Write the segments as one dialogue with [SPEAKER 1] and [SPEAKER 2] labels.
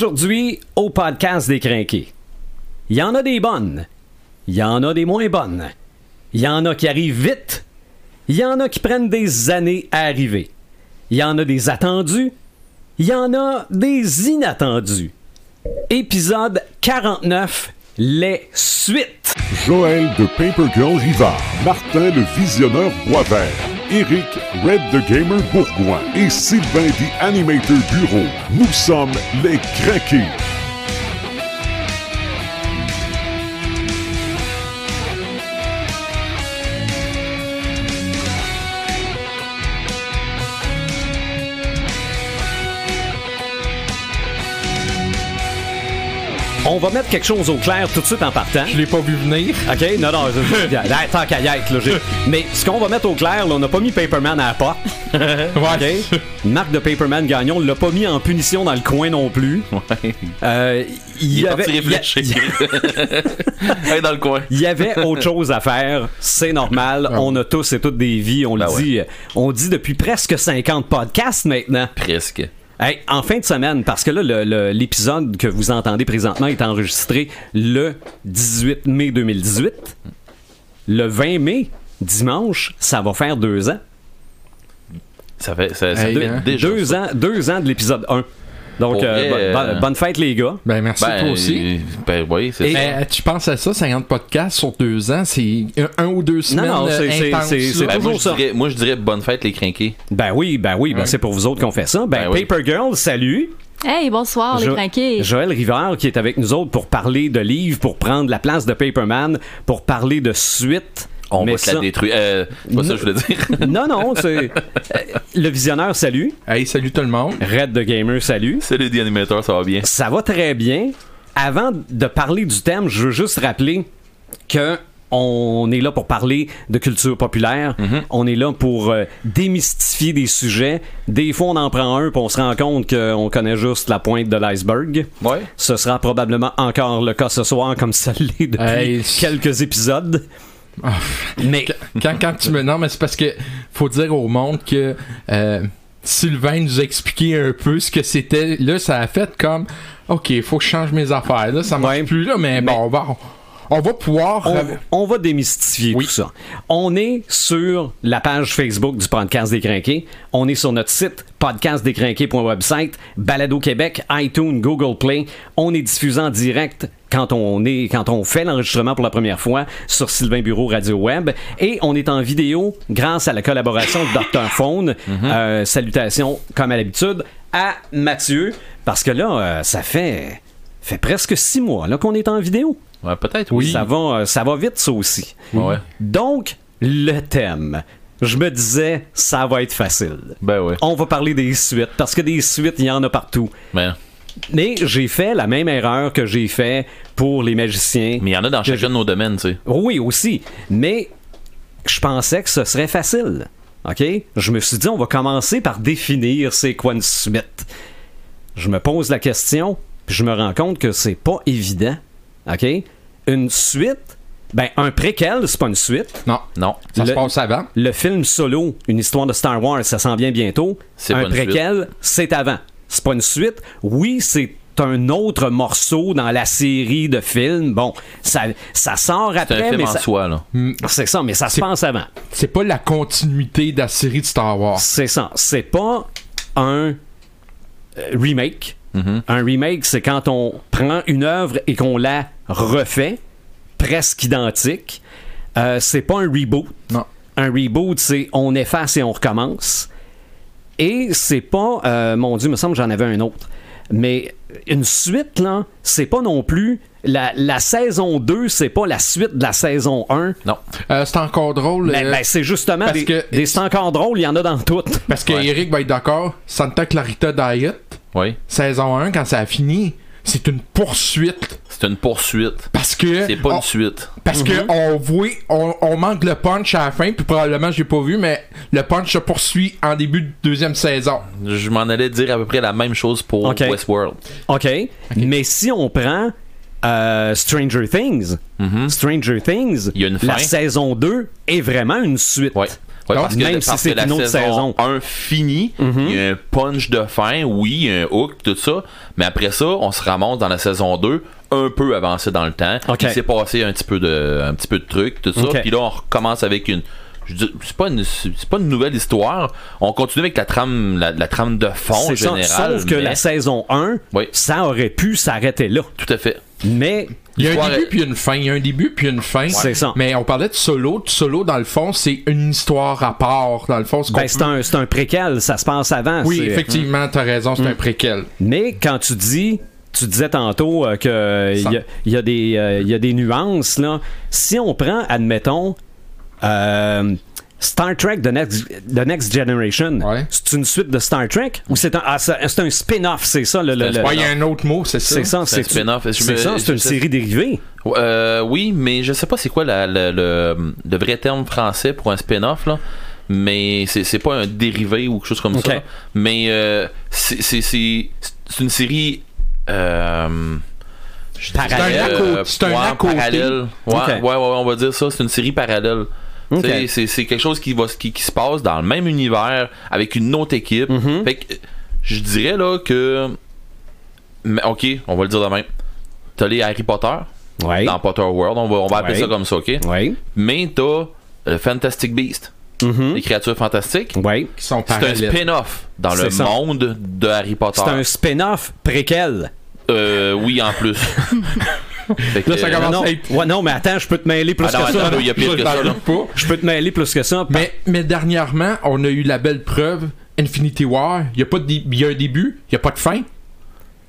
[SPEAKER 1] Aujourd'hui, au podcast des crinqués, il y en a des bonnes, il y en a des moins bonnes, il y en a qui arrivent vite, il y en a qui prennent des années à arriver, il y en a des attendus, il y en a des inattendus. Épisode 49, les suites.
[SPEAKER 2] Joël de Paper Girl Rivard, Martin le Visionneur Boisvert, Eric Red the Gamer Bourgoin et Sylvain the Animator Bureau. Nous sommes les craqués.
[SPEAKER 1] On va mettre quelque chose au clair tout de suite en partant.
[SPEAKER 3] Je l'ai pas vu venir.
[SPEAKER 1] OK? Non, non, je- je- hey, tant qu'à y être, là, j'ai- Mais ce qu'on va mettre au clair, là, on n'a pas mis Paperman à la porte.
[SPEAKER 3] Ouais.
[SPEAKER 1] OK? Marc de Paperman Gagnon, on l'a pas mis en punition dans le coin non plus. Euh, il y
[SPEAKER 4] Il est
[SPEAKER 1] avait,
[SPEAKER 4] parti
[SPEAKER 1] il y a-
[SPEAKER 4] réfléchir. Hey, dans le coin.
[SPEAKER 1] il y avait autre chose à faire, c'est normal. On a tous et toutes des vies, on
[SPEAKER 4] Ah Ben
[SPEAKER 1] le dit. On dit depuis presque 50 podcasts maintenant.
[SPEAKER 4] Presque.
[SPEAKER 1] Hey, en fin de semaine, parce que là, le- le- l'épisode que vous entendez présentement est enregistré le 18 mai 2018. Le 20 mai, dimanche, ça va faire deux ans.
[SPEAKER 4] Ça fait, ça, ça
[SPEAKER 3] Hey,
[SPEAKER 4] fait
[SPEAKER 3] hein.
[SPEAKER 4] déjà.
[SPEAKER 1] Deux ans, deux ans de l'épisode 1. Donc,
[SPEAKER 4] Pour
[SPEAKER 1] euh,
[SPEAKER 4] vrai,
[SPEAKER 1] bonne- bonne,
[SPEAKER 4] euh,
[SPEAKER 1] bonne fête, les gars.
[SPEAKER 3] Ben merci
[SPEAKER 4] Ben,
[SPEAKER 3] toi aussi.
[SPEAKER 4] euh, ben oui, c'est
[SPEAKER 1] Et-
[SPEAKER 4] ça.
[SPEAKER 3] Mais tu penses à ça, 50 podcasts sur deux ans, c'est un, un ou deux semaines
[SPEAKER 1] non, c'est- c'est-
[SPEAKER 3] euh, intenses.
[SPEAKER 1] c'est- c'est
[SPEAKER 3] là.
[SPEAKER 4] Ben, moi,
[SPEAKER 1] toujours
[SPEAKER 4] je
[SPEAKER 1] ça.
[SPEAKER 4] dirais, moi, je dirais bonne fête, les crinqués.
[SPEAKER 1] Ben oui, ben oui, ben c'est pour vous autres qu'on fait ça. Ben,
[SPEAKER 4] Ben oui.
[SPEAKER 1] Paper Girl, salut.
[SPEAKER 5] Hey, bonsoir,
[SPEAKER 1] Jo-
[SPEAKER 5] les crinqués.
[SPEAKER 1] Joël Rivard qui est avec nous autres pour parler de livres, pour prendre la place de Paperman, pour parler de suite.
[SPEAKER 4] On
[SPEAKER 1] Mais
[SPEAKER 4] va se
[SPEAKER 1] ça-
[SPEAKER 4] la détruire. Euh, c'est pas ça que je voulais dire.
[SPEAKER 1] Non, non, c'est. Euh, Le visionneur, salut.
[SPEAKER 3] Hey, salut tout le monde.
[SPEAKER 1] Red the Gamer, salut.
[SPEAKER 4] Salut, The Animator, ça va bien.
[SPEAKER 1] Ça va très bien. Avant de parler du thème, je veux juste rappeler que on est là pour parler de culture populaire. On est là pour euh, démystifier des sujets. Des fois, on en prend un, puis on se rend compte qu'on connaît juste la pointe de l'iceberg.
[SPEAKER 4] Ouais.
[SPEAKER 1] Ce sera probablement encore le cas ce soir, comme ça l'est depuis
[SPEAKER 3] Hey, c-
[SPEAKER 1] quelques épisodes. Mais
[SPEAKER 3] Ah, Quand, quand tu me non, mais c'est parce que faut dire au monde que euh, Sylvain nous a expliqué un peu ce que c'était. Là, ça a fait comme OK, il faut que je change mes affaires. Là, ça marche
[SPEAKER 1] Ouais.
[SPEAKER 3] plus là, mais,
[SPEAKER 1] Mais-
[SPEAKER 3] bon, on va, on va pouvoir.
[SPEAKER 1] on, on va démystifier tout ça. On est sur la page Facebook du Podcast Décrinqué. On est sur notre site podcastdécrinqué.website, Balado Québec, iTunes, Google Play. On est diffusé en direct quand on, est, quand on fait l'enregistrement pour la première fois sur Sylvain Bureau Radio Web. Et on est en vidéo grâce à la collaboration de Dr. Phone. Euh, salutations, comme à l'habitude, à Mathieu. Parce que là, euh, ça fait, fait presque six mois là, qu'on est en vidéo.
[SPEAKER 4] Ouais, peut-être, oui.
[SPEAKER 1] Ça va, euh, ça va vite, ça aussi.
[SPEAKER 4] Ouais.
[SPEAKER 1] Donc, le thème. Je me disais, ça va être facile.
[SPEAKER 4] Ben ouais.
[SPEAKER 1] On va parler des suites, parce que des suites, il y en a partout.
[SPEAKER 4] Ben,
[SPEAKER 1] Mais j'ai fait la même erreur que j'ai fait pour les magiciens.
[SPEAKER 4] mais il y en a dans
[SPEAKER 1] Que
[SPEAKER 4] chacun de nos domaines, tu sais.
[SPEAKER 1] Oui, aussi. Mais je pensais que ce serait facile. OK? Je me suis dit, on va commencer par définir c'est quoi une suite. Je me pose la question, puis je me rends compte que c'est pas évident. OK? Une suite, ben, un préquel, c'est pas une suite.
[SPEAKER 3] Non,
[SPEAKER 4] Non.
[SPEAKER 3] ça
[SPEAKER 1] Le-
[SPEAKER 3] se passe avant.
[SPEAKER 1] Le film solo, une histoire de Star Wars, ça s'en vient bientôt.
[SPEAKER 4] C'est pas
[SPEAKER 1] un
[SPEAKER 4] une suite.
[SPEAKER 1] préquel, c'est avant. C'est pas une suite. Oui, c'est un autre morceau dans la série de films. Bon, ça, ça sort
[SPEAKER 4] C'est
[SPEAKER 1] après,
[SPEAKER 4] un film
[SPEAKER 1] mais
[SPEAKER 4] en
[SPEAKER 1] ça-
[SPEAKER 4] soi, là.
[SPEAKER 1] c'est ça, mais ça se passe avant.
[SPEAKER 3] C'est Ah. pas la continuité de la série de Star Wars.
[SPEAKER 1] C'est ça. C'est pas un euh, remake. Un remake, c'est quand on prend une œuvre et qu'on la refait, presque identique. Euh, c'est pas un reboot.
[SPEAKER 3] Non.
[SPEAKER 1] Un reboot, c'est on efface et on recommence. Et c'est pas. euh, mon Dieu, il me semble que j'en avais un autre. Mais une suite, là, c'est pas non plus. La, la saison 2, c'est pas la suite de la saison 1.
[SPEAKER 4] Non.
[SPEAKER 3] Euh, c'est encore drôle.
[SPEAKER 1] Ben,
[SPEAKER 3] euh,
[SPEAKER 1] ben, c'est justement
[SPEAKER 3] parce
[SPEAKER 1] des,
[SPEAKER 3] que-
[SPEAKER 1] des c'est encore drôle, il y en a dans toutes.
[SPEAKER 4] Ben,
[SPEAKER 3] Parce que
[SPEAKER 4] Ouais.
[SPEAKER 3] Eric va être d'accord, Santa Clarita Diet,
[SPEAKER 4] Oui.
[SPEAKER 3] saison 1, quand ça a fini, c'est une poursuite.
[SPEAKER 4] C'est une poursuite.
[SPEAKER 3] Parce que.
[SPEAKER 4] C'est pas
[SPEAKER 1] Oh.
[SPEAKER 3] on,
[SPEAKER 4] une suite. Mm-hmm.
[SPEAKER 3] Parce que on voit, on, on manque le punch à la fin, puis probablement j'ai pas vu, mais le punch se poursuit en début de deuxième saison.
[SPEAKER 4] Je m'en allais dire à peu près la même chose pour
[SPEAKER 1] Ok.
[SPEAKER 4] Westworld.
[SPEAKER 1] OK. Mais si on prend euh, Stranger Things, Stranger Things,
[SPEAKER 4] Mm-hmm. Il y a une
[SPEAKER 1] la
[SPEAKER 4] fin.
[SPEAKER 1] saison 2 est vraiment une suite.
[SPEAKER 4] Ouais. Ouais,
[SPEAKER 3] Donc,
[SPEAKER 4] parce que
[SPEAKER 1] même
[SPEAKER 4] de-
[SPEAKER 1] si
[SPEAKER 4] parce
[SPEAKER 1] c'est
[SPEAKER 4] que la
[SPEAKER 1] une autre saison. Mhm.
[SPEAKER 4] 1 finit, il y a un punch de fin, oui, il y a un hook, tout ça, mais après ça, on se remonte dans la saison 2 un peu avancé dans le temps.
[SPEAKER 1] Ok.
[SPEAKER 4] Il s'est passé un petit peu de un petit peu de trucs, tout ça,
[SPEAKER 1] Ok.
[SPEAKER 4] puis là on recommence avec une je dis- c'est pas une c'est pas une nouvelle histoire, on continue avec la trame la, la trame de fond
[SPEAKER 1] C'est ça.
[SPEAKER 4] générale.
[SPEAKER 1] Sauf que
[SPEAKER 4] mais-
[SPEAKER 1] la saison 1,
[SPEAKER 4] Oui.
[SPEAKER 1] ça aurait pu s'arrêter là.
[SPEAKER 4] tout à fait.
[SPEAKER 1] Mais
[SPEAKER 3] Il y a
[SPEAKER 4] L'histoire
[SPEAKER 3] un début
[SPEAKER 4] est-
[SPEAKER 3] puis une fin. Il y a un début puis une fin.
[SPEAKER 1] C'est ça.
[SPEAKER 3] Mais on parlait de solo. De solo, dans le fond, c'est une histoire à part. Dans le fond, ce qu'on
[SPEAKER 1] ben, c'est un, c'est un préquel, ça se passe avant.
[SPEAKER 3] Oui,
[SPEAKER 1] c'est-
[SPEAKER 3] effectivement, t'as raison, c'est un
[SPEAKER 4] Mm.
[SPEAKER 3] préquel.
[SPEAKER 1] Mais quand tu dis, tu disais tantôt euh, que il
[SPEAKER 3] Ça-
[SPEAKER 1] y a- il y, a des, euh, il y a des nuances là. Si on prend, admettons, euh, Star Trek The Next, The Next Generation,
[SPEAKER 3] Ouais.
[SPEAKER 1] c'est une suite de Star Trek ou c'est un, ah, c'est un- c'est un spin-off, c'est ça le, le-
[SPEAKER 4] un
[SPEAKER 1] le-
[SPEAKER 4] spin-off.
[SPEAKER 3] Ouais, il y a un autre mot, c'est ça.
[SPEAKER 1] c'est ça,
[SPEAKER 4] C'est
[SPEAKER 1] c'est
[SPEAKER 4] un spin-off. Je
[SPEAKER 1] c'est
[SPEAKER 4] me-
[SPEAKER 1] ça, c'est une
[SPEAKER 4] je-
[SPEAKER 1] série dérivée.
[SPEAKER 4] Euh, oui, mais je sais pas c'est quoi la- la- le, le vrai terme français pour un spin-off, là. Mais c'est c'est pas un dérivé ou quelque chose comme
[SPEAKER 1] Ok.
[SPEAKER 4] ça. là. Mais euh, c'est- c'est c'est- c'est une série. euh, je dirais,
[SPEAKER 1] Parallèle.
[SPEAKER 3] C'est un à côté- c'est un
[SPEAKER 4] ouais,
[SPEAKER 3] à côté.
[SPEAKER 4] parallèle. Ouais,
[SPEAKER 1] Ok.
[SPEAKER 4] ouais, ouais, ouais, on va dire ça. C'est une série parallèle.
[SPEAKER 1] Ok.
[SPEAKER 4] Tu sais, C'est c'est quelque chose qui, va, qui, qui se passe dans le même univers avec une autre équipe.
[SPEAKER 3] Mm-hmm.
[SPEAKER 1] Mhm.
[SPEAKER 4] Fait que euh, je dirais là que. mais ok, on va le dire de même. T'as les Harry Potter
[SPEAKER 1] Ouais.
[SPEAKER 4] dans Potter World, on va, on va appeler
[SPEAKER 1] Ouais.
[SPEAKER 4] ça comme ça, ok?
[SPEAKER 1] Ouais.
[SPEAKER 4] Mais t'as le Fantastic Beast,
[SPEAKER 1] Mhm.
[SPEAKER 4] les créatures fantastiques.
[SPEAKER 1] Ouais.
[SPEAKER 3] Qui sont
[SPEAKER 4] C'est un
[SPEAKER 3] parallèles.
[SPEAKER 4] spin-off dans le
[SPEAKER 1] C'est ça.
[SPEAKER 4] monde de Harry Potter.
[SPEAKER 1] C'est un spin-off préquel.
[SPEAKER 4] Euh, oui, en plus. Fait que,
[SPEAKER 3] Là, ça
[SPEAKER 4] euh,
[SPEAKER 3] commence
[SPEAKER 1] non,
[SPEAKER 3] à être-
[SPEAKER 1] ouais, non, mais attends, je peux te mêler plus
[SPEAKER 4] Ah non,
[SPEAKER 1] que
[SPEAKER 4] attends,
[SPEAKER 1] ça.
[SPEAKER 4] là, il y a pire
[SPEAKER 3] Je
[SPEAKER 4] que ça,
[SPEAKER 3] t'en
[SPEAKER 4] là.
[SPEAKER 3] doute pas.
[SPEAKER 1] Je peux te mêler plus que ça.
[SPEAKER 3] Mais, mais dernièrement, on a eu la belle preuve, Infinity War, il y a pas de dé- il y a un début, il y a pas de fin.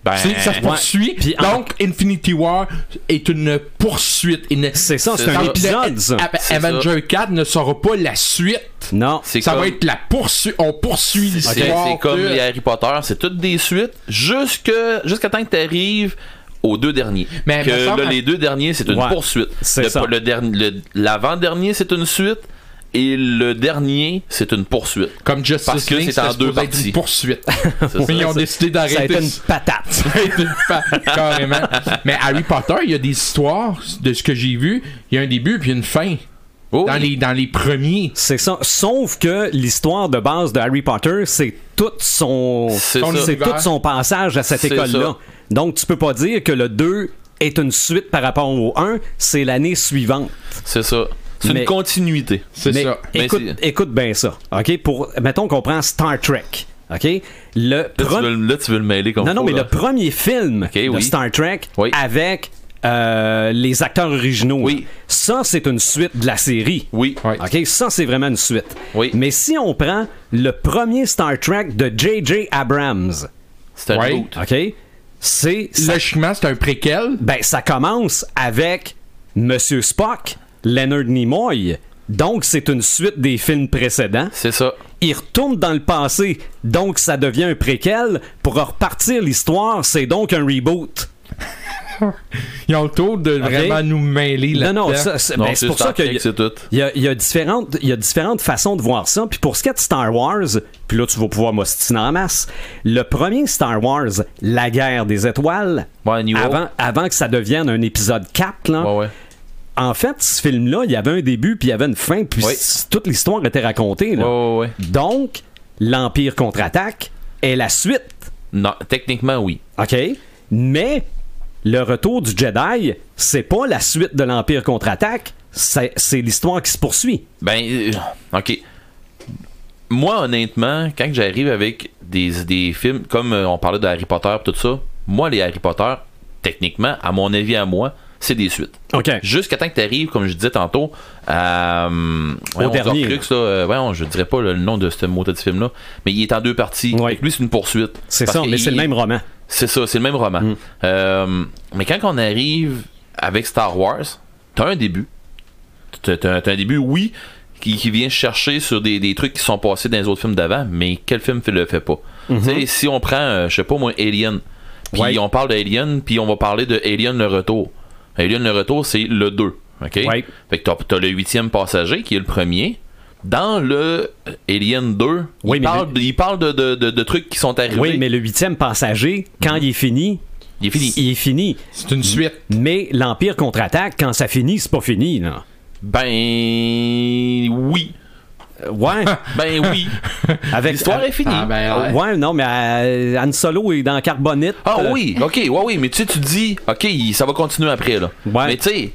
[SPEAKER 4] ben,
[SPEAKER 3] C'est- ça se poursuit.
[SPEAKER 1] Puis en-
[SPEAKER 3] Donc, Infinity War est une poursuite. Une...
[SPEAKER 1] C'est ça, c'est
[SPEAKER 4] C'est
[SPEAKER 1] un
[SPEAKER 4] ça. Ah,
[SPEAKER 1] épisode. ça.
[SPEAKER 3] Ava-
[SPEAKER 4] C'est
[SPEAKER 3] Avenger 4 ne sera pas la suite.
[SPEAKER 1] Non.
[SPEAKER 4] c'est
[SPEAKER 3] Ça
[SPEAKER 4] comme-
[SPEAKER 3] va être la poursuite. On poursuit
[SPEAKER 4] C'est
[SPEAKER 3] l'histoire.
[SPEAKER 4] c'est comme
[SPEAKER 3] de-
[SPEAKER 4] les Harry Potter, c'est toutes des suites jusque- jusqu'à temps que t'arrives aux deux derniers.
[SPEAKER 3] Mais
[SPEAKER 4] que
[SPEAKER 3] me semble-
[SPEAKER 4] là, les deux derniers, c'est une
[SPEAKER 1] Ouais.
[SPEAKER 4] poursuite.
[SPEAKER 1] C'est
[SPEAKER 4] Le-
[SPEAKER 1] ça.
[SPEAKER 4] le derni- le- L'avant-dernier, c'est une suite. Et le dernier, c'est une poursuite.
[SPEAKER 3] Comme Justice
[SPEAKER 4] Parce que
[SPEAKER 3] League,
[SPEAKER 4] c'est en
[SPEAKER 3] c'était
[SPEAKER 4] deux
[SPEAKER 3] supposé être
[SPEAKER 4] parties.
[SPEAKER 3] une poursuite.
[SPEAKER 4] C'est ça.
[SPEAKER 3] Mais ils ont
[SPEAKER 4] Ça-
[SPEAKER 3] décidé
[SPEAKER 1] Ça a été
[SPEAKER 3] d'arrêter
[SPEAKER 1] une patate.
[SPEAKER 3] Ça a été une fa- carrément. Mais Harry Potter, il y a des histoires de ce que j'ai vu. Il y a un début puis une fin.
[SPEAKER 4] Oh,
[SPEAKER 3] Dans, les, dans les premiers.
[SPEAKER 1] C'est ça. Sauf que l'histoire de base de Harry Potter, c'est tout son,
[SPEAKER 4] C'est
[SPEAKER 1] son-
[SPEAKER 4] ça.
[SPEAKER 1] c'est tout son passage à cette
[SPEAKER 4] C'est
[SPEAKER 1] école-là. Donc, tu peux pas dire que le 2 est une suite par rapport au 1, c'est l'année suivante.
[SPEAKER 4] C'est ça. C'est
[SPEAKER 1] Mais-
[SPEAKER 4] une continuité.
[SPEAKER 3] C'est
[SPEAKER 1] Mais
[SPEAKER 3] ça.
[SPEAKER 4] Mais
[SPEAKER 1] Écoute,
[SPEAKER 4] c'est-
[SPEAKER 1] écoute bien ça. OK? Pour, mettons qu'on prend Star Trek. OK? Le
[SPEAKER 4] Là,
[SPEAKER 1] pre-
[SPEAKER 4] tu veux, le- là, tu veux le mêler comme
[SPEAKER 1] Non, non,
[SPEAKER 4] faut,
[SPEAKER 1] mais
[SPEAKER 4] là.
[SPEAKER 1] le premier film de
[SPEAKER 4] oui.
[SPEAKER 1] Star Trek
[SPEAKER 4] Oui.
[SPEAKER 1] avec euh, les acteurs originaux,
[SPEAKER 4] Oui.
[SPEAKER 1] ça, c'est une suite de la série.
[SPEAKER 4] Oui.
[SPEAKER 3] Ouais.
[SPEAKER 1] OK, ça, c'est vraiment une suite.
[SPEAKER 4] Oui.
[SPEAKER 1] Mais si on prend le premier Star Trek de J.J. Abrams,
[SPEAKER 4] C'est un
[SPEAKER 3] Ouais.
[SPEAKER 4] reboot.
[SPEAKER 1] OK, c'est... ça-
[SPEAKER 3] Logiquement, c'est un préquel.
[SPEAKER 1] ben, ça commence avec Monsieur Spock, Leonard Nimoy. Donc, c'est une suite des films précédents.
[SPEAKER 4] C'est ça.
[SPEAKER 1] Il retourne dans le passé, donc ça devient un préquel. Pour repartir l'histoire, c'est donc un reboot.
[SPEAKER 3] Ils ont le tour de vraiment nous mêler
[SPEAKER 1] Non,
[SPEAKER 3] là-dedans.
[SPEAKER 1] non, ça, c'est
[SPEAKER 4] Non,
[SPEAKER 1] ben, c'est
[SPEAKER 4] c'est
[SPEAKER 1] pour ça
[SPEAKER 4] Star
[SPEAKER 1] que
[SPEAKER 4] Trek, c'est tout.
[SPEAKER 1] il y a, il y a différentes, il y a différentes façons de voir ça. Puis pour ce qui est de Star Wars, puis là tu vas pouvoir m'ostiner en masse. Le premier Star Wars, la guerre des étoiles,
[SPEAKER 4] Ouais, New Hope.
[SPEAKER 1] avant, avant que ça devienne un épisode 4, là,
[SPEAKER 4] Ouais, ouais.
[SPEAKER 1] en fait, ce film-là, il y avait un début, puis il y avait une fin, puis
[SPEAKER 4] Oui.
[SPEAKER 1] c- toute l'histoire était racontée. là.
[SPEAKER 4] Ouais, ouais, ouais.
[SPEAKER 1] Donc, l'Empire contre-attaque est la suite.
[SPEAKER 4] Non, techniquement, oui.
[SPEAKER 1] OK? Mais le retour du Jedi, c'est pas la suite de l'Empire contre-attaque, c'est c'est l'histoire qui se poursuit.
[SPEAKER 4] Ben, euh, ok. Moi, honnêtement, quand j'arrive avec des, des films, comme euh, on parlait de Harry Potter pis tout ça, moi, les Harry Potter, techniquement, à mon avis, à moi, c'est des suites.
[SPEAKER 1] OK.
[SPEAKER 4] Jusqu'à temps que t'arrives, comme je disais tantôt, à, euh, voyons,
[SPEAKER 1] dernier.
[SPEAKER 4] Horcrux, là, euh, voyons, je dirais pas le nom de ce mot de ce film-là, mais il est en deux parties.
[SPEAKER 1] Ouais.
[SPEAKER 4] Fait que Lui, c'est une poursuite.
[SPEAKER 1] C'est
[SPEAKER 4] Parce
[SPEAKER 1] ça,
[SPEAKER 4] que
[SPEAKER 1] mais c'est
[SPEAKER 4] il-
[SPEAKER 1] le même roman.
[SPEAKER 4] C'est ça, c'est le même roman.
[SPEAKER 1] Mm.
[SPEAKER 4] Euh, mais quand on arrive avec Star Wars, t'as un début. T'as t'as- t'as un début, oui, qui, qui vient chercher sur des, des trucs qui sont passés dans les autres films d'avant, mais quel film fait- le fait pas? Tu sais, Si on prend, euh, je sais pas moi, Alien, puis
[SPEAKER 1] Mm-hmm. Ouais.
[SPEAKER 4] on parle d'Alien, puis on va parler de Alien le Retour. Alien le Retour, c'est le 2. OK?
[SPEAKER 1] Ouais.
[SPEAKER 4] Fait que t'as t'as le huitième passager qui est le premier. Dans le Alien 2,
[SPEAKER 1] Oui, mais
[SPEAKER 4] il, parle, il parle de, de- de- de trucs qui sont arrivés.
[SPEAKER 1] Oui, mais le huitième passager, quand il est fini,
[SPEAKER 4] Mhm. Il est fini.
[SPEAKER 1] il est fini.
[SPEAKER 3] C'est une suite.
[SPEAKER 1] Mais l'Empire contre-attaque, quand ça finit, c'est pas fini. Là.
[SPEAKER 4] Ben oui.
[SPEAKER 1] Euh, Ouais,
[SPEAKER 4] Ben oui.
[SPEAKER 1] avec
[SPEAKER 4] L'histoire est finie.
[SPEAKER 3] Ah, ben,
[SPEAKER 1] Ah, ouais, non, mais euh, Han Solo est dans Carbonite.
[SPEAKER 4] Ah
[SPEAKER 1] Euh,
[SPEAKER 4] oui, ok, ouais, oui, mais tu sais, tu dis, ok, il- ça va continuer après, là.
[SPEAKER 1] Ouais.
[SPEAKER 4] Mais tu sais,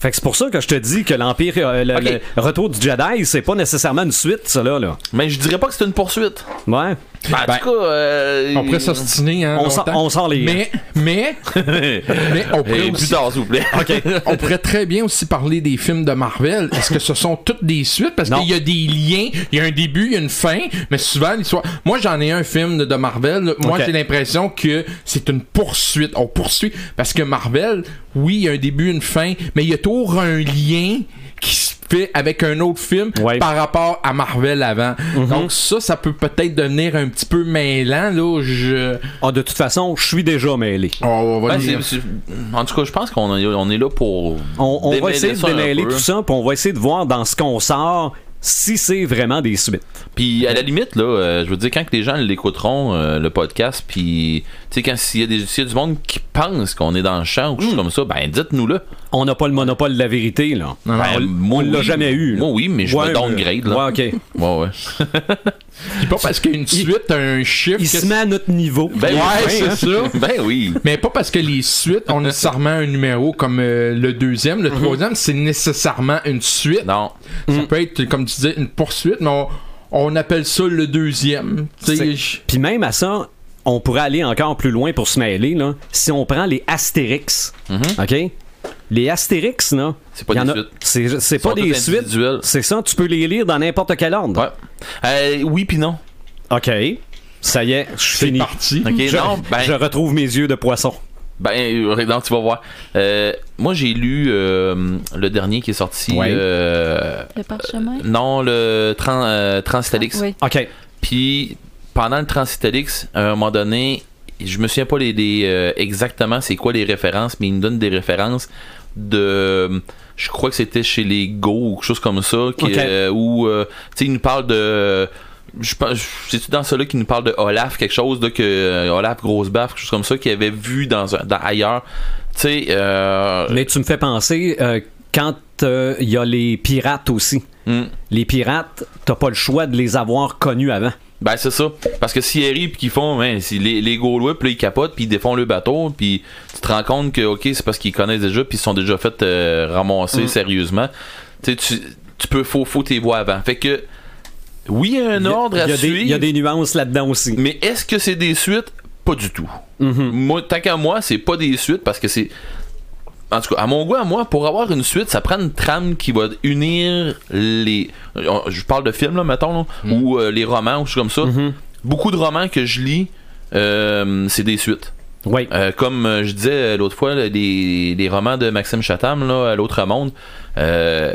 [SPEAKER 1] Fait que c'est pour ça que je te dis que l'Empire, euh, le,
[SPEAKER 4] Ok.
[SPEAKER 1] le retour du Jedi, c'est pas nécessairement une suite, ça là. là.
[SPEAKER 4] mais je dirais pas que c'est une poursuite.
[SPEAKER 1] Ouais.
[SPEAKER 4] Ben, en
[SPEAKER 3] Ben,
[SPEAKER 4] tout cas, euh,
[SPEAKER 3] On pourrait s'ostiner, hein,
[SPEAKER 1] On sort-
[SPEAKER 3] longtemps.
[SPEAKER 1] on sort les-
[SPEAKER 3] Mais, mais, mais on pourrait
[SPEAKER 4] Et plus
[SPEAKER 3] aussi-
[SPEAKER 4] tard, s'il vous plaît.
[SPEAKER 3] on pourrait très bien aussi parler des films de Marvel. Est-ce que ce sont toutes des suites? Parce
[SPEAKER 1] Non.
[SPEAKER 3] qu'il y a des liens, il y a un début, il y a une fin, mais souvent l'histoire. Moi, j'en ai un film de, de Marvel. là. Moi,
[SPEAKER 1] Ok.
[SPEAKER 3] j'ai l'impression que c'est une poursuite. On poursuit. Parce que Marvel, oui, il y a un début, une fin, mais il y a toujours un lien qui se fait avec un autre film
[SPEAKER 1] Ouais. Mhm.
[SPEAKER 3] par rapport à Marvel avant. Donc ça, ça peut peut-être devenir un petit peu mêlant. Là, je...
[SPEAKER 1] Ah, de toute façon, je suis déjà mêlé.
[SPEAKER 3] Oh, on va
[SPEAKER 4] Ouais,
[SPEAKER 3] dire-
[SPEAKER 4] Ben, c'est- c'est- en tout cas, je pense qu'on est- on est là pour.
[SPEAKER 1] On, on va
[SPEAKER 4] démêler
[SPEAKER 1] essayer de
[SPEAKER 4] ça un
[SPEAKER 1] démêler
[SPEAKER 4] peu.
[SPEAKER 1] tout ça, puis on va essayer de voir dans ce qu'on sort si c'est vraiment des suites.
[SPEAKER 4] Puis à la limite, là, euh, je veux dire, quand que les gens l'écouteront, euh, le podcast, puis tu sais, quand s'il y, a des- s'il y a du monde qui pense qu'on est dans le champ ou
[SPEAKER 1] Hmm.
[SPEAKER 4] quelque chose comme ça, ben dites-nous-le.
[SPEAKER 1] On n'a pas le monopole de la vérité, là.
[SPEAKER 3] Non, non,
[SPEAKER 4] Ben,
[SPEAKER 3] on-
[SPEAKER 4] moi,
[SPEAKER 1] on l'a
[SPEAKER 4] oui.
[SPEAKER 1] jamais eu, là.
[SPEAKER 4] Moi, oui, mais je
[SPEAKER 1] Ouais,
[SPEAKER 4] me downgrade, là.
[SPEAKER 1] Ouais, ok.
[SPEAKER 4] Ouais, ouais.
[SPEAKER 3] c'est pas parce qu'il y a une suite, un chiffre.
[SPEAKER 1] Il
[SPEAKER 3] que
[SPEAKER 1] se met à notre niveau.
[SPEAKER 4] Ben,
[SPEAKER 3] Ouais, c'est ça.
[SPEAKER 4] Ben oui.
[SPEAKER 3] Mais pas parce que les suites ont nécessairement un numéro comme euh, le deuxième,
[SPEAKER 1] Mhm.
[SPEAKER 3] le troisième, c'est nécessairement une suite.
[SPEAKER 4] Non.
[SPEAKER 3] Ça peut être, comme tu disais, une poursuite, mais on, on appelle ça le deuxième. Tu sais,
[SPEAKER 1] C'est-
[SPEAKER 3] je-
[SPEAKER 1] Puis même à ça, on pourrait aller encore plus loin pour se mêler, là. Si on prend les Astérix, OK? Les Astérix, là.
[SPEAKER 4] Mhm. C'est pas
[SPEAKER 1] y en
[SPEAKER 4] des
[SPEAKER 1] a-
[SPEAKER 4] suites.
[SPEAKER 1] C'est, c'est
[SPEAKER 4] Ils sont
[SPEAKER 1] pas des
[SPEAKER 4] tous
[SPEAKER 1] suites.
[SPEAKER 4] individuels.
[SPEAKER 1] C'est ça, tu peux les lire dans n'importe quel ordre.
[SPEAKER 4] Ouais. Euh, oui, puis non.
[SPEAKER 1] OK. Ça y est, je suis
[SPEAKER 3] c'est
[SPEAKER 1] fini.
[SPEAKER 3] parti.
[SPEAKER 4] Ok,
[SPEAKER 1] Je,
[SPEAKER 4] non. Ben,
[SPEAKER 1] je retrouve mes yeux de poisson.
[SPEAKER 4] Ben, euh, non, tu vas voir. Euh, moi, j'ai lu euh, le dernier qui est sorti.
[SPEAKER 1] Ouais.
[SPEAKER 4] euh,
[SPEAKER 5] Le parchemin?
[SPEAKER 4] non, le tran, euh, Transitalix.
[SPEAKER 5] Oui.
[SPEAKER 1] OK.
[SPEAKER 4] Puis, pendant le Transitalix, à un moment donné, je me souviens pas les, les, euh, exactement c'est quoi les références, mais il me donne des références de. Je crois que c'était chez les Go ou quelque chose comme ça, qui,
[SPEAKER 1] Ok.
[SPEAKER 4] euh, où euh, tu sais, il nous parle de. Je pense, c'est-tu dans celui qui nous parle de Olaf, quelque chose, de que euh, Olaf grosse baffe, quelque chose comme ça, qu'il avait vu dans, un- dans ailleurs. Tu sais, euh,
[SPEAKER 1] Mais tu me fais penser euh, quand euh, il y a les pirates aussi.
[SPEAKER 4] hmm.
[SPEAKER 1] Les pirates, t'as pas le choix de les avoir connus avant.
[SPEAKER 4] Ben c'est ça. Parce que s'ils arrivent puis qu'ils font, hein, si les, les Gaulois, puis là, ils capotent, puis ils défont le bateau, puis tu te rends compte que ok, c'est parce qu'ils connaissent déjà, puis ils se sont déjà fait euh, ramasser
[SPEAKER 1] Mm.
[SPEAKER 4] sérieusement. Tu sais, tu, tu peux faut, faut tes voix avant. Fait que oui, il y a un
[SPEAKER 1] Il y a-
[SPEAKER 4] ordre à
[SPEAKER 1] il y a des-
[SPEAKER 4] suivre.
[SPEAKER 1] Il y a des nuances là-dedans aussi.
[SPEAKER 4] Mais est-ce que c'est des suites Pas du tout. Moi, tant qu'à moi, c'est pas des suites parce que c'est. En tout cas, à mon goût, à moi, pour avoir une suite, ça prend une trame qui va unir les. euh, Je parle de films, là, mettons, là, ou euh, les romans, ou choses comme ça. Beaucoup de romans que je lis, euh, c'est des suites.
[SPEAKER 1] Oui.
[SPEAKER 4] Euh, comme euh, je disais euh, l'autre fois, là, les, les romans de Maxime Chatham, là, à l'autre monde, euh,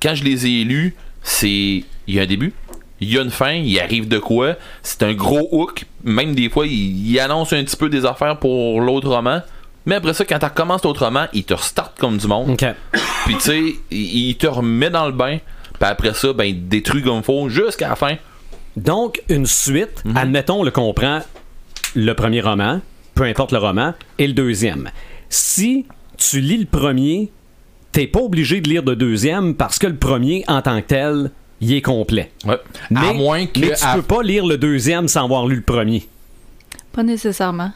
[SPEAKER 4] quand je les ai lus, c'est. Il y a un début, il y a une fin, il arrive de quoi, c'est un gros hook, même des fois, il, il annonce un petit peu des affaires pour l'autre roman. Mais après ça, quand tu recommences l'autre roman, il te restarte comme du monde.
[SPEAKER 1] OK.
[SPEAKER 4] Puis tu sais, il, il te remet dans le bain. Puis après ça, ben, il te détruit comme faut jusqu'à la fin.
[SPEAKER 1] Donc, une suite,
[SPEAKER 4] Mhm.
[SPEAKER 1] admettons le qu'on prend le premier roman, peu importe le roman, et le deuxième. Si tu lis le premier, t'es pas obligé de lire le deuxième parce que le premier, en tant que tel, il est complet.
[SPEAKER 4] Ouais.
[SPEAKER 1] Mais,
[SPEAKER 3] à moins que.
[SPEAKER 1] mais tu
[SPEAKER 3] à-
[SPEAKER 1] peux pas lire le deuxième sans avoir lu le premier.
[SPEAKER 5] Pas nécessairement.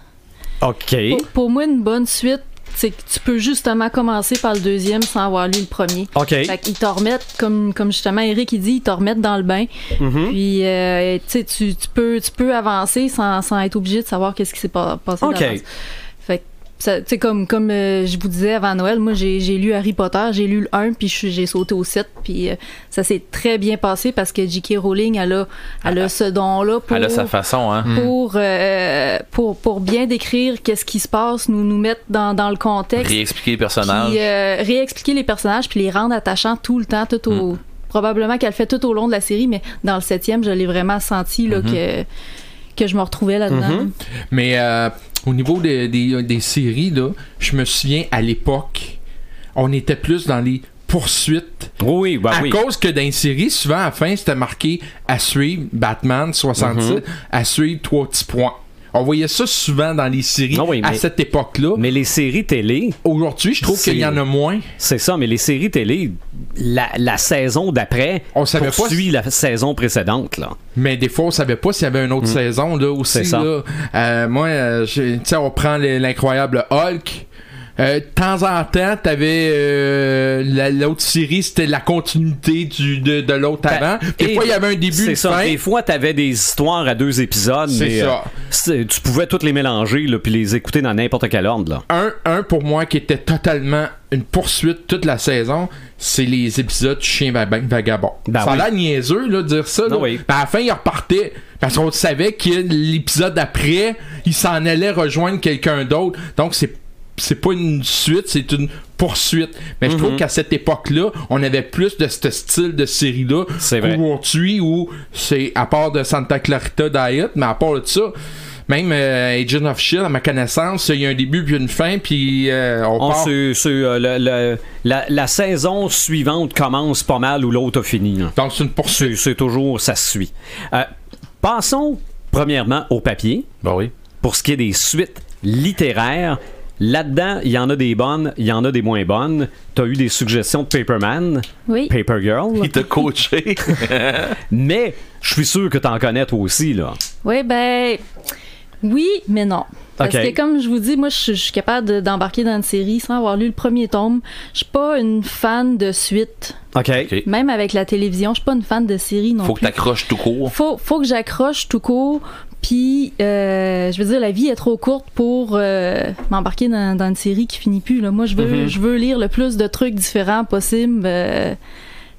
[SPEAKER 1] OK.
[SPEAKER 5] Pour, pour moi, une bonne suite, c'est que tu peux justement commencer par le deuxième sans avoir lu le premier.
[SPEAKER 1] OK.
[SPEAKER 5] Fait qu'ils te remettent, comme, comme justement Eric il dit, ils te remettent dans le bain.
[SPEAKER 4] Mm-hmm.
[SPEAKER 5] Puis, euh, tu sais, tu tu peux, tu peux avancer sans, sans être obligé de savoir qu'est-ce qui s'est pas- passé
[SPEAKER 1] OK.
[SPEAKER 5] d'avance. Fait que, ça- tu sais, comme, comme euh, je vous disais avant Noël, moi, j'ai j'ai lu Harry Potter, j'ai lu le 1, puis je suis- j'ai sauté au 7, puis euh, ça s'est très bien passé parce que J.K. Rowling, elle a, elle a ce don-là pour
[SPEAKER 4] Ah, Elle a sa façon, hein.
[SPEAKER 5] pour, euh, pour, pour bien décrire qu'est-ce qui se passe, nous, nous mettre dans, dans le contexte,
[SPEAKER 4] Réexpliquer les personnages.
[SPEAKER 5] puis euh, réexpliquer les personnages, puis les rendre attachants tout le temps, tout
[SPEAKER 4] Mm.
[SPEAKER 5] au... Probablement qu'elle le fait tout au long de la série, mais dans le septième, je l'ai vraiment senti là,
[SPEAKER 4] Mm-hmm.
[SPEAKER 5] que, que je me retrouvais là-dedans.
[SPEAKER 3] Mais euh, au niveau des, des, des séries, là, je me souviens à l'époque, on était plus dans les poursuites
[SPEAKER 1] Oui, bah
[SPEAKER 3] à
[SPEAKER 1] oui.
[SPEAKER 3] cause que dans les séries, souvent
[SPEAKER 1] Mhm.
[SPEAKER 3] à la fin, c'était marqué à suivre Batman 66, à suivre trois petits points. On voyait ça souvent dans les séries
[SPEAKER 1] Ah oui,
[SPEAKER 3] à
[SPEAKER 1] mais-
[SPEAKER 3] cette époque-là.
[SPEAKER 1] Mais les séries télé,
[SPEAKER 3] Aujourd'hui, je trouve
[SPEAKER 1] C'est-
[SPEAKER 3] qu'il y en a moins.
[SPEAKER 1] c'est ça, mais les séries télé, la, la saison d'après
[SPEAKER 3] On savait pas
[SPEAKER 1] poursuit la saison précédente. Là.
[SPEAKER 3] Mais des fois, on savait pas s'il y avait une autre saison là aussi.
[SPEAKER 1] Mm. C'est ça.
[SPEAKER 3] Là. Euh, moi, euh, j'ai- tu sais, on prend les- l'incroyable Hulk. Euh, de temps en temps, t'avais euh, la- l'autre série, c'était la continuité du, de, de l'autre avant. hein? Des
[SPEAKER 1] Ben, Et-
[SPEAKER 3] fois, il y avait un début,
[SPEAKER 1] C'est
[SPEAKER 3] une
[SPEAKER 1] ça.
[SPEAKER 3] fin.
[SPEAKER 1] Des fois, t'avais des histoires à deux épisodes.
[SPEAKER 3] C'est
[SPEAKER 1] mais,
[SPEAKER 3] ça.
[SPEAKER 1] euh, c'est- tu pouvais toutes les mélanger là, puis les écouter dans n'importe quel ordre. Là.
[SPEAKER 3] Un, un pour moi qui était totalement une poursuite toute la saison, c'est les épisodes du Chien Vag- Vagabond.
[SPEAKER 1] Ben
[SPEAKER 3] ça a
[SPEAKER 1] oui.
[SPEAKER 3] l'air niaiseux là, de dire ça. là.
[SPEAKER 1] Ah oui.
[SPEAKER 3] Ben, à la fin, il repartait. Parce qu'on savait que l'épisode d'après, il s'en allait rejoindre quelqu'un d'autre. Donc, c'est c'est pas une suite, c'est une poursuite. Mais je
[SPEAKER 1] Mm-hmm.
[SPEAKER 3] trouve qu'à cette époque-là, on avait plus de ce style de série-là.
[SPEAKER 1] C'est vrai.
[SPEAKER 3] Aujourd'hui, où c'est à part de Santa Clarita Diet, mais à part de ça, même euh, Agent of Shield, à ma connaissance, il y a un début puis une fin, puis euh, on,
[SPEAKER 1] On
[SPEAKER 3] part.
[SPEAKER 1] se- se- euh, le- le- la, la saison suivante commence pas mal où l'autre a fini. là.
[SPEAKER 3] Donc, c'est une poursuite.
[SPEAKER 1] C'est c'est toujours, ça se suit. Euh, passons premièrement au papier.
[SPEAKER 4] Ben oui.
[SPEAKER 1] pour ce qui est des suites littéraires, là-dedans, il y en a des bonnes, il y en a des moins bonnes. T'as eu des suggestions de Paperman,
[SPEAKER 5] Oui.
[SPEAKER 1] Paper Girl,
[SPEAKER 4] Il t'a coaché.
[SPEAKER 1] mais je suis sûr que t'en connais toi aussi, là.
[SPEAKER 5] Oui, ben. Oui, mais non. Parce
[SPEAKER 1] Ok.
[SPEAKER 5] que, comme je vous dis, moi, je suis- je suis capable de- d'embarquer dans une série sans avoir lu le premier tome. Je suis pas une fan de suite.
[SPEAKER 1] OK.
[SPEAKER 4] Ok.
[SPEAKER 5] Même avec la télévision, je suis pas une fan de série non
[SPEAKER 4] Faut que
[SPEAKER 5] plus.
[SPEAKER 4] t'accroches tout court.
[SPEAKER 5] faut, faut que j'accroche tout court. Puis, euh, je veux dire, la vie est trop courte pour euh, m'embarquer dans, dans une série qui finit plus. Là. Moi, je veux,
[SPEAKER 1] Mhm.
[SPEAKER 5] je veux lire le plus de trucs différents possible euh,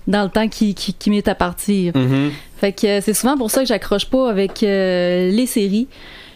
[SPEAKER 5] dans le temps qui, qui, qui m'est apparti.
[SPEAKER 1] Mhm.
[SPEAKER 5] Fait que euh, c'est souvent pour ça que j'accroche pas avec euh, les séries.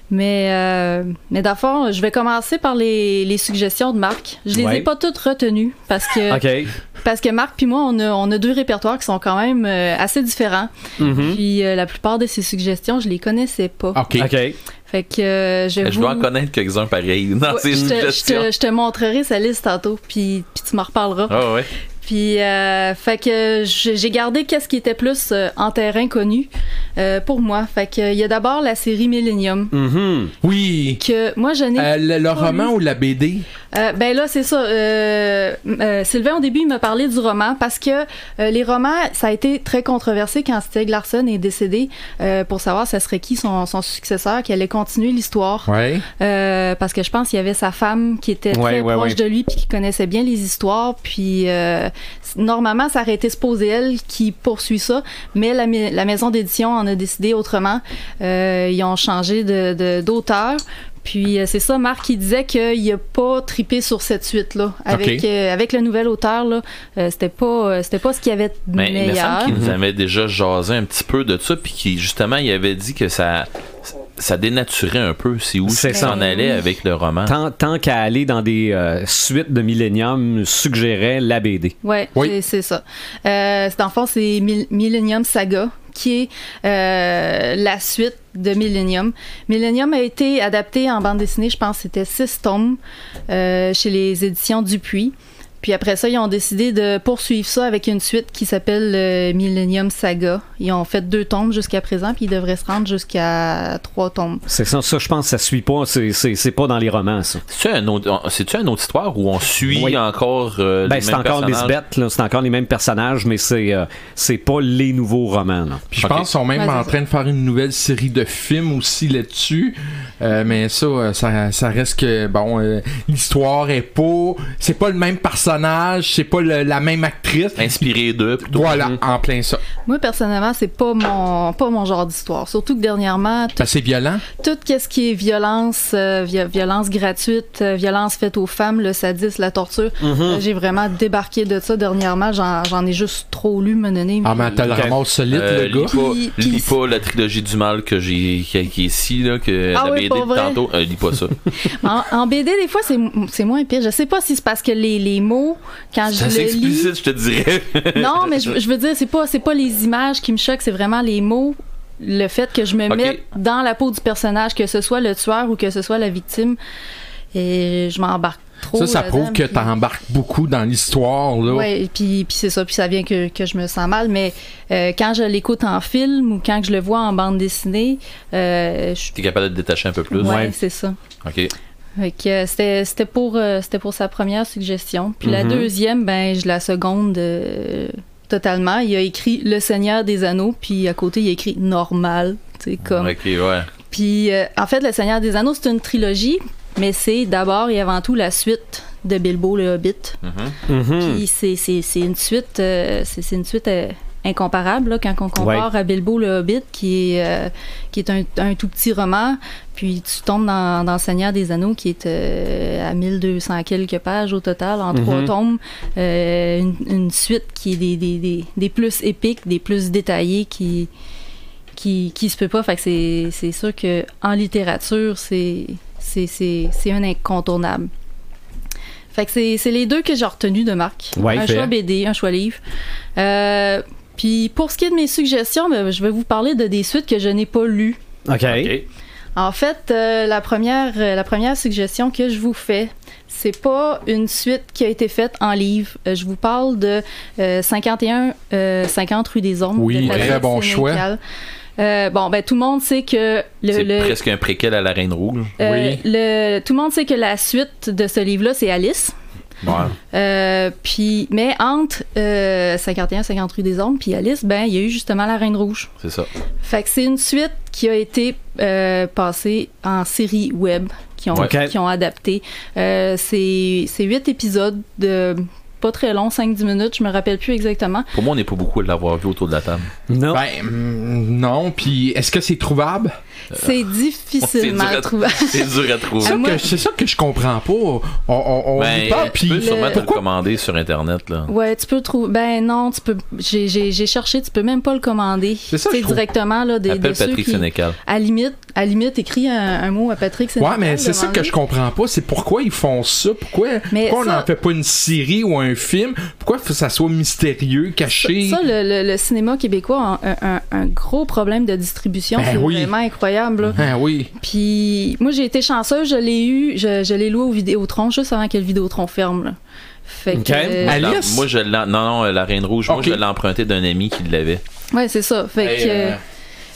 [SPEAKER 5] Mais, euh, mais dans le fond, je vais commencer par les, les suggestions de Marc. Je les
[SPEAKER 1] Ouais.
[SPEAKER 5] ai pas toutes retenues parce que,
[SPEAKER 1] OK.
[SPEAKER 5] parce que Marc puis moi, on a, on a deux répertoires qui sont quand même euh, assez différents.
[SPEAKER 1] Mhm.
[SPEAKER 5] Puis euh, la plupart de ces suggestions, je les connaissais pas.
[SPEAKER 3] Ok.
[SPEAKER 1] OK.
[SPEAKER 5] Fait que euh, je vais
[SPEAKER 4] Ben, Je
[SPEAKER 5] vous-
[SPEAKER 4] dois en connaître quelques-uns pareils. Non,
[SPEAKER 5] Ouais,
[SPEAKER 4] c'est
[SPEAKER 5] je
[SPEAKER 4] une
[SPEAKER 5] te- je
[SPEAKER 4] gestion.
[SPEAKER 5] te, je te montrerai sa liste tantôt, puis, puis tu m'en reparleras.
[SPEAKER 4] Ah ouais.
[SPEAKER 5] Puis, euh, fait que j'ai j'ai gardé qu'est-ce qui était plus euh, en terrain connu euh, pour moi. Fait que euh, il y a d'abord la série Millennium
[SPEAKER 1] Mhm.
[SPEAKER 3] Oui.
[SPEAKER 5] que moi je n'ai.
[SPEAKER 3] Euh, le, le
[SPEAKER 5] pas
[SPEAKER 3] roman
[SPEAKER 5] lu.
[SPEAKER 3] ou la BD
[SPEAKER 5] Euh, ben là c'est ça. euh, euh, Sylvain au début il m'a parlé du roman parce que euh, les romans ça a été très controversé quand Stieg Larsson est décédé euh, pour savoir ce serait qui son, son successeur qui allait continuer l'histoire.
[SPEAKER 3] Ouais.
[SPEAKER 5] Euh, parce que je pense qu'il y avait sa femme qui était
[SPEAKER 1] Ouais,
[SPEAKER 5] très
[SPEAKER 1] ouais,
[SPEAKER 5] proche
[SPEAKER 1] ouais.
[SPEAKER 5] de lui puis qui connaissait bien les histoires puis euh, c- normalement ça aurait été supposé elle qui poursuit ça mais la, mai- la maison d'édition en a décidé autrement Euh, ils ont changé de de- d'auteur puis euh, c'est ça, Marc, qui disait qu'il a pas tripé sur cette suite-là. Avec,
[SPEAKER 3] Ok.
[SPEAKER 5] euh, avec le nouvel auteur, là, euh, c'était pas, euh, c'était pas ce qu'il y avait de
[SPEAKER 4] Mais Ben, il me
[SPEAKER 5] meilleur.
[SPEAKER 4] semble qu'il nous avait déjà jasé un petit peu de ça, puis qui justement, il avait dit que ça, ça dénaturait un peu. C'est où
[SPEAKER 1] C'est
[SPEAKER 4] ça
[SPEAKER 1] ça.
[SPEAKER 4] s'en
[SPEAKER 5] Ben
[SPEAKER 4] allait avec le roman.
[SPEAKER 1] Tant, tant qu'à aller dans des euh, suites de Millennium, suggérait la BD.
[SPEAKER 5] Ouais,
[SPEAKER 3] Oui.
[SPEAKER 5] c'est- c'est ça. Euh, c'est- dans le fond, c'est Mil- Millennium Saga, qui est euh, la suite de Millennium. Millennium a été adapté en bande dessinée, je pense que c'était six tomes euh, chez les éditions Dupuis. Puis après ça, ils ont décidé de poursuivre ça avec une suite qui s'appelle euh, Millennium Saga. Ils ont fait deux tomes jusqu'à présent, puis ils devraient se rendre jusqu'à trois tomes.
[SPEAKER 1] C'est ça, ça je pense que ça suit pas, c'est- c'est c'est pas dans les romans, ça.
[SPEAKER 4] C'est-tu un autre, c'est-tu un autre histoire où on suit
[SPEAKER 1] Oui.
[SPEAKER 4] encore euh,
[SPEAKER 1] Ben,
[SPEAKER 4] les
[SPEAKER 1] c'est
[SPEAKER 4] mêmes
[SPEAKER 1] encore
[SPEAKER 4] personnages?
[SPEAKER 1] Lisbeth, là, c'est encore les mêmes personnages, mais c'est euh, c'est pas les nouveaux romans. là.
[SPEAKER 3] Puis je
[SPEAKER 4] Ok.
[SPEAKER 3] pense qu'ils sont même
[SPEAKER 5] Ouais, c'est
[SPEAKER 3] en
[SPEAKER 5] ça.
[SPEAKER 3] train de faire une nouvelle série de films aussi là-dessus. Euh, mais ça, euh, ça, ça reste que, bon, euh, l'histoire est pas. C'est pas le même personnage, c'est pas le- la même actrice.
[SPEAKER 4] Inspiré d'eux. plutôt.
[SPEAKER 3] Voilà, en plein ça.
[SPEAKER 5] Moi, personnellement, c'est pas mon, pas mon genre d'histoire. Surtout que dernièrement,
[SPEAKER 3] Ben, c'est violent.
[SPEAKER 5] tout ce qui est violence, euh, vi- violence gratuite, euh, violence faite aux femmes, le sadisme, la torture,
[SPEAKER 4] Mm-hmm.
[SPEAKER 5] euh, j'ai vraiment débarqué de ça dernièrement. J'en j'en ai juste trop lu, me donné.
[SPEAKER 3] Ah, mais t'as le
[SPEAKER 1] Ok.
[SPEAKER 3] ramasse solide,
[SPEAKER 4] Euh,
[SPEAKER 3] le
[SPEAKER 4] lis
[SPEAKER 3] gars.
[SPEAKER 4] pas,
[SPEAKER 5] Puis-
[SPEAKER 4] lis
[SPEAKER 5] puis-
[SPEAKER 4] pas la trilogie du mal que j'ai, qui, qui est ici, là, que
[SPEAKER 5] Ah
[SPEAKER 4] la
[SPEAKER 5] oui,
[SPEAKER 4] BD
[SPEAKER 5] pour
[SPEAKER 4] de
[SPEAKER 5] vrai?
[SPEAKER 4] tantôt. Euh, lis pas ça.
[SPEAKER 5] En, en BD, des fois, c'est c'est moins pire. Je sais pas si c'est parce que les, les mots, quand
[SPEAKER 4] c'est
[SPEAKER 5] je
[SPEAKER 4] assez
[SPEAKER 5] le lis...
[SPEAKER 4] explicite, je te dirais.
[SPEAKER 5] non, mais je, je veux dire, c'est pas, c'est pas les images qui me choquent, c'est vraiment les mots. Le fait que je me
[SPEAKER 4] Ok.
[SPEAKER 5] mette dans la peau du personnage, que ce soit le tueur ou que ce soit la victime, et je m'embarque trop.
[SPEAKER 3] ça, ça
[SPEAKER 4] euh,
[SPEAKER 5] là-dedans,
[SPEAKER 3] prouve que
[SPEAKER 5] puis-
[SPEAKER 3] t'embarques beaucoup dans l'histoire, là.
[SPEAKER 5] Oui, puis, puis c'est ça, puis ça vient que, que je me sens mal, mais euh, quand je l'écoute en film ou quand je le vois en bande dessinée, euh, je suis.
[SPEAKER 4] T'es capable de te détacher un peu plus.
[SPEAKER 5] Ouais,
[SPEAKER 1] Ouais.
[SPEAKER 5] c'est ça.
[SPEAKER 4] Ok.
[SPEAKER 5] Fait que, euh, c'était c'était pour, euh, c'était pour sa première suggestion. Puis la
[SPEAKER 4] Mm-hmm.
[SPEAKER 1] Mhm.
[SPEAKER 5] deuxième, ben, je la seconde euh, totalement. Il a écrit Le Seigneur des Anneaux, puis à côté, il a écrit Normal. tu sais, Comme.
[SPEAKER 4] Ok, ouais.
[SPEAKER 5] Puis euh, en fait, Le Seigneur des Anneaux, c'est une trilogie, mais c'est d'abord et avant tout la suite de Bilbo le Hobbit.
[SPEAKER 4] Mhm.
[SPEAKER 1] Mhm.
[SPEAKER 5] Puis c'est- c'est c'est une suite, euh, c'est c'est une suite euh, incomparable là, quand on compare à Bilbo le Hobbit, qui est, euh, qui est un, un tout petit roman. Puis tu tombes dans, dans Seigneur des Anneaux, qui est euh, à 1200 quelques pages au total, en trois tomes. Euh, une, une suite qui est des, des, des, des plus épiques, des plus détaillés, qui, qui, qui se peut pas. Fait que c'est c'est sûr que en littérature, c'est c'est- c'est- c'est un incontournable. Fait que c'est c'est les deux que j'ai retenus de Marc.
[SPEAKER 1] Ouais,
[SPEAKER 5] un
[SPEAKER 1] fait.
[SPEAKER 5] choix BD, un choix livre. Euh, puis pour ce qui est de mes suggestions, ben, je vais vous parler de des suites que je n'ai pas lues.
[SPEAKER 1] OK.
[SPEAKER 4] Ok.
[SPEAKER 5] En fait, euh, la, première, euh, la première suggestion que je vous fais, c'est pas une suite qui a été faite en livre. Euh, je vous parle de euh, 51 euh, 50 rue des Ombres.
[SPEAKER 3] Oui,
[SPEAKER 5] de Patrick
[SPEAKER 3] très bon
[SPEAKER 5] Sénécal. Euh, bon, ben tout le monde sait que le,
[SPEAKER 4] C'est
[SPEAKER 5] le-
[SPEAKER 4] presque un préquel à la Reine Rouge.
[SPEAKER 5] euh, le- tout le monde sait que la suite de ce livre-là, c'est Alice.
[SPEAKER 4] Ouais.
[SPEAKER 5] Euh, puis, mais entre euh, 51 50 rue des Ombres puis Alice, ben il y a eu justement la Reine Rouge.
[SPEAKER 4] C'est ça.
[SPEAKER 5] Fait que c'est une suite qui a été euh, passée en série web, qui ont,
[SPEAKER 1] Ok.
[SPEAKER 5] qui ont adapté. Euh, c'est c'est huit épisodes de pas très long, 5-10 minutes, je me rappelle plus exactement.
[SPEAKER 4] Pour moi, on n'est pas beaucoup à l'avoir vu autour de la table.
[SPEAKER 1] Non.
[SPEAKER 3] Ben, mm, non, puis est-ce que c'est trouvable?
[SPEAKER 4] Euh,
[SPEAKER 5] C'est difficilement
[SPEAKER 4] c'est dur à-
[SPEAKER 5] trouvable.
[SPEAKER 4] C'est dur à trouver.
[SPEAKER 5] Ah,
[SPEAKER 3] Ça
[SPEAKER 5] moi-
[SPEAKER 3] que- C'est ça que je comprends pas. On, on, on y
[SPEAKER 4] Ben,
[SPEAKER 3] parle,
[SPEAKER 4] tu
[SPEAKER 3] puis
[SPEAKER 4] peux sûrement te le
[SPEAKER 3] pourquoi
[SPEAKER 4] commander sur Internet. Là.
[SPEAKER 5] Ouais, tu peux le trouver. Ben non, tu peux. J'ai j'ai- j'ai cherché, tu peux même pas le commander.
[SPEAKER 3] C'est ça,
[SPEAKER 5] Tu sais,
[SPEAKER 3] je trouve.
[SPEAKER 5] directement là des,
[SPEAKER 4] Appelle
[SPEAKER 5] de ceux
[SPEAKER 4] Patrick
[SPEAKER 5] qui-
[SPEAKER 4] Sénécal.
[SPEAKER 5] À limite, à limite, écris un, un mot à Patrick. hein,
[SPEAKER 3] Ouais, mais c'est ça que je comprends pas. C'est pourquoi ils font ça. Pourquoi,
[SPEAKER 5] Mais
[SPEAKER 3] pourquoi on
[SPEAKER 5] ça-
[SPEAKER 3] n'en fait pas une série ou un film? Pourquoi faut que ça soit mystérieux, caché?
[SPEAKER 5] Ça, le, le- le cinéma québécois a un, un- un gros problème de distribution.
[SPEAKER 3] Ben
[SPEAKER 5] c'est
[SPEAKER 3] oui.
[SPEAKER 5] vraiment incroyable. là.
[SPEAKER 3] Ah oui.
[SPEAKER 5] Puis moi, j'ai été chanceuse, je l'ai eu, je, je l'ai loué au Vidéotron juste avant que le Vidéotron ferme. là. Fait que,
[SPEAKER 1] Ok.
[SPEAKER 5] euh,
[SPEAKER 3] Alice?
[SPEAKER 4] Non, Moi, je l'ai- Non, non, euh, la Reine Rouge, moi,
[SPEAKER 3] Ok.
[SPEAKER 4] je l'ai emprunté d'un ami qui l'avait.
[SPEAKER 5] ouais, c'est ça. Fait
[SPEAKER 3] Hey,
[SPEAKER 5] que,
[SPEAKER 3] euh,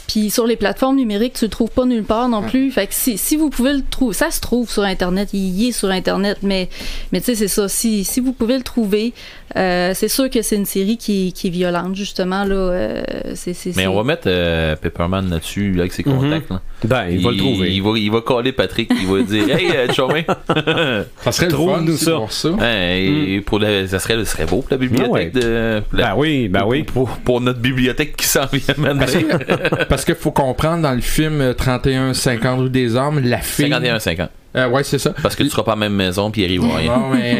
[SPEAKER 5] Puis sur les plateformes numériques, tu le trouves pas nulle part non plus. Fait que si, si vous pouvez le trouver, ça se trouve sur Internet, il y est sur Internet, mais, mais tu sais, c'est ça. Si, si vous pouvez le trouver, euh, c'est sûr que c'est une série qui, qui est violente, justement. Là, euh, c'est, c'est-
[SPEAKER 4] Mais on
[SPEAKER 5] c'est-
[SPEAKER 4] va mettre euh, Pepperman là-dessus, avec ses contacts. là.
[SPEAKER 1] Ben, il, va le trouver.
[SPEAKER 4] Il va, il va coller Patrick, il va dire Hey, euh, Chomé!
[SPEAKER 3] Ça serait le
[SPEAKER 1] Trouve-nous
[SPEAKER 3] fun c'est
[SPEAKER 1] ça.
[SPEAKER 3] pour ça.
[SPEAKER 4] Hein, et pour la- ça, serait, ça serait beau pour la bibliothèque
[SPEAKER 1] Mm. Ah ouais.
[SPEAKER 4] de. pour la-
[SPEAKER 1] Ben oui, ben oui. Ben,
[SPEAKER 4] Pour, pour notre bibliothèque qui s'en vient maintenant.
[SPEAKER 3] Parce qu'il faut comprendre dans le film euh, 31-50 rue des Hommes, la fille.
[SPEAKER 4] 51-50.
[SPEAKER 3] Euh, ouais, c'est ça.
[SPEAKER 4] Parce que tu seras pas à la même maison, puis il arrive rien.
[SPEAKER 3] Bon, mais,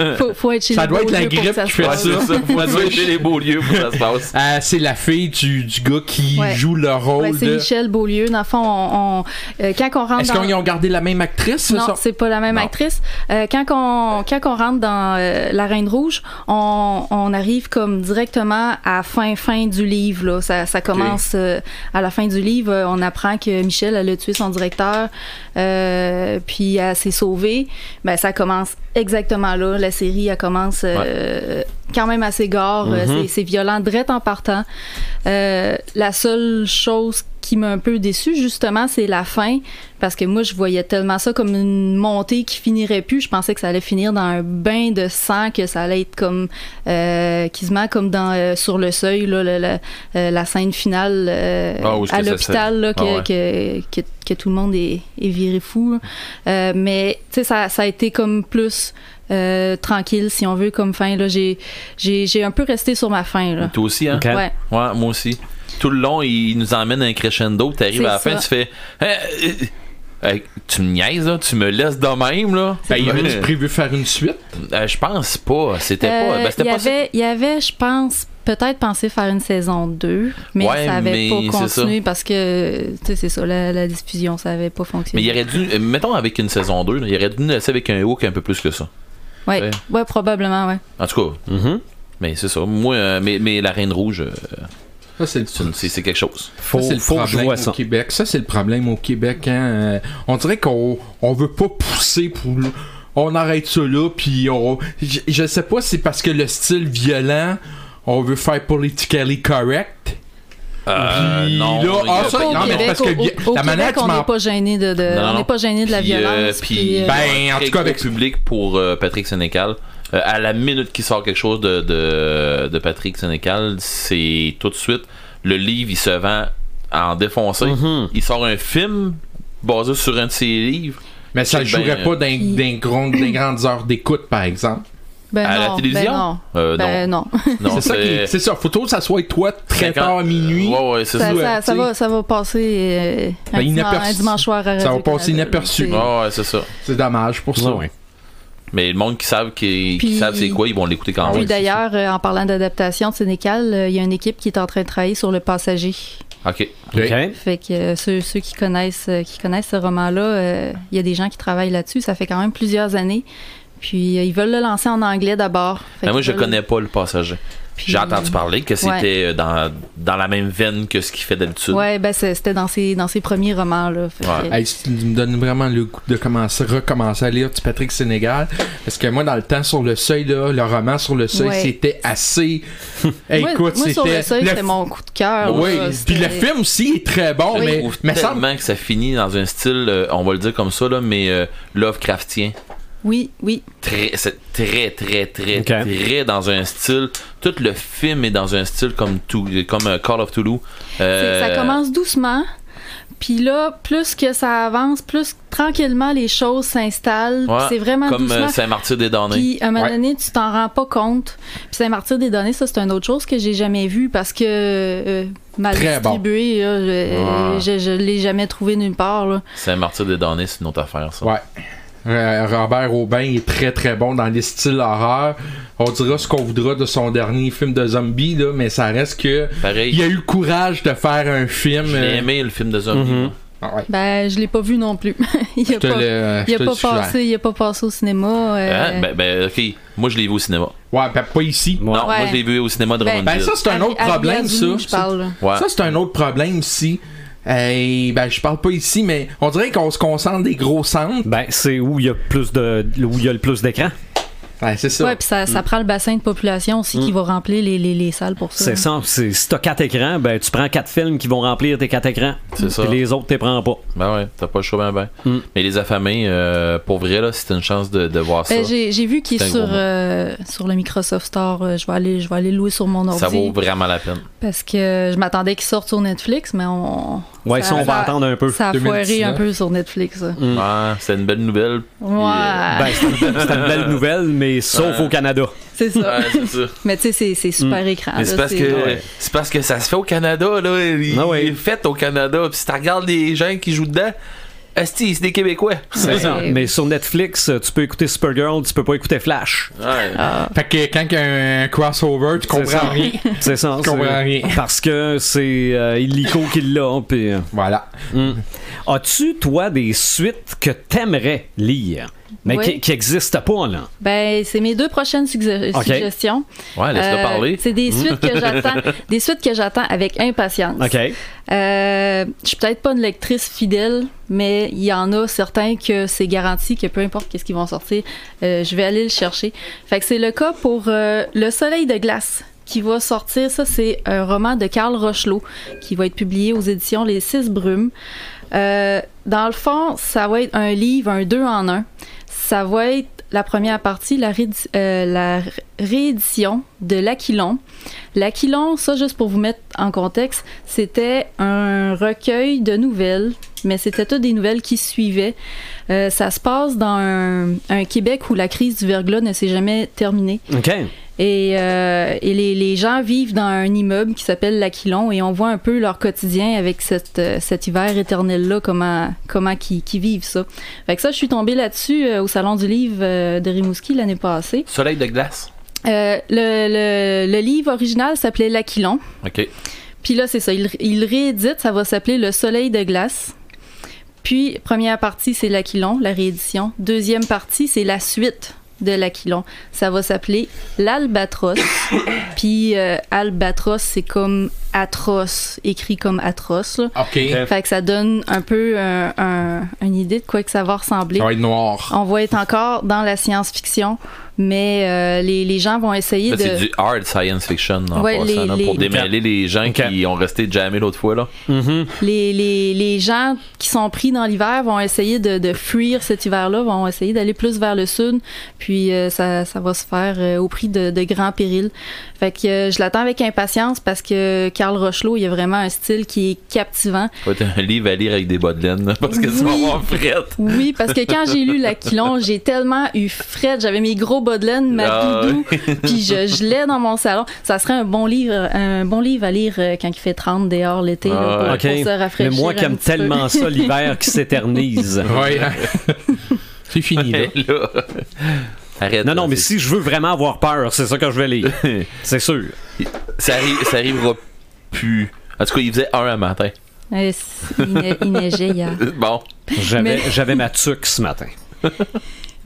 [SPEAKER 3] euh,
[SPEAKER 5] faut, faut être chez
[SPEAKER 3] Ça
[SPEAKER 5] les
[SPEAKER 3] doit être la
[SPEAKER 5] beaux yeux pour
[SPEAKER 3] grippe
[SPEAKER 5] que ça
[SPEAKER 3] qui
[SPEAKER 5] se
[SPEAKER 3] fait
[SPEAKER 5] passe.
[SPEAKER 4] Ouais, c'est ça. Faut se chez les beaux lieux pour que ça se passe.
[SPEAKER 3] euh, c'est la fille du, du gars qui
[SPEAKER 5] Ouais.
[SPEAKER 3] joue le rôle
[SPEAKER 5] Ouais, c'est
[SPEAKER 3] de.
[SPEAKER 5] Michel Beaulieu. Dans le fond, on, on- euh, quand on rentre
[SPEAKER 3] Est-ce
[SPEAKER 5] dans...
[SPEAKER 3] qu'ils ont gardé la même actrice?
[SPEAKER 5] Non,
[SPEAKER 3] ça?
[SPEAKER 5] c'est pas la même
[SPEAKER 4] Non.
[SPEAKER 5] actrice. Euh, quand, on, quand on rentre dans euh, La Reine Rouge, on, on arrive comme directement à fin fin du livre. Là. Ça, ça commence euh, à la fin du livre. Euh, On apprend que Michel elle a tué son directeur, euh, puis elle s'est sauvée. Ben, ça commence exactement là. La série, elle commence euh, quand même assez gore. Euh,
[SPEAKER 3] Mm-hmm.
[SPEAKER 5] c'est- C'est violent, drette en partant. Euh, la seule chose qui m'a un peu déçue, justement, c'est la fin. Parce que moi, je voyais tellement ça comme une montée qui finirait plus. Je pensais que ça allait finir dans un bain de sang, que ça allait être comme euh, quasiment comme dans euh, sur le seuil, là, le- le- euh, la scène finale euh,
[SPEAKER 4] Ah, où est-ce
[SPEAKER 5] à
[SPEAKER 4] que ça
[SPEAKER 5] l'hôpital, là, que,
[SPEAKER 4] Ah ouais.
[SPEAKER 5] que, que- que tout le monde est, est viré fou. là. Euh, mais tu sais, ça, ça a été comme plus euh, tranquille, si on veut, comme fin. Là, j'ai, j'ai, j'ai un peu resté sur ma fin. Là.
[SPEAKER 4] Toi aussi, hein?
[SPEAKER 1] Ok.
[SPEAKER 5] Ouais.
[SPEAKER 4] Ouais, moi aussi. Tout le long, il nous emmène un crescendo. T'arrives
[SPEAKER 5] C'est
[SPEAKER 4] à la fin,
[SPEAKER 5] ça.
[SPEAKER 4] tu fais. Eh, eh, eh, tu me niaises, là? Tu me laisses de même, là?
[SPEAKER 3] Ben, il y avait
[SPEAKER 4] Euh,
[SPEAKER 3] prévu faire une suite.
[SPEAKER 4] euh, Je pense pas. C'était pas.
[SPEAKER 5] Euh,
[SPEAKER 4] ben, c'était
[SPEAKER 5] il y
[SPEAKER 4] pas ça.
[SPEAKER 5] avait, il y avait, je pense, peut-être pensé faire une saison 2, mais
[SPEAKER 4] Ouais,
[SPEAKER 5] ça
[SPEAKER 4] mais
[SPEAKER 5] avait pas
[SPEAKER 4] c'est ça.
[SPEAKER 5] continué parce que, tu sais, c'est ça, la, la diffusion, ça avait pas
[SPEAKER 4] Mais
[SPEAKER 5] fonctionné.
[SPEAKER 4] il aurait dû. euh, Mettons avec une saison 2, il aurait dû nous laisser avec un hook un peu plus que ça.
[SPEAKER 5] ouais, ouais. probablement, ouais.
[SPEAKER 4] En tout cas.
[SPEAKER 3] Mm-hmm.
[SPEAKER 1] Mhm.
[SPEAKER 4] Mais c'est ça. Moi, euh, mais, mais la Reine Rouge, euh,
[SPEAKER 3] Ça, c'est le
[SPEAKER 4] c'est une- c'est c'est quelque chose.
[SPEAKER 1] Faut,
[SPEAKER 3] ça, c'est le
[SPEAKER 1] faut que je
[SPEAKER 3] problème
[SPEAKER 1] vois
[SPEAKER 3] au
[SPEAKER 1] ça.
[SPEAKER 3] Québec. Ça, c'est le problème au Québec. hein. Euh, On dirait qu'on on veut pas pousser pour. on arrête ça là, puis on. Je, je sais pas si c'est parce que le style violent, on veut faire politically correct.
[SPEAKER 4] Euh,
[SPEAKER 3] Puis là,
[SPEAKER 4] non, il y a
[SPEAKER 3] ah, ça,
[SPEAKER 4] pas-
[SPEAKER 5] Au
[SPEAKER 3] non, mais
[SPEAKER 5] Québec,
[SPEAKER 3] parce que
[SPEAKER 5] au-
[SPEAKER 3] vi-
[SPEAKER 5] au
[SPEAKER 3] la manière
[SPEAKER 5] Québec,
[SPEAKER 3] que tu
[SPEAKER 5] on
[SPEAKER 3] m'en-
[SPEAKER 5] n'est pas gêné de, de-
[SPEAKER 4] Non,
[SPEAKER 5] on
[SPEAKER 4] non.
[SPEAKER 5] n'est pas gêné de la
[SPEAKER 4] Puis, euh,
[SPEAKER 5] violence.
[SPEAKER 4] puis-
[SPEAKER 5] puis, euh,
[SPEAKER 3] Ben, en tout
[SPEAKER 4] Très
[SPEAKER 3] cas,
[SPEAKER 4] gros
[SPEAKER 3] avec
[SPEAKER 4] public pour euh, Patrick Sénécal. Euh, à la minute qu'il sort quelque chose de, de, de Patrick Sénécal, c'est tout de suite le livre, il se vend en défoncé.
[SPEAKER 1] Mhm.
[SPEAKER 4] Il sort un film basé sur un de ses livres.
[SPEAKER 3] Mais ça
[SPEAKER 4] C'est
[SPEAKER 3] jouerait
[SPEAKER 4] bien, hein.
[SPEAKER 3] pas dans
[SPEAKER 5] Puis-
[SPEAKER 3] dans grandes- dans grandes heures d'écoute, par exemple.
[SPEAKER 5] ben
[SPEAKER 4] à la
[SPEAKER 5] non,
[SPEAKER 4] télévision?
[SPEAKER 5] Ben non.
[SPEAKER 4] Euh,
[SPEAKER 5] Ben non.
[SPEAKER 4] non, non,
[SPEAKER 3] C'est ça, qui- c'est ça, faut toujours que ça soit toi très
[SPEAKER 4] cinquante-
[SPEAKER 3] tard, minuit.
[SPEAKER 4] Ouais, ouais, c'est ça.
[SPEAKER 5] ça,
[SPEAKER 3] ouais,
[SPEAKER 5] ça- ça
[SPEAKER 3] tu sais.
[SPEAKER 5] va, ça va passer euh,
[SPEAKER 3] Ben,
[SPEAKER 5] un, dimanche,
[SPEAKER 3] inaperçu.
[SPEAKER 5] un dimanche soir à
[SPEAKER 3] Ça va
[SPEAKER 5] Radio-Canada,
[SPEAKER 3] passer inaperçu.
[SPEAKER 5] tu sais.
[SPEAKER 4] Ouais, ouais, c'est ça.
[SPEAKER 3] C'est dommage pour ça.
[SPEAKER 1] Ah ouais.
[SPEAKER 4] Mais le monde qui savent qui, qui
[SPEAKER 5] Puis-
[SPEAKER 4] savent Ah, c'est quoi, ils vont l'écouter quand
[SPEAKER 5] Puis
[SPEAKER 4] même.
[SPEAKER 5] d'ailleurs, euh, en parlant d'adaptation de Sénécal, euh, il y a une équipe qui est en train de travailler sur Le Passager.
[SPEAKER 4] Ok.
[SPEAKER 3] Ok.
[SPEAKER 1] Ok.
[SPEAKER 5] Fait que euh, ceux, ceux qui connaissent euh, qui connaissent ce roman-là, euh, il y a des gens qui travaillent là-dessus. Ça fait quand même plusieurs années. Puis euh, ils veulent le lancer en anglais d'abord. Fait
[SPEAKER 4] Mais Ben, moi,
[SPEAKER 5] qu'ils
[SPEAKER 4] je
[SPEAKER 5] veulent-
[SPEAKER 4] connais pas le passager.
[SPEAKER 5] puis-
[SPEAKER 4] J'ai entendu parler que c'était
[SPEAKER 5] Ouais.
[SPEAKER 4] euh, dans, dans la même veine que ce qu'il fait d'habitude.
[SPEAKER 5] Ouais, ben c'est- c'était dans ses dans ses premiers romans là. Fait
[SPEAKER 4] Ouais.
[SPEAKER 5] que-
[SPEAKER 3] Hey, si tu me donnes vraiment le goût de commencer, recommencer à lire du Patrick Sénégal. Parce que moi, dans le temps, sur le seuil, là, le roman sur le seuil,
[SPEAKER 5] Ouais.
[SPEAKER 3] c'était assez. Hey,
[SPEAKER 5] moi,
[SPEAKER 3] écoute,
[SPEAKER 5] moi, sur le
[SPEAKER 3] c'était.
[SPEAKER 5] seuil,
[SPEAKER 3] le
[SPEAKER 5] c'était
[SPEAKER 3] f-
[SPEAKER 5] mon coup de cœur.
[SPEAKER 3] Oui,
[SPEAKER 5] là,
[SPEAKER 3] puis le
[SPEAKER 5] c'était-
[SPEAKER 3] film aussi est très
[SPEAKER 5] Oh
[SPEAKER 3] bon,
[SPEAKER 4] Je
[SPEAKER 3] mais,
[SPEAKER 4] trouve
[SPEAKER 3] mais ça
[SPEAKER 4] tellement que ça finit dans un style, euh, on va le dire comme ça, là, mais euh, Lovecraftien.
[SPEAKER 5] Oui, oui.
[SPEAKER 4] Très, c'est très, très, très,
[SPEAKER 1] Ok.
[SPEAKER 4] très dans un style. Tout le film est dans un style comme, tout, comme euh, Call of Toulouse. Euh,
[SPEAKER 5] C'est- Ça commence doucement. Puis là, plus que ça avance, plus tranquillement les choses s'installent. Puis c'est vraiment
[SPEAKER 4] comme
[SPEAKER 5] doucement.
[SPEAKER 4] euh, Saint-Martyr des Damnés.
[SPEAKER 5] Puis à un moment
[SPEAKER 3] Ouais.
[SPEAKER 5] donné, tu t'en rends pas compte. Puis Saint-Martyr des données, ça, c'est une autre chose que j'ai jamais vue parce que euh, mal
[SPEAKER 3] Très bon.
[SPEAKER 5] distribué, là, je,
[SPEAKER 4] Ouais.
[SPEAKER 5] je, je l'ai jamais trouvé nulle part. Là.
[SPEAKER 4] Saint-Martyr des Damnés, c'est une autre affaire, ça.
[SPEAKER 3] Ouais. Euh, Robert Aubin est très très bon dans les styles horreur. On dira ce qu'on voudra de son dernier film de zombie, là, mais ça reste que.
[SPEAKER 4] Pareil.
[SPEAKER 3] Il a eu le courage de faire un film.
[SPEAKER 4] J'ai
[SPEAKER 3] euh,
[SPEAKER 4] aimé le film de zombie.
[SPEAKER 1] Mhm.
[SPEAKER 4] moi.
[SPEAKER 3] ah ouais.
[SPEAKER 5] Ben, je l'ai pas vu non plus. il
[SPEAKER 3] Je
[SPEAKER 5] a
[SPEAKER 3] te
[SPEAKER 5] pas,
[SPEAKER 3] le- je
[SPEAKER 5] il a
[SPEAKER 3] te
[SPEAKER 5] pas
[SPEAKER 3] le suggère.
[SPEAKER 5] passé, il a pas passé au cinéma. euh,
[SPEAKER 4] Hein? Ben, ben, ok. Moi, je l'ai vu au cinéma.
[SPEAKER 3] Ouais, ben, pas ici.
[SPEAKER 1] Ouais.
[SPEAKER 4] Non, moi,
[SPEAKER 5] Ouais.
[SPEAKER 4] je l'ai vu au cinéma de
[SPEAKER 5] Ben-
[SPEAKER 4] Drummondville.
[SPEAKER 3] Ben ça c'est un
[SPEAKER 5] Harry-
[SPEAKER 3] autre
[SPEAKER 5] Harry
[SPEAKER 3] problème ça.
[SPEAKER 5] Azoulay, je parle. là.
[SPEAKER 4] Ouais.
[SPEAKER 3] Ça c'est un autre problème si eh, ben je parle pas ici mais on dirait qu'on se concentre des gros centres.
[SPEAKER 1] Ben, c'est où il y a plus de où il y a le plus d'écran.
[SPEAKER 3] Ouais, c'est ça.
[SPEAKER 5] Ouais, puis ça, ça prend le bassin de population aussi qui va remplir les, les, les salles pour ça.
[SPEAKER 1] C'est ça. C'est, si t'as quatre écrans, ben tu prends quatre films qui vont remplir tes quatre écrans.
[SPEAKER 4] C'est ça.
[SPEAKER 1] Puis les autres, t'es prends pas.
[SPEAKER 4] Ben ouais, t'as pas le choix ben ben.
[SPEAKER 1] Mm.
[SPEAKER 4] Mais les affamés, euh, pour vrai, là, c'était une chance de, de voir ça.
[SPEAKER 5] Ben, j'ai, j'ai vu qu'il est
[SPEAKER 4] C'est un
[SPEAKER 5] sur,
[SPEAKER 4] gros mot.
[SPEAKER 5] euh, sur le Microsoft Store. Euh, Je vais aller, je vais aller le louer sur mon ordi.
[SPEAKER 4] ça vaut vraiment la peine.
[SPEAKER 5] Parce que je m'attendais qu'il sorte sur Netflix, mais on.
[SPEAKER 1] Ouais, ça, on va attendre un peu.
[SPEAKER 5] Ça a foiré
[SPEAKER 3] 2019.
[SPEAKER 5] un peu sur Netflix. ça.
[SPEAKER 1] Mm.
[SPEAKER 4] Ouais, c'est une belle nouvelle.
[SPEAKER 5] Ouais,
[SPEAKER 1] Ben, c'est, c'est une belle nouvelle, mais sauf
[SPEAKER 4] Ouais.
[SPEAKER 1] au Canada.
[SPEAKER 5] c'est ça.
[SPEAKER 4] Ouais, c'est ça.
[SPEAKER 5] Mais tu sais, c'est, c'est super écran.
[SPEAKER 4] euh, mm. Mais
[SPEAKER 5] Ah. là,
[SPEAKER 4] c'est parce que
[SPEAKER 1] ouais.
[SPEAKER 4] c'est parce que ça se fait au Canada là, il,
[SPEAKER 1] Ah ouais.
[SPEAKER 4] il est fait au Canada. Puis si tu regardes les gens qui jouent dedans, esti, c'est des Québécois.
[SPEAKER 1] C'est ça.
[SPEAKER 5] Ouais.
[SPEAKER 1] Mais sur Netflix, tu peux écouter Supergirl, tu peux pas écouter Flash.
[SPEAKER 4] Ouais.
[SPEAKER 3] Fait que quand il y a un crossover, tu
[SPEAKER 1] C'est ça.
[SPEAKER 3] comprends rien.
[SPEAKER 1] C'est ça.
[SPEAKER 3] Je comprends
[SPEAKER 1] c'est-
[SPEAKER 3] rien.
[SPEAKER 1] Parce que c'est euh, illico qui l'a. hein, puis, euh,
[SPEAKER 3] Voilà.
[SPEAKER 1] As-tu, toi, des suites que t'aimerais lire, mais
[SPEAKER 5] Oui.
[SPEAKER 1] qui, qui existent pas, là?
[SPEAKER 5] Ben, c'est mes deux prochaines sugge-
[SPEAKER 1] Ok.
[SPEAKER 5] suggestions.
[SPEAKER 4] Ouais, Ah, laisse-le
[SPEAKER 5] Euh,
[SPEAKER 4] parler. Mm.
[SPEAKER 5] C'est des suites que j'attends, des suites que j'attends avec impatience.
[SPEAKER 1] OK.
[SPEAKER 5] Euh, je suis peut-être pas une lectrice fidèle, mais il y en a certains que c'est garanti que peu importe qu'est-ce qu'ils vont sortir, euh, je vais aller le chercher. Fait que c'est le cas pour euh, Le Soleil de glace qui va sortir. Ça, c'est un roman de Carl Rochelot qui va être publié aux éditions Les Six Brumes. Euh, dans le fond, ça va être un livre, un deux en un. Ça va être la première partie, la, rédi- euh, la ré- réédition de L'Aquilon. L'Aquilon, ça juste pour vous mettre en contexte, c'était un recueil de nouvelles, mais c'était toutes des nouvelles qui suivaient. Euh, ça se passe dans un, un Québec où la crise du verglas ne s'est jamais terminée.
[SPEAKER 1] OK.
[SPEAKER 5] Et, euh, et les, les gens vivent dans un immeuble qui s'appelle l'Aquilon et on voit un peu leur quotidien avec cette, euh, cet hiver éternel-là, comment, comment qui, vivent ça. Fait que ça, je suis tombée là-dessus euh, au Salon du Livre euh, de Rimouski l'année passée.
[SPEAKER 4] Soleil de glace.
[SPEAKER 5] Euh, le, le- le livre original s'appelait L'Aquilon.
[SPEAKER 4] OK.
[SPEAKER 5] Puis là, c'est ça. Il, il réédite, ça va s'appeler Le Soleil de glace. Puis, première partie, c'est L'Aquilon, la réédition. Deuxième partie, c'est la suite de L'Aquilon. Ça va s'appeler L'Albatros. Puis, euh, Albatros, c'est comme atroce, écrit comme atroce. là.
[SPEAKER 3] Ok.
[SPEAKER 4] Euh,
[SPEAKER 3] Ça
[SPEAKER 5] Fait que ça donne un peu un- un- une idée de quoi que ça va ressembler.
[SPEAKER 3] va être noir.
[SPEAKER 5] On va être encore dans la science-fiction, mais euh, les, les gens vont essayer
[SPEAKER 4] Là, Ben, c'est
[SPEAKER 5] de...
[SPEAKER 4] du hard science fiction en
[SPEAKER 5] Ouais,
[SPEAKER 4] passant,
[SPEAKER 5] les-
[SPEAKER 4] là, pour
[SPEAKER 5] les-
[SPEAKER 4] démêler les gens
[SPEAKER 1] Ok.
[SPEAKER 4] qui ont resté jammés l'autre fois. Là.
[SPEAKER 5] Les, les, les gens qui sont pris dans l'hiver vont essayer de, de fuir cet hiver-là, vont essayer d'aller plus vers le sud, puis euh, ça, ça va se faire euh, au prix de, de grands périls. Fait que euh, je l'attends avec impatience parce que Carl Rochelot, il y a vraiment un style qui est captivant.
[SPEAKER 4] Ça va être un livre à lire avec des bas de laine là, parce que tu vas
[SPEAKER 5] Oui.
[SPEAKER 4] avoir frette.
[SPEAKER 5] Oui, parce que quand j'ai lu L'Aquilon, j'ai tellement eu fret, j'avais mes gros bas de laine, ma
[SPEAKER 4] Ah,
[SPEAKER 5] doudou, puis je gelais dans mon salon. Ça serait un bon livre, un bon livre à lire euh, quand il fait 30 dehors l'été, là,
[SPEAKER 4] Ah,
[SPEAKER 5] pour,
[SPEAKER 1] OK.
[SPEAKER 5] pour se
[SPEAKER 1] Mais
[SPEAKER 5] rafraîchir.
[SPEAKER 1] moi
[SPEAKER 5] un
[SPEAKER 1] qui aime
[SPEAKER 5] petit peu.
[SPEAKER 1] tellement ça l'hiver qui s'éternise.
[SPEAKER 5] Oh.
[SPEAKER 3] Ouais. c'est fini, là.
[SPEAKER 4] Là. Arrête.
[SPEAKER 1] Non,
[SPEAKER 4] là,
[SPEAKER 1] non, mais
[SPEAKER 4] c'est-
[SPEAKER 1] si je veux vraiment avoir peur, c'est ça que je vais lire. C'est sûr.
[SPEAKER 4] ça, arrive, ça arrivera plus. En tout cas, il faisait un à matin.
[SPEAKER 5] Euh, c'est- hein. il, ne- il neigeait hier.
[SPEAKER 4] Bon,
[SPEAKER 1] J'avais
[SPEAKER 5] Mais-
[SPEAKER 1] j'avais ma tuque ce matin.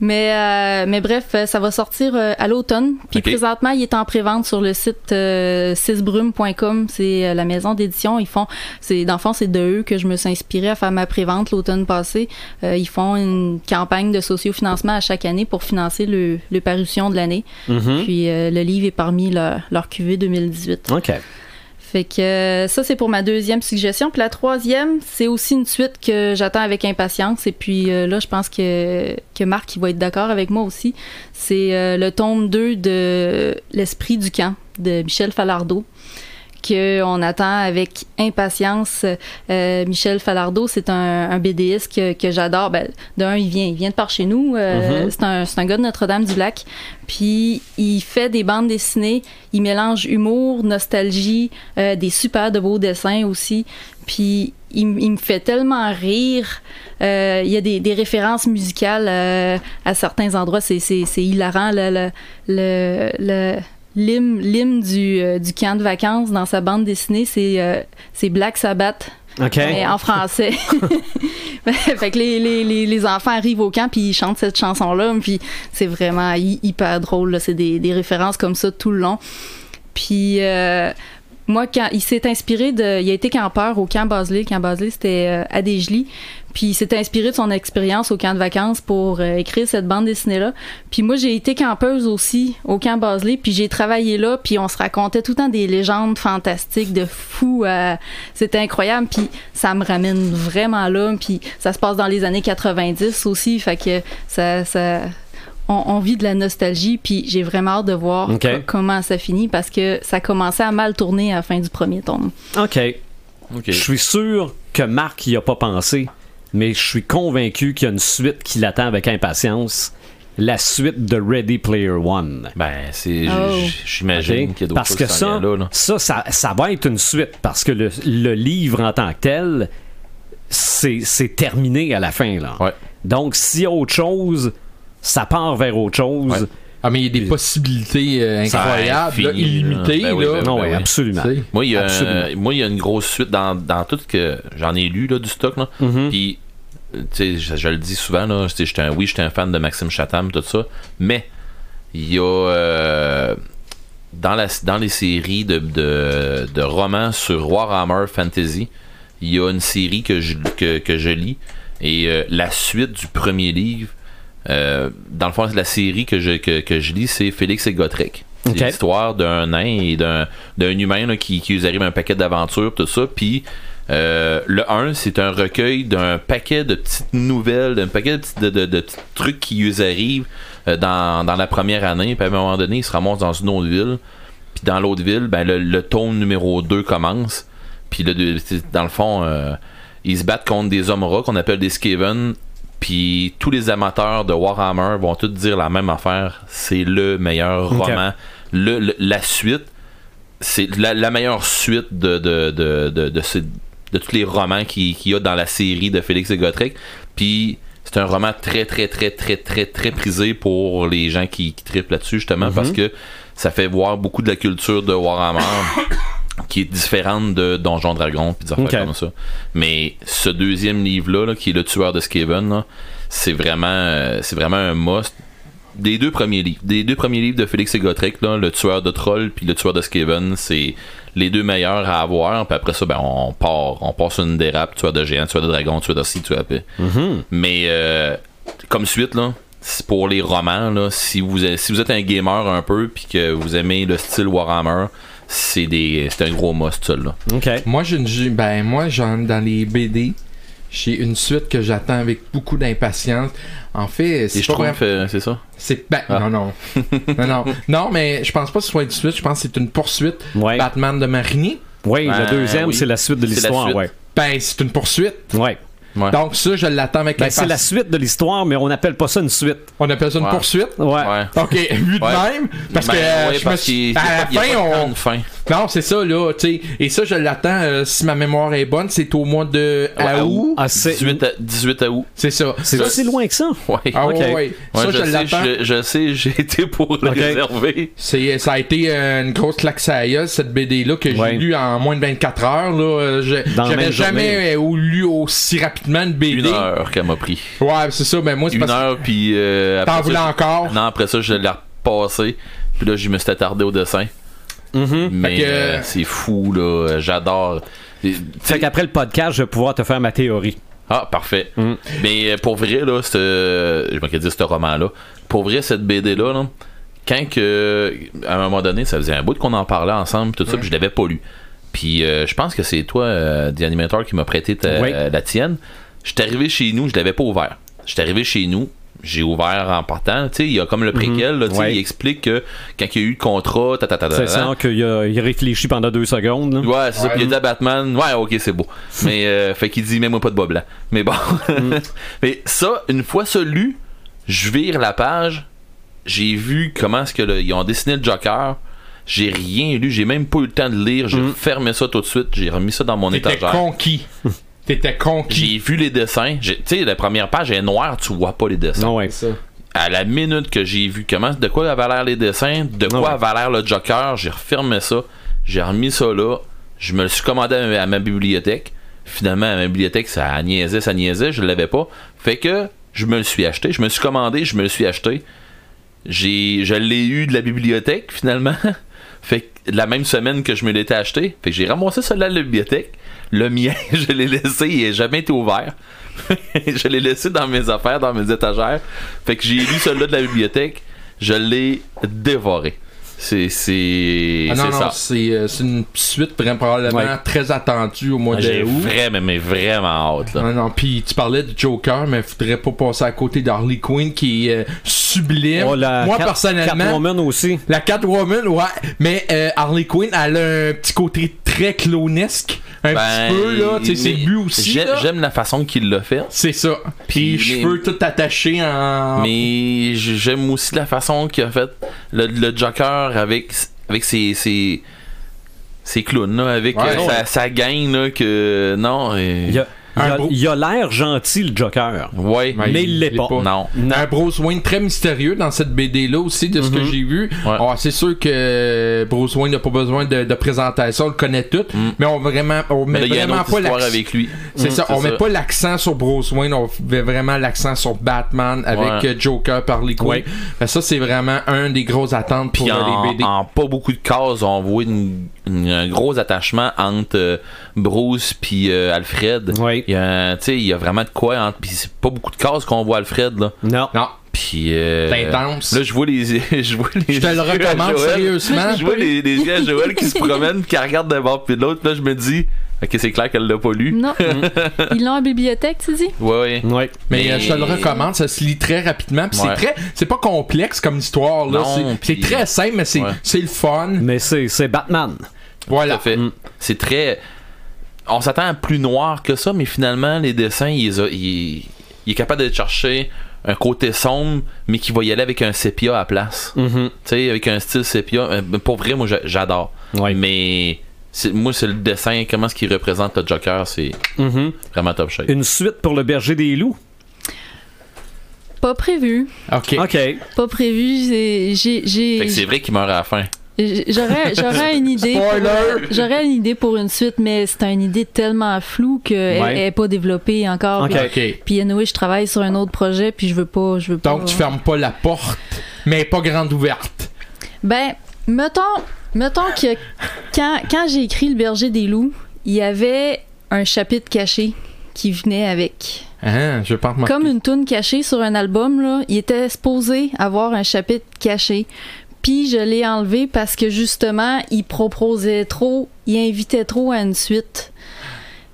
[SPEAKER 5] Mais, euh, mais bref, euh, ça va sortir euh, à l'automne. Puis
[SPEAKER 4] OK.
[SPEAKER 5] présentement, il est en prévente sur le site euh, sisbrume.com. C'est euh, la maison d'édition. Ils font, c'est dans le fond, c'est de eux que je me suis inspirée à faire ma prévente l'automne passé. Euh, ils font une campagne de sociofinancement à chaque année pour financer le, le parution de l'année.
[SPEAKER 1] Mhm.
[SPEAKER 5] Puis euh, le livre est parmi leur, leur QV 2018.
[SPEAKER 1] OK.
[SPEAKER 5] Fait que euh, ça, c'est pour ma deuxième suggestion. Puis la troisième, c'est aussi une suite que j'attends avec impatience. Et puis euh, là, je pense que, que Marc, il va être d'accord avec moi aussi. C'est euh, le tome 2 de L'Esprit du camp de Michel Falardeau que on attend avec impatience. Euh, Michel Falardeau, c'est un, un BDiste que, que j'adore. Ben, D'un, il vient, il vient de par chez nous. Euh, C'est un, c'est un gars de Notre-Dame-du-Lac. Puis, il fait des bandes dessinées. Il mélange humour, nostalgie, euh, des super de beaux dessins aussi. Puis, il, m- il me fait tellement rire. Euh, il y a des, des références musicales euh, à certains endroits. C'est c'est- c'est hilarant. Le, le, le, le- l'hymne- l'hymne du, euh, du camp de vacances dans sa bande dessinée, c'est euh, c'est Black Sabbath.
[SPEAKER 1] OK.
[SPEAKER 5] Mais en français. Ben, fait que les, les, les, les enfants arrivent au camp puis ils chantent cette chanson-là. Puis c'est vraiment hy- hyper drôle. là. C'est des, des références comme ça tout le long. Puis euh, moi, quand il s'est inspiré de. Il a été campeur au camp Basley. Le camp Basley, c'était euh, à Desjely. Puis il s'est inspiré de son expérience au camp de vacances pour euh, écrire cette bande dessinée-là. Puis moi, j'ai été campeuse aussi au camp Basley. Puis j'ai travaillé là. Puis on se racontait tout le temps des légendes fantastiques de fous. à c'était incroyable puis ça me ramène vraiment là puis ça se passe dans les années 90 aussi fait que ça, ça on, on vit de la nostalgie puis j'ai vraiment hâte de voir
[SPEAKER 1] Ok.
[SPEAKER 5] co- comment ça finit parce que ça commençait à mal tourner à la fin du premier tome
[SPEAKER 1] OK.
[SPEAKER 4] ok.
[SPEAKER 1] Je suis sûr que Marc n'y a pas pensé, mais je suis convaincu qu'il y a une suite qui l'attend avec impatience. La suite de Ready Player One.
[SPEAKER 4] Ben, c'est. j-
[SPEAKER 5] Oh.
[SPEAKER 4] j- J'imagine
[SPEAKER 1] Ok?
[SPEAKER 4] qu'il y a d'autres
[SPEAKER 1] Parce
[SPEAKER 4] choses
[SPEAKER 1] que
[SPEAKER 4] qui s'en
[SPEAKER 1] ça,
[SPEAKER 4] viennent là, là.
[SPEAKER 1] ça, ça, ça va être une suite parce que le, le livre en tant que tel, c'est c'est terminé à la fin. Là.
[SPEAKER 4] Ouais.
[SPEAKER 1] Donc, s'il y a autre chose, ça part vers autre chose.
[SPEAKER 4] Ouais.
[SPEAKER 3] Ah, mais il y a des possibilités euh,
[SPEAKER 4] Ça
[SPEAKER 3] incroyables, là,
[SPEAKER 4] infini,
[SPEAKER 3] illimitées,
[SPEAKER 4] là. Ben oui,
[SPEAKER 3] là.
[SPEAKER 4] ben
[SPEAKER 1] Non, ouais,
[SPEAKER 4] oui.
[SPEAKER 1] absolument.
[SPEAKER 3] Tu sais.
[SPEAKER 4] Moi, il y a,
[SPEAKER 1] Absolument.
[SPEAKER 4] un- moi, il y a une grosse suite dans, dans tout ce que j'en ai lu là, du stock. Là.
[SPEAKER 1] Mhm.
[SPEAKER 4] Puis, euh, tu sais, je, je le dis souvent, là, tu sais, j'étais un, oui, j'étais un fan de Maxime Chatham, tout ça. Mais, il y a. euh, dans, la, dans les séries de, de, de romans sur Warhammer Fantasy, il y a une série que je, que, que je lis. Et euh, la suite du premier livre, euh, dans le fond, la série que je, que, que je lis, c'est Félix et Gotrek. C'est
[SPEAKER 1] Ok.
[SPEAKER 4] l'histoire d'un nain et d'un d'un humain là, qui, qui lui arrive un paquet d'aventures, tout ça. Puis euh, le 1, c'est un recueil d'un paquet de petites nouvelles, d'un paquet de, petites- de- de- de petits trucs qui lui arrivent euh, dans, dans la première année. Puis à un moment donné, il se ramasse dans une autre ville. Puis dans l'autre ville, ben, le, le tome numéro 2 commence. Puis le, deux- c'est- dans le fond, euh, ils se battent contre des hommes rats qu'on appelle des Skaven. Puis tous les amateurs de Warhammer vont tous dire la même affaire. C'est le meilleur
[SPEAKER 1] Ok.
[SPEAKER 4] roman. Le, le- la suite, c'est la, la meilleure suite de, de, de, de, de ces- de tous les romans qui- qu'il y a dans la série de Félix et Gotrek. Puis c'est un roman très, très, très, très, très, très prisé pour les gens qui, qui trippent là-dessus, justement, parce que ça fait voir beaucoup de la culture de Warhammer qui est différente de Donjon Dragon puis des affaires
[SPEAKER 1] Ok.
[SPEAKER 4] comme ça. Mais ce deuxième livre-là, là, qui est Le Tueur de Skaven, là, c'est vraiment, euh, c'est vraiment un must. Des deux premiers livres, des deux premiers livres de Félix et Gotrek, là, Le Tueur de Troll puis Le Tueur de Skaven, c'est les deux meilleurs à avoir. Puis après ça, ben, on part. On passe une dérape. Tu as de géant, tu as de dragon, tu as de ci, tu as de
[SPEAKER 3] Mm-hmm.
[SPEAKER 4] Mais euh, comme suite, là, c'est pour les romans, là, si, vous, a- si vous êtes un gamer un peu puis que vous aimez le style Warhammer, c'est des c'est un gros must, ça, là.
[SPEAKER 1] OK.
[SPEAKER 3] Moi, j'ai une, j'ai- ben, moi, j'en dans les BD. J'ai une suite que j'attends avec beaucoup d'impatience. En fait,
[SPEAKER 4] Et
[SPEAKER 3] c'est
[SPEAKER 4] je
[SPEAKER 3] pas
[SPEAKER 4] trouve
[SPEAKER 3] vraiment-
[SPEAKER 4] euh, c'est ça.
[SPEAKER 3] C'est ben,
[SPEAKER 4] Ah.
[SPEAKER 3] non non. non non. Non, mais je pense pas que ce soit une suite, je pense que c'est une poursuite
[SPEAKER 1] Ouais.
[SPEAKER 3] Batman de Marigny.
[SPEAKER 1] Oui,
[SPEAKER 4] Ben,
[SPEAKER 1] le deuxième,
[SPEAKER 4] oui.
[SPEAKER 1] c'est la suite de
[SPEAKER 4] C'est la
[SPEAKER 1] l'histoire,
[SPEAKER 4] suite.
[SPEAKER 1] ouais.
[SPEAKER 3] Ben, c'est une poursuite.
[SPEAKER 1] Ouais.
[SPEAKER 4] Ouais.
[SPEAKER 3] Donc ça, je l'attends avec
[SPEAKER 1] Ben, c'est la
[SPEAKER 3] impatience.
[SPEAKER 1] suite de l'histoire, mais on n'appelle pas ça une suite.
[SPEAKER 3] On appelle ça une
[SPEAKER 4] Ouais.
[SPEAKER 3] poursuite.
[SPEAKER 1] Ouais.
[SPEAKER 4] Ouais.
[SPEAKER 3] OK, vu de
[SPEAKER 4] Ouais.
[SPEAKER 3] même parce
[SPEAKER 4] Ben,
[SPEAKER 3] que euh,
[SPEAKER 4] ouais,
[SPEAKER 3] je me
[SPEAKER 4] parce
[SPEAKER 3] suis
[SPEAKER 4] qu'il- il y a
[SPEAKER 3] à
[SPEAKER 4] pas- il y
[SPEAKER 3] la
[SPEAKER 4] a
[SPEAKER 3] fin
[SPEAKER 4] pas tant
[SPEAKER 3] on
[SPEAKER 4] de fin.
[SPEAKER 3] Non, c'est ça là, tu sais, et ça je l'attends euh, si ma mémoire est bonne, c'est au mois de
[SPEAKER 4] Ouais,
[SPEAKER 3] août.
[SPEAKER 1] Ah, c'est
[SPEAKER 4] 18 à, 18 à août.
[SPEAKER 3] C'est ça.
[SPEAKER 1] c'est
[SPEAKER 3] Ça,
[SPEAKER 1] aussi loin que ça.
[SPEAKER 4] Ouais.
[SPEAKER 3] Ah ouais,
[SPEAKER 1] Ok.
[SPEAKER 3] ouais, ouais.
[SPEAKER 4] Ouais,
[SPEAKER 3] Ça
[SPEAKER 4] je,
[SPEAKER 3] je,
[SPEAKER 4] sais,
[SPEAKER 3] l'attends.
[SPEAKER 4] je, je sais, j'ai été pour le
[SPEAKER 1] Ok.
[SPEAKER 4] réserver.
[SPEAKER 3] C'est, ça a été euh, une grosse claque à la gueule, cette BD-là, que
[SPEAKER 1] Ouais.
[SPEAKER 3] j'ai lu en moins de 24 heures. Là. Euh, je-
[SPEAKER 1] Dans la même
[SPEAKER 3] J'avais
[SPEAKER 1] journée.
[SPEAKER 3] jamais euh, lu aussi rapidement une BD.
[SPEAKER 4] Une heure qu'elle m'a pris.
[SPEAKER 3] Ouais, c'est ça, mais moi, c'est
[SPEAKER 4] Une
[SPEAKER 3] parce que
[SPEAKER 4] heure, puis. euh,
[SPEAKER 3] t'en
[SPEAKER 4] après
[SPEAKER 3] voulais
[SPEAKER 4] ça,
[SPEAKER 3] encore.
[SPEAKER 4] Non, après ça, je l'ai repassé. Puis là, je me suis attardé au dessin. Mais
[SPEAKER 3] Fait que-
[SPEAKER 4] euh, c'est fou, là. J'adore. Et-
[SPEAKER 1] Fait qu'après le podcast, je vais pouvoir te faire ma théorie.
[SPEAKER 4] Ah, parfait.
[SPEAKER 1] Mm.
[SPEAKER 4] Mais euh, pour vrai, là, ce, je m'en dire ce roman-là. Pour vrai, cette BD-là, là, quand que, à un moment donné, ça faisait un bout qu'on en parlait ensemble, tout ça, puis je l'avais pas lu. Puis euh, je pense que c'est toi, euh, The Animator, qui m'a prêté ta-
[SPEAKER 1] Oui.
[SPEAKER 4] euh, la tienne. J'étais arrivé chez nous, je l'avais pas ouvert. J'étais arrivé chez nous, j'ai ouvert en partant. Tu sais, il y a comme le préquel, là, tu sais,
[SPEAKER 1] Mhm. Ouais.
[SPEAKER 4] il explique que quand il y a eu le contrat, ta, ta, ta, ta,
[SPEAKER 1] C'est
[SPEAKER 4] ta,
[SPEAKER 1] ça qu'il a- il réfléchit pendant deux secondes. là.
[SPEAKER 4] Euh, hein? Ouais, c'est ça. Puis il a dit à Batman, ouais, ok, c'est beau. Mais, euh, fait qu'il dit, même moi pas de bas blanc. Mais bon.
[SPEAKER 3] Mm.
[SPEAKER 4] Mais ça, une fois ça lu, je vire la page, j'ai vu comment est-ce que le- ils ont dessiné le Joker. J'ai rien lu, j'ai même pas eu le temps de lire. J'ai fermé ça tout de suite, j'ai remis ça dans mon
[SPEAKER 3] Mm. T'étais
[SPEAKER 4] étagère.
[SPEAKER 3] conquis. T'étais conquis.
[SPEAKER 4] J'ai vu les dessins. J'ai- Tu sais, la première page est noire, tu vois pas les dessins
[SPEAKER 1] Non, ouais.
[SPEAKER 3] Ça.
[SPEAKER 4] à la minute que j'ai vu comment, de quoi avaient l'air les dessins, de quoi
[SPEAKER 1] ouais.
[SPEAKER 4] avait l'air le Joker, j'ai refermé ça, j'ai remis ça là, je me le suis commandé à ma, à ma bibliothèque. Finalement, à ma bibliothèque, ça niaisait, ça niaisait, je l'avais pas. Fait que je me le suis acheté, je me suis commandé, je me le suis acheté. J'ai, je l'ai eu de la bibliothèque finalement. Fait que la même semaine que je me l'étais acheté, fait que j'ai ramassé celui-là de la bibliothèque. Le mien, je l'ai laissé, il n'a jamais été ouvert. je l'ai laissé dans mes affaires, dans mes étagères. Fait que j'ai lu celui-là de la bibliothèque, je l'ai dévoré. C'est c'est
[SPEAKER 3] Ah non,
[SPEAKER 4] c'est
[SPEAKER 3] non,
[SPEAKER 4] ça.
[SPEAKER 3] c'est euh, c'est une suite vraiment probablement
[SPEAKER 1] Ouais.
[SPEAKER 3] très attendue au mois
[SPEAKER 4] Ah, J'ai
[SPEAKER 3] de août.
[SPEAKER 4] vraiment mais vraiment hâte là.
[SPEAKER 3] Non, non, puis tu parlais de Joker, mais faudrait pas passer à côté d'Harley Quinn qui est euh, sublime.
[SPEAKER 1] Oh, la
[SPEAKER 3] Moi,
[SPEAKER 1] Cat-
[SPEAKER 3] personnellement,
[SPEAKER 1] Catwoman aussi.
[SPEAKER 3] La Catwoman, ouais. Mais euh, Harley Quinn, elle a un petit côté très clonesque. Un
[SPEAKER 4] Ben,
[SPEAKER 3] petit peu, là. Tu sais, c'est
[SPEAKER 4] mais
[SPEAKER 3] lui aussi.
[SPEAKER 4] j'ai-
[SPEAKER 3] là.
[SPEAKER 4] J'aime la façon qu'il l'a fait.
[SPEAKER 3] C'est ça. Puis
[SPEAKER 4] Puis
[SPEAKER 3] cheveux tout attachés en.
[SPEAKER 4] Mais j- j'aime aussi la façon qu'il a fait le, le Joker avec, avec ses, ses, ses clowns, là, avec
[SPEAKER 3] Ouais,
[SPEAKER 4] euh,
[SPEAKER 3] non.
[SPEAKER 4] sa, sa gang. Là, que, non, euh,
[SPEAKER 1] Il a- il
[SPEAKER 3] Un
[SPEAKER 1] a
[SPEAKER 3] beau-
[SPEAKER 1] il a l'air gentil, le Joker.
[SPEAKER 4] ouais,
[SPEAKER 3] Ouais,
[SPEAKER 1] mais il l'est pas.
[SPEAKER 4] non.
[SPEAKER 3] Un Bruce Wayne très mystérieux dans cette BD là aussi de ce que j'ai vu.
[SPEAKER 4] Mhm. Ouais.
[SPEAKER 3] Ah, c'est sûr que Bruce Wayne n'a pas besoin de, de présentation, on le connaît tout, mais on vraiment on
[SPEAKER 4] Mm.
[SPEAKER 3] met
[SPEAKER 4] Mais là, il y a une
[SPEAKER 3] vraiment
[SPEAKER 4] autre
[SPEAKER 3] pas
[SPEAKER 4] histoire
[SPEAKER 3] l'accent.
[SPEAKER 4] avec lui.
[SPEAKER 3] C'est
[SPEAKER 4] Mm,
[SPEAKER 3] ça, on met pas l'accent sur Bruce Wayne, on met vraiment l'accent sur Batman avec
[SPEAKER 4] Ouais.
[SPEAKER 3] euh, Joker par les Ben,
[SPEAKER 1] Ouais.
[SPEAKER 3] Ça c'est vraiment un des grosses attentes pour
[SPEAKER 4] Puis
[SPEAKER 3] euh,
[SPEAKER 4] en,
[SPEAKER 3] les BD.
[SPEAKER 4] en pas beaucoup de cases, on voit une- une- un gros attachement entre euh, Bruce puis euh, Alfred.
[SPEAKER 1] Ouais.
[SPEAKER 4] Il y a, un- tu sais, il y a vraiment de quoi. entre- Puis c'est pas beaucoup de cases qu'on voit Alfred. Là.
[SPEAKER 1] Non.
[SPEAKER 3] Non,
[SPEAKER 4] Puis euh,
[SPEAKER 3] C'est intense.
[SPEAKER 4] Là, je vois les je vois les
[SPEAKER 3] Ben, Je te le
[SPEAKER 4] yeux à
[SPEAKER 3] recommande
[SPEAKER 4] Joël.
[SPEAKER 3] sérieusement.
[SPEAKER 4] Je vois les, les yeux à Joël qui se promènent, qui regardent d'un bord puis de l'autre. Là, je me dis OK, c'est clair qu'elle l'a pas lu.
[SPEAKER 5] Non. Ils l'ont en bibliothèque, tu dis?
[SPEAKER 4] Mm. Ouais, ouais.
[SPEAKER 1] Ouais.
[SPEAKER 3] Mais euh,
[SPEAKER 4] Mais-
[SPEAKER 3] je te le recommande, ça se lit très rapidement. puis
[SPEAKER 4] Ouais.
[SPEAKER 3] C'est très, c'est pas complexe comme histoire là.
[SPEAKER 4] Non,
[SPEAKER 3] c'est- C'est
[SPEAKER 4] puis-
[SPEAKER 3] très simple, mais c'est
[SPEAKER 4] Ouais.
[SPEAKER 3] c'est le fun.
[SPEAKER 1] Mais c'est c'est Batman.
[SPEAKER 4] Tout à
[SPEAKER 3] Voilà.
[SPEAKER 4] fait. Mm. C'est très on s'attend à plus noir que ça, mais finalement les dessins, il les a- il- il est capable de chercher un côté sombre, mais qui va y aller avec un sépia à la place. Tu sais, avec un style sépia. Euh, Pour vrai, moi, j'a- j'adore.
[SPEAKER 1] Ouais.
[SPEAKER 4] Mais c'est- moi, c'est le dessin, comment ce qu'il représente le Joker, c'est
[SPEAKER 1] Mhm.
[SPEAKER 4] vraiment top shape.
[SPEAKER 1] Une suite pour le berger des loups.
[SPEAKER 5] Pas prévu.
[SPEAKER 3] Ok.
[SPEAKER 1] OK.
[SPEAKER 5] Pas prévu. j'ai- j'ai-
[SPEAKER 4] Fait que c'est
[SPEAKER 5] j'ai-
[SPEAKER 4] vrai qu'il meurt à la fin.
[SPEAKER 5] J'aurais j'aurais une idée. pour-
[SPEAKER 3] Spoiler!
[SPEAKER 5] J'aurais une idée pour une suite, mais c'est une idée tellement floue qu'elle
[SPEAKER 1] Ouais.
[SPEAKER 5] n'est pas développée encore.
[SPEAKER 1] Ok.
[SPEAKER 5] Puis-
[SPEAKER 3] Ok.
[SPEAKER 5] Puis anyway, je travaille sur un autre projet, puis je veux pas, je veux pas.
[SPEAKER 3] Donc tu fermes pas la porte, mais pas grande ouverte.
[SPEAKER 5] Ben, mettons, Mettons que quand, quand j'ai écrit Le berger des loups, il y avait un chapitre caché qui venait avec.
[SPEAKER 3] Hein, je vais pas remarquer.
[SPEAKER 5] Comme une toune cachée sur un album, là, il était supposé avoir un chapitre caché. Puis je l'ai enlevé parce que justement, il proposait trop, il invitait trop à une suite.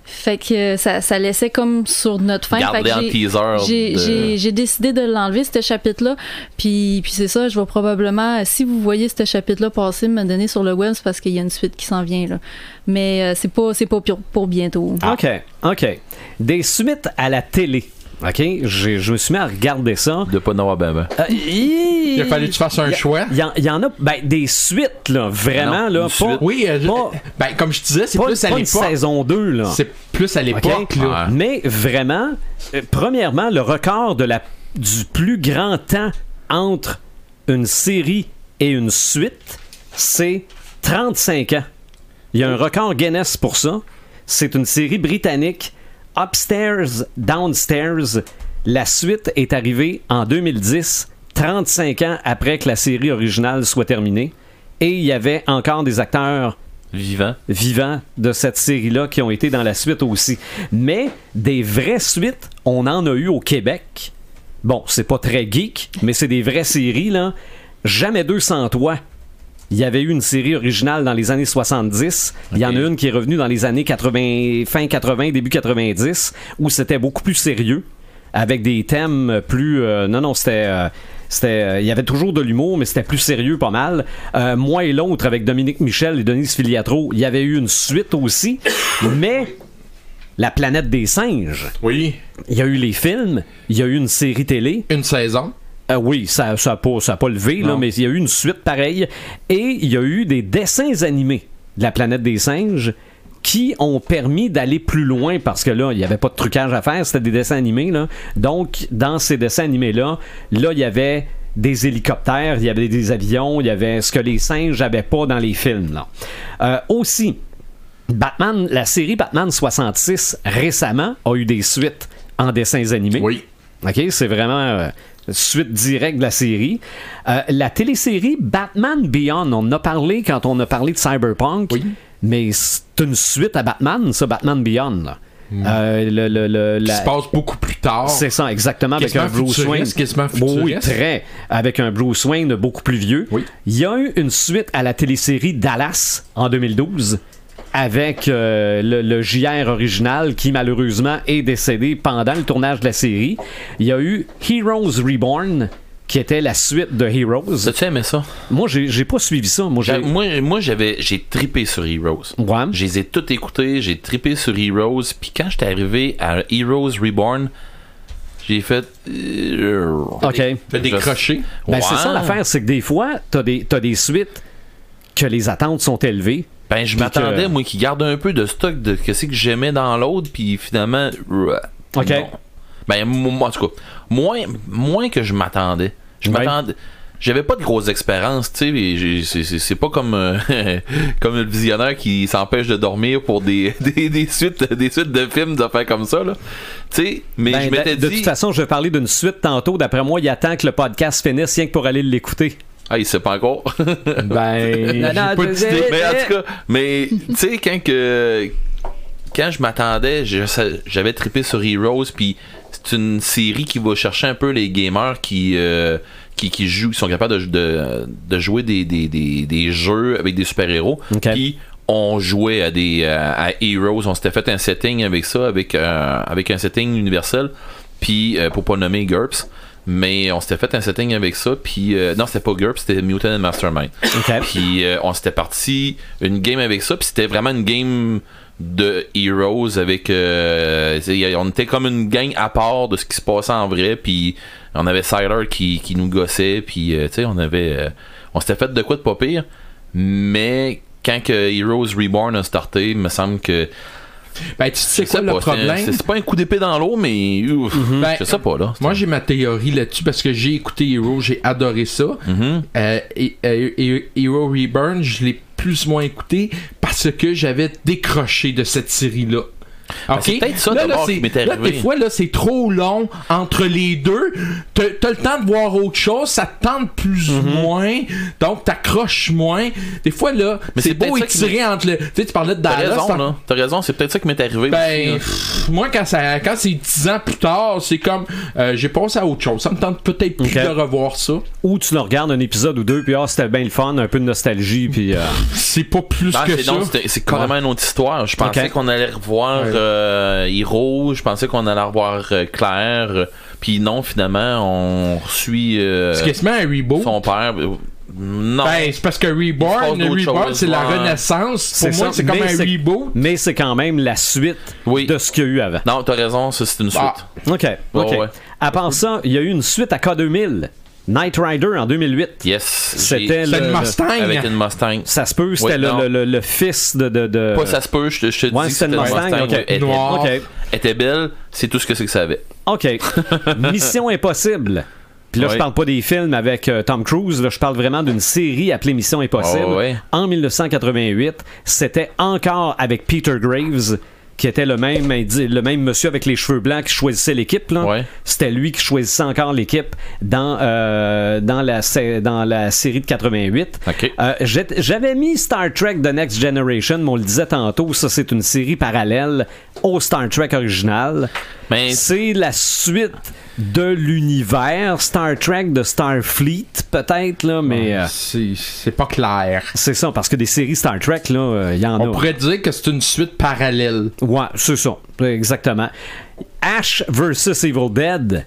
[SPEAKER 5] Fait que ça, ça laissait comme sur notre fin. Fait
[SPEAKER 4] Garder
[SPEAKER 5] que
[SPEAKER 4] en teaser.
[SPEAKER 5] j'ai- j'ai-
[SPEAKER 4] de-
[SPEAKER 5] J'ai j'ai décidé de l'enlever, ce chapitre-là. Puis, puis c'est ça, je vais probablement, si vous voyez ce chapitre-là passer, me donner sur le web, c'est parce qu'il y a une suite qui s'en vient. Là. Mais euh, c'est pas, c'est pas pour, pour bientôt.
[SPEAKER 1] OK, OK. Des suites à la télé. OK, j'ai- je me suis mis à regarder ça.
[SPEAKER 4] De pas Noah Baba.
[SPEAKER 1] Euh, hi-
[SPEAKER 3] Il a fallu que tu fasses un
[SPEAKER 1] y a-
[SPEAKER 3] choix.
[SPEAKER 1] Il y, en- il y en a, ben, des suites, là, vraiment,
[SPEAKER 4] Non,
[SPEAKER 1] là.
[SPEAKER 4] une
[SPEAKER 1] Pas,
[SPEAKER 4] suite.
[SPEAKER 3] Oui, euh, je-
[SPEAKER 1] Pas-
[SPEAKER 3] ben, comme je disais, c'est
[SPEAKER 1] pas-
[SPEAKER 3] plus à
[SPEAKER 1] pas une
[SPEAKER 3] l'époque.
[SPEAKER 1] saison 2, là.
[SPEAKER 3] C'est plus à
[SPEAKER 1] OK?
[SPEAKER 3] l'époque, là.
[SPEAKER 4] Ah.
[SPEAKER 1] Mais vraiment, euh, premièrement, le record de la, du plus grand temps entre une série et une suite, c'est 35 ans. Il y a un record Guinness pour ça. C'est une série britannique, Upstairs, Downstairs. La suite est arrivée en 2010, 35 ans après que la série originale soit terminée. Et il y avait encore des acteurs
[SPEAKER 4] Vivant.
[SPEAKER 1] vivants de cette série-là qui ont été dans la suite aussi. Mais des vraies suites, on en a eu au Québec. Bon, c'est pas très geek, mais c'est des vraies séries, là. Jamais deux sans toi. Il y avait eu une série originale dans les années 70. Il y en a
[SPEAKER 4] Ok.
[SPEAKER 1] une qui est revenue dans les années 80, fin 80, début 90, où c'était beaucoup plus sérieux, avec des thèmes plus. euh, non, non, c'était. euh, c'était, euh, il y avait toujours de l'humour, mais c'était plus sérieux, pas mal. Euh, moi et l'autre, avec Dominique Michel et Denise Filiatro, il y avait eu une suite aussi. mais La planète des singes,
[SPEAKER 3] Oui.
[SPEAKER 1] il y a eu les films, il y a eu une série télé,
[SPEAKER 3] Une saison.
[SPEAKER 1] euh, oui, ça n'a ça a pas, ça a pas levé, là,
[SPEAKER 3] Non.
[SPEAKER 1] mais il y a eu une suite pareille. Et il y a eu des dessins animés de la planète des singes qui ont permis d'aller plus loin parce que là, il n'y avait pas de trucage à faire, c'était des dessins animés. Là. Donc, dans ces dessins animés-là, là, il y avait des hélicoptères, il y avait des avions, il y avait ce que les singes n'avaient pas dans les films. Là. Euh, aussi, Batman, la série Batman 66 récemment a eu des suites en dessins animés.
[SPEAKER 3] Oui.
[SPEAKER 1] OK, c'est vraiment euh, suite directe de la série. Euh, la télésérie Batman Beyond, on en a parlé quand on a parlé de Cyberpunk,
[SPEAKER 3] Oui.
[SPEAKER 1] mais c'est une suite à Batman, ça, Batman Beyond. là. Euh, le- le- le-
[SPEAKER 3] Qui
[SPEAKER 1] la-
[SPEAKER 3] se passe beaucoup plus tard.
[SPEAKER 1] c'est ça, exactement, avec
[SPEAKER 3] Oh. Quasiment
[SPEAKER 1] un Bruce Wayne.
[SPEAKER 3] futuriste, quasiment
[SPEAKER 1] Oui, oui,
[SPEAKER 3] futuriste.
[SPEAKER 1] très. Avec un Bruce Wayne beaucoup plus vieux.
[SPEAKER 3] Oui.
[SPEAKER 1] Il y a eu une suite à la télésérie Dallas en 2012 avec euh, le, le JR original qui malheureusement est décédé pendant le tournage de la série. Il y a eu Heroes Reborn qui était la suite de Heroes.
[SPEAKER 4] As-tu aimé ça?
[SPEAKER 1] Moi, j'ai j'ai pas suivi ça. Moi, j'ai.
[SPEAKER 4] Ben, Moi, moi j'avais, j'ai tripé sur Heroes.
[SPEAKER 1] Ouais.
[SPEAKER 4] Je les ai toutes écoutées, j'ai tripé sur Heroes, puis quand j'étais arrivé à Heroes Reborn, j'ai fait. euh,
[SPEAKER 1] Ok.
[SPEAKER 3] T'as décroché.
[SPEAKER 1] Ben, c'est ça l'affaire, c'est que des fois, t'as des, t'as des suites que les attentes sont élevées.
[SPEAKER 4] Ben, je
[SPEAKER 1] Puis
[SPEAKER 4] m'attendais,
[SPEAKER 1] que-
[SPEAKER 4] moi, qui garde un peu de stock de ce que j'aimais dans l'autre, puis finalement. euh,
[SPEAKER 1] Ok.
[SPEAKER 4] non. Ben, moi, en tout cas, moins, moins que je m'attendais. Je
[SPEAKER 1] Ouais.
[SPEAKER 4] m'attendais. J'avais pas de grosses expériences, tu sais. et j'ai- c'est- C'est c'est pas comme, euh, comme le visionnaire qui s'empêche de dormir pour des, des, des suites, des suites de films, d'affaires comme ça, là. Tu sais, mais
[SPEAKER 1] Ben,
[SPEAKER 4] je m'étais
[SPEAKER 1] de, de
[SPEAKER 4] dit.
[SPEAKER 1] toute façon, je vais parler d'une suite tantôt. D'après moi, il attend que le podcast finisse rien que pour aller l'écouter.
[SPEAKER 4] Ah, il sait pas encore.
[SPEAKER 3] Ben,
[SPEAKER 1] Non,
[SPEAKER 3] j'ai
[SPEAKER 1] non, euh,
[SPEAKER 3] pas d'idée.
[SPEAKER 4] mais en tout cas, mais tu sais, quand que. Quand je m'attendais, je sais- j'avais trippé sur Heroes, puis c'est une série qui va chercher un peu les gamers qui, euh, qui, qui jouent, qui sont capables de, de, de jouer des, des, des, des jeux avec des super-héros.
[SPEAKER 1] Ok.
[SPEAKER 4] Puis on jouait à des à, à Heroes, on s'était fait un setting avec ça, avec, euh, avec un setting universel, puis euh, pour pas nommer GURPS. Mais on s'était fait un setting avec ça, puis euh, non, c'était pas GURPS, c'était Mutant and Mastermind.
[SPEAKER 1] OK.
[SPEAKER 4] Puis euh, on s'était parti une game avec ça, puis c'était vraiment une game de Heroes avec. euh, tu sais, on était comme une gang à part de ce qui se passait en vrai, puis on avait Siler qui, qui nous gossait, puis euh, tu sais, on avait. euh, on s'était fait de quoi de pas pire, mais quand que Heroes Reborn a starté, il me semble que.
[SPEAKER 3] Ben, tu sais
[SPEAKER 4] je sais
[SPEAKER 3] quoi le
[SPEAKER 4] pas, c'est un-
[SPEAKER 3] problème?
[SPEAKER 4] C'est c'est pas un coup d'épée dans l'eau, mais. ouf,
[SPEAKER 3] Ben,
[SPEAKER 4] je sais pas, là.
[SPEAKER 3] Moi, j'ai ma théorie là-dessus parce que j'ai écouté Hero, j'ai adoré ça.
[SPEAKER 4] Mhm.
[SPEAKER 3] Euh, et, euh, et- Hero Reburn, je l'ai plus ou moins écouté parce que j'avais décroché de cette série-là.
[SPEAKER 4] Ben, c'est peut-être ça,
[SPEAKER 3] là, là,
[SPEAKER 4] d'abord,
[SPEAKER 3] c'est-
[SPEAKER 4] qui m'est
[SPEAKER 3] là, des
[SPEAKER 4] arrivé.
[SPEAKER 3] fois, là, c'est trop long entre les deux. T'as t'as le temps de voir autre chose, ça te tente plus
[SPEAKER 4] Mhm.
[SPEAKER 3] ou moins, donc t'accroches moins. Des fois, là,
[SPEAKER 4] Mais
[SPEAKER 3] c'est
[SPEAKER 4] c'est
[SPEAKER 3] beau
[SPEAKER 4] peut-être ça qui
[SPEAKER 3] étirer entre le. Tu sais, tu parlais de
[SPEAKER 4] T'as
[SPEAKER 3] Dallas.
[SPEAKER 4] raison,
[SPEAKER 3] t'en-
[SPEAKER 4] là. T'as raison, c'est peut-être ça qui m'est arrivé. aussi,
[SPEAKER 3] Ben,
[SPEAKER 4] là.
[SPEAKER 3] pff, moi, quand, ça, quand c'est 10 ans plus tard, c'est comme euh, j'ai pensé à autre chose. Ça me tente peut-être plus
[SPEAKER 1] Ok.
[SPEAKER 3] de revoir ça.
[SPEAKER 1] Ou tu le regardes un épisode ou deux, puis ah, c'était bien le fun, un peu de nostalgie, puis. euh,
[SPEAKER 3] C'est pas plus
[SPEAKER 4] Non,
[SPEAKER 3] que
[SPEAKER 4] Ben, c'est,
[SPEAKER 3] ça.
[SPEAKER 4] non, c'était- c'est carrément une autre histoire. Je pensais
[SPEAKER 1] Ok.
[SPEAKER 4] qu'on allait revoir
[SPEAKER 3] Ouais.
[SPEAKER 4] euh, Hiro, je pensais qu'on allait revoir euh, Claire, euh, puis non, finalement, on suit euh,
[SPEAKER 3] C'est quasiment un reboot.
[SPEAKER 4] son père. euh, Non.
[SPEAKER 3] Ben, c'est parce que
[SPEAKER 4] Il
[SPEAKER 3] Reborn,
[SPEAKER 4] se passe d'autres
[SPEAKER 3] Reborn
[SPEAKER 4] choses,
[SPEAKER 3] c'est la
[SPEAKER 4] ouais.
[SPEAKER 3] renaissance. Pour
[SPEAKER 1] C'est
[SPEAKER 3] moi,
[SPEAKER 1] ça,
[SPEAKER 3] c'est comme
[SPEAKER 1] mais
[SPEAKER 3] un
[SPEAKER 1] c'est-
[SPEAKER 3] reboot.
[SPEAKER 1] Mais c'est quand même la suite
[SPEAKER 4] Oui.
[SPEAKER 1] de ce qu'il y a eu avant.
[SPEAKER 4] Non, t'as raison, ça, c'est une suite.
[SPEAKER 3] Ah.
[SPEAKER 1] OK. OK.
[SPEAKER 4] ouais.
[SPEAKER 1] À part ça, il y a eu une suite à K2000, Knight Rider en 2008.
[SPEAKER 4] Yes.
[SPEAKER 1] C'était
[SPEAKER 4] j'ai-
[SPEAKER 1] le-
[SPEAKER 3] C'est une
[SPEAKER 1] le-
[SPEAKER 3] Mustang.
[SPEAKER 4] Avec une Mustang.
[SPEAKER 1] Ça se peut,
[SPEAKER 4] Ouais,
[SPEAKER 1] c'était le-
[SPEAKER 4] non.
[SPEAKER 1] le, le- le fils de. de, de-
[SPEAKER 4] Pas ça se peut, je te, je te
[SPEAKER 1] Ouais,
[SPEAKER 4] dis que
[SPEAKER 1] c'était une Mustang, ok.
[SPEAKER 4] Elle était-
[SPEAKER 3] Noir.
[SPEAKER 1] OK.
[SPEAKER 4] Elle était belle, c'est tout ce que c'est que ça avait.
[SPEAKER 1] OK. Mission Impossible. Puis là,
[SPEAKER 4] Ouais.
[SPEAKER 1] je parle pas des films avec euh, Tom Cruise, là, je parle vraiment d'une série appelée Mission Impossible.
[SPEAKER 4] Ah ouais.
[SPEAKER 1] En 1988, c'était encore avec Peter Graves, qui était le même, indi- le même monsieur avec les cheveux blancs qui choisissait l'équipe. là.
[SPEAKER 4] Ouais.
[SPEAKER 1] C'était lui qui choisissait encore l'équipe dans, euh, dans, la, sé- dans la série de 88.
[SPEAKER 4] OK.
[SPEAKER 1] Euh, j'ai- J'avais mis Star Trek The Next Generation, mais on le disait tantôt, ça c'est une série parallèle au Star Trek original.
[SPEAKER 4] Mais-
[SPEAKER 1] c'est la suite de l'univers Star Trek de Starfleet peut-être là, mais euh,
[SPEAKER 3] C'est c'est pas clair.
[SPEAKER 1] c'est ça parce que des séries Star Trek là, euh, il y en
[SPEAKER 3] On
[SPEAKER 1] a.
[SPEAKER 3] pourrait dire que c'est une suite parallèle.
[SPEAKER 1] Ouais, c'est ça, exactement. Ash versus Evil Dead,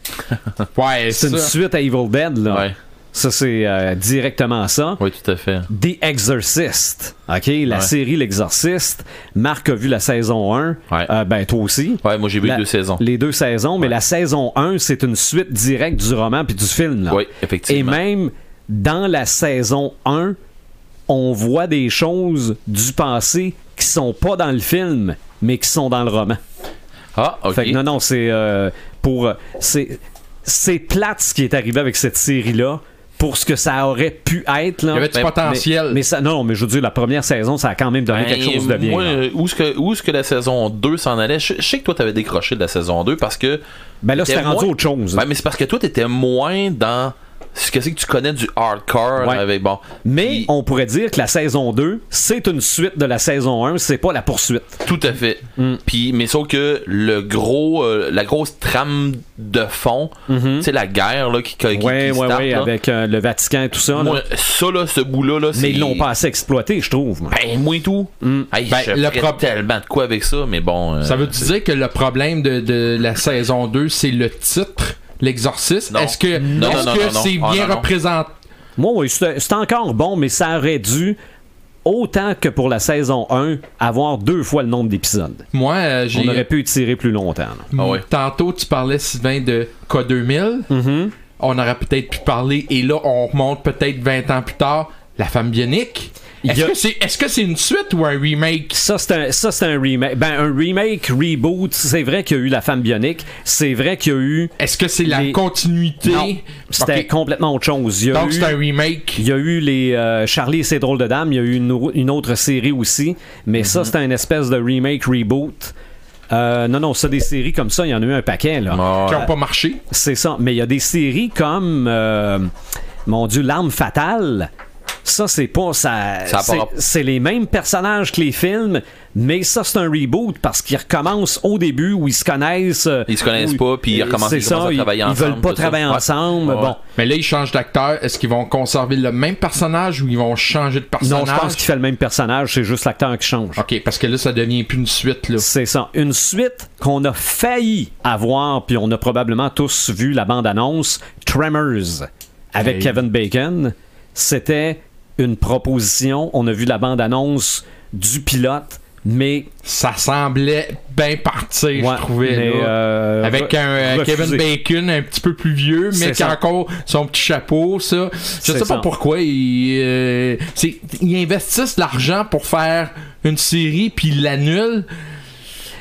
[SPEAKER 3] Ouais,
[SPEAKER 1] c'est
[SPEAKER 3] ça.
[SPEAKER 1] une suite à Evil Dead là.
[SPEAKER 4] Ouais.
[SPEAKER 1] Ça c'est euh, directement ça.
[SPEAKER 4] Oui, tout à fait.
[SPEAKER 1] The Exorcist. OK, la
[SPEAKER 4] Ouais.
[SPEAKER 1] série L'Exorciste. Marc a vu la saison 1.
[SPEAKER 4] Ouais.
[SPEAKER 1] Euh, ben, toi aussi.
[SPEAKER 4] Ouais, moi j'ai vu
[SPEAKER 1] La-
[SPEAKER 4] deux saisons.
[SPEAKER 1] Les deux saisons, mais la saison 1, c'est une suite directe du roman puis du film. là.
[SPEAKER 4] Oui,
[SPEAKER 1] Et
[SPEAKER 4] effectivement.
[SPEAKER 1] même dans la saison 1, on voit des choses du passé qui sont pas dans le film, mais qui sont dans le roman.
[SPEAKER 4] Ah, ok.
[SPEAKER 1] Fait que non, non, c'est euh, pour. euh, C'est c'est plate ce qui est arrivé avec cette série-là pour ce que ça aurait pu être. Là.
[SPEAKER 3] Il y avait du
[SPEAKER 4] Ben, Mais-
[SPEAKER 3] potentiel.
[SPEAKER 1] Mais ça, non, mais je veux dire, la première saison, ça a quand même donné
[SPEAKER 4] Ben,
[SPEAKER 1] quelque chose de bien. hein.
[SPEAKER 4] moi,
[SPEAKER 1] là.
[SPEAKER 4] euh, où est-ce que, où est-ce que la saison 2 s'en allait je, je sais que toi, t'avais décroché de la saison 2 parce que.
[SPEAKER 1] Ben là,
[SPEAKER 4] t'étais
[SPEAKER 1] c'était rendu
[SPEAKER 4] moins-
[SPEAKER 1] autre chose.
[SPEAKER 4] Ouais, mais c'est parce que toi, t'étais moins dans ce que c'est que tu connais du hardcore
[SPEAKER 1] Ouais.
[SPEAKER 4] avec bon.
[SPEAKER 1] mais
[SPEAKER 4] Puis-
[SPEAKER 1] on pourrait dire que la saison 2, c'est une suite de la saison 1, c'est pas la poursuite.
[SPEAKER 4] Tout à fait.
[SPEAKER 1] Mm.
[SPEAKER 4] Puis, mais sauf que le gros, euh, la grosse trame de fond, tu sais, la guerre là, qui, qui, qui
[SPEAKER 1] Mm-hmm. ouais, ouais,
[SPEAKER 4] starte,
[SPEAKER 1] ouais,
[SPEAKER 4] là.
[SPEAKER 1] avec euh, le Vatican et tout ça. là.
[SPEAKER 4] Moi, ça, là, ce bout-là, là, c'est-
[SPEAKER 1] mais ils l'ont pas Mm. assez exploité, je trouve. moi.
[SPEAKER 4] Ben, moins tout. Hey,
[SPEAKER 3] Ben,
[SPEAKER 4] je
[SPEAKER 3] le
[SPEAKER 4] ferais
[SPEAKER 3] prob-
[SPEAKER 4] tellement de quoi avec ça, mais bon. euh,
[SPEAKER 3] Ça veut dire que le problème de, de la saison 2, c'est le titre, l'exorciste.
[SPEAKER 4] Non.
[SPEAKER 3] Est-ce que
[SPEAKER 4] Non,
[SPEAKER 3] est-ce
[SPEAKER 4] non, non,
[SPEAKER 3] que
[SPEAKER 4] non, non.
[SPEAKER 3] c'est
[SPEAKER 4] Ah,
[SPEAKER 3] bien
[SPEAKER 4] non, non.
[SPEAKER 3] représenté?
[SPEAKER 1] Moi, oui, c'est c'est encore bon, mais ça aurait dû, autant que pour la saison 1, avoir deux fois le nombre d'épisodes.
[SPEAKER 3] Moi, euh,
[SPEAKER 1] On aurait
[SPEAKER 3] j'ai. euh,
[SPEAKER 1] pu étirer plus longtemps. là.
[SPEAKER 4] Ah ouais.
[SPEAKER 3] Tantôt, tu parlais, Sylvain, de K2000.
[SPEAKER 1] Mm-hmm.
[SPEAKER 3] On aurait peut-être pu parler, et là, on remonte peut-être 20 ans plus tard, La femme bionique.
[SPEAKER 1] Il y
[SPEAKER 3] Est-ce
[SPEAKER 1] a-
[SPEAKER 3] que c'est est -ce une suite ou un remake?
[SPEAKER 1] Ça, c'est un, ça, c'est un remake. Ben, un remake, reboot, c'est vrai qu'il y a eu La Femme Bionique. C'est vrai qu'il y a eu.
[SPEAKER 3] Est-ce que c'est la
[SPEAKER 1] Les-
[SPEAKER 3] continuité?
[SPEAKER 1] Non, c'était
[SPEAKER 3] Ok.
[SPEAKER 1] complètement autre chose. Il y a
[SPEAKER 3] Donc,
[SPEAKER 1] eu,
[SPEAKER 3] c'est un remake.
[SPEAKER 1] il y a eu les euh, Charlie et ses drôles de dames. Il y a eu une, au- une autre série aussi. Mais ça, c'était une espèce de remake, reboot. Euh, non, non, ça, des séries comme ça, il y en a eu un paquet, là.
[SPEAKER 4] bon,
[SPEAKER 3] Qui
[SPEAKER 4] ouais.
[SPEAKER 3] n'ont pas marché.
[SPEAKER 1] C'est ça. Mais il y a des séries comme. euh, mon Dieu, L'arme fatale. Ça, c'est pas. Ça,
[SPEAKER 4] Ça a pas
[SPEAKER 1] c'est-
[SPEAKER 4] rapport.
[SPEAKER 1] c'est les mêmes personnages que les films, mais ça, c'est un reboot parce qu'ils recommencent au début où ils se connaissent. euh,
[SPEAKER 4] Ils se connaissent
[SPEAKER 1] où-
[SPEAKER 4] pas, puis ils recommencent-
[SPEAKER 1] c'est
[SPEAKER 4] ils
[SPEAKER 1] ça,
[SPEAKER 4] commencent à travailler
[SPEAKER 1] ils
[SPEAKER 4] ensemble,
[SPEAKER 1] veulent pas
[SPEAKER 4] tout ça.
[SPEAKER 1] travailler
[SPEAKER 4] Ouais.
[SPEAKER 1] ensemble.
[SPEAKER 4] Ouais.
[SPEAKER 1] Bon.
[SPEAKER 3] Mais là, ils changent d'acteur. Est-ce qu'ils vont conserver le même personnage ou ils vont changer de
[SPEAKER 1] Non,
[SPEAKER 3] personnage?
[SPEAKER 1] je pense qu'il fait le même personnage, c'est juste l'acteur qui change.
[SPEAKER 3] Ok, parce que là, ça devient plus une suite, là.
[SPEAKER 1] C'est ça. Une suite qu'on a failli avoir, puis on a probablement tous vu la bande-annonce, Tremors, avec
[SPEAKER 3] Hey.
[SPEAKER 1] Kevin Bacon. C'était une proposition. On a vu la bande-annonce du pilote, mais...
[SPEAKER 3] Ça semblait bien partir,
[SPEAKER 1] Ouais,
[SPEAKER 3] je trouvais.
[SPEAKER 1] mais,
[SPEAKER 3] là.
[SPEAKER 1] euh,
[SPEAKER 3] Avec
[SPEAKER 1] re-
[SPEAKER 3] un euh,
[SPEAKER 1] refusé.
[SPEAKER 3] Kevin Bacon un petit peu plus vieux, mais
[SPEAKER 1] C'est
[SPEAKER 3] qui a
[SPEAKER 1] ça.
[SPEAKER 3] encore son petit chapeau, ça. Je
[SPEAKER 1] C'est
[SPEAKER 3] sais pas
[SPEAKER 1] ça.
[SPEAKER 3] pourquoi ils, euh, c'est- ils investissent de l'argent pour faire une série puis ils l'annulent.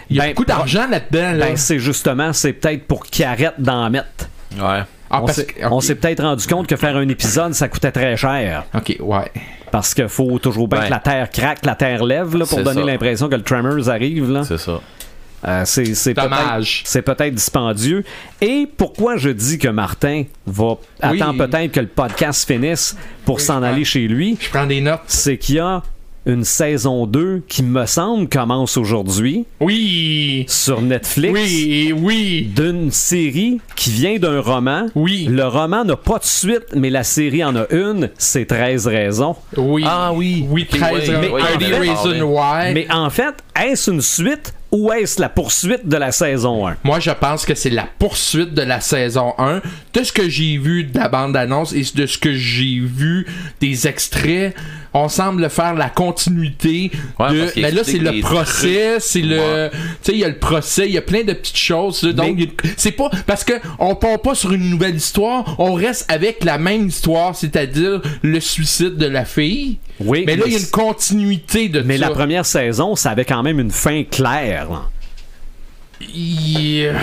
[SPEAKER 3] Il y a
[SPEAKER 1] Ben,
[SPEAKER 3] beaucoup d'argent là-dedans. là.
[SPEAKER 1] Ben, c'est justement, c'est peut-être pour qu'ils arrêtent d'en mettre.
[SPEAKER 4] Ouais.
[SPEAKER 3] Ah,
[SPEAKER 1] on
[SPEAKER 3] parce
[SPEAKER 1] s'est
[SPEAKER 3] que-
[SPEAKER 1] on
[SPEAKER 3] ok.
[SPEAKER 1] s'est peut-être rendu compte que faire un épisode, ça coûtait très cher.
[SPEAKER 3] Ok, ouais.
[SPEAKER 1] Parce qu'il faut toujours bien
[SPEAKER 4] Ben.
[SPEAKER 1] que la terre craque, la terre lève, là, pour
[SPEAKER 4] C'est
[SPEAKER 1] donner
[SPEAKER 4] ça.
[SPEAKER 1] l'impression que le Tremors arrive. Là.
[SPEAKER 4] C'est ça.
[SPEAKER 1] Euh, c'est c'est peut-être
[SPEAKER 3] Dommage.
[SPEAKER 1] c'est peut-être dispendieux. Et pourquoi je dis que Martin va
[SPEAKER 3] Oui.
[SPEAKER 1] attendre peut-être que le podcast finisse pour s'en aller chez lui,
[SPEAKER 3] Je prends des notes.
[SPEAKER 1] c'est qu'il y a une saison 2 qui me semble commence aujourd'hui
[SPEAKER 3] Oui!
[SPEAKER 1] sur Netflix
[SPEAKER 3] Oui, oui!
[SPEAKER 1] d'une série qui vient d'un roman.
[SPEAKER 3] Oui.
[SPEAKER 1] Le roman n'a pas de suite, mais la série en a une, c'est 13 raisons.
[SPEAKER 3] Oui.
[SPEAKER 4] Ah oui.
[SPEAKER 3] Oui,
[SPEAKER 4] Ok,
[SPEAKER 3] 13
[SPEAKER 4] ouais,
[SPEAKER 3] mais
[SPEAKER 4] ouais,
[SPEAKER 3] Early
[SPEAKER 4] on en avait
[SPEAKER 3] Reason
[SPEAKER 4] parlé.
[SPEAKER 3] Why.
[SPEAKER 1] Mais en fait, est-ce une suite ou est-ce la poursuite de la saison 1?
[SPEAKER 3] Moi, je pense que c'est la poursuite de la saison 1. De ce que j'ai vu de la bande-annonce et de ce que j'ai vu des extraits, on semble faire la continuité.
[SPEAKER 4] Ouais,
[SPEAKER 3] de...
[SPEAKER 4] parce qu'il
[SPEAKER 3] Mais là, c'est
[SPEAKER 4] explique
[SPEAKER 3] le
[SPEAKER 4] des
[SPEAKER 3] procès, c'est le.
[SPEAKER 4] Ouais.
[SPEAKER 3] Tu sais, il y a le procès, il y a plein de petites choses. là. donc,
[SPEAKER 1] Mais-
[SPEAKER 3] il- c'est pas. Parce que on part pas sur une nouvelle histoire, on reste avec la même histoire, c'est-à-dire le suicide de la fille.
[SPEAKER 1] Oui,
[SPEAKER 3] Mais là,
[SPEAKER 1] mais
[SPEAKER 3] il y a une
[SPEAKER 1] c'est-
[SPEAKER 3] continuité de
[SPEAKER 1] Mais
[SPEAKER 3] ça.
[SPEAKER 1] la première saison, ça avait quand même une fin claire. là.
[SPEAKER 3] Yeah.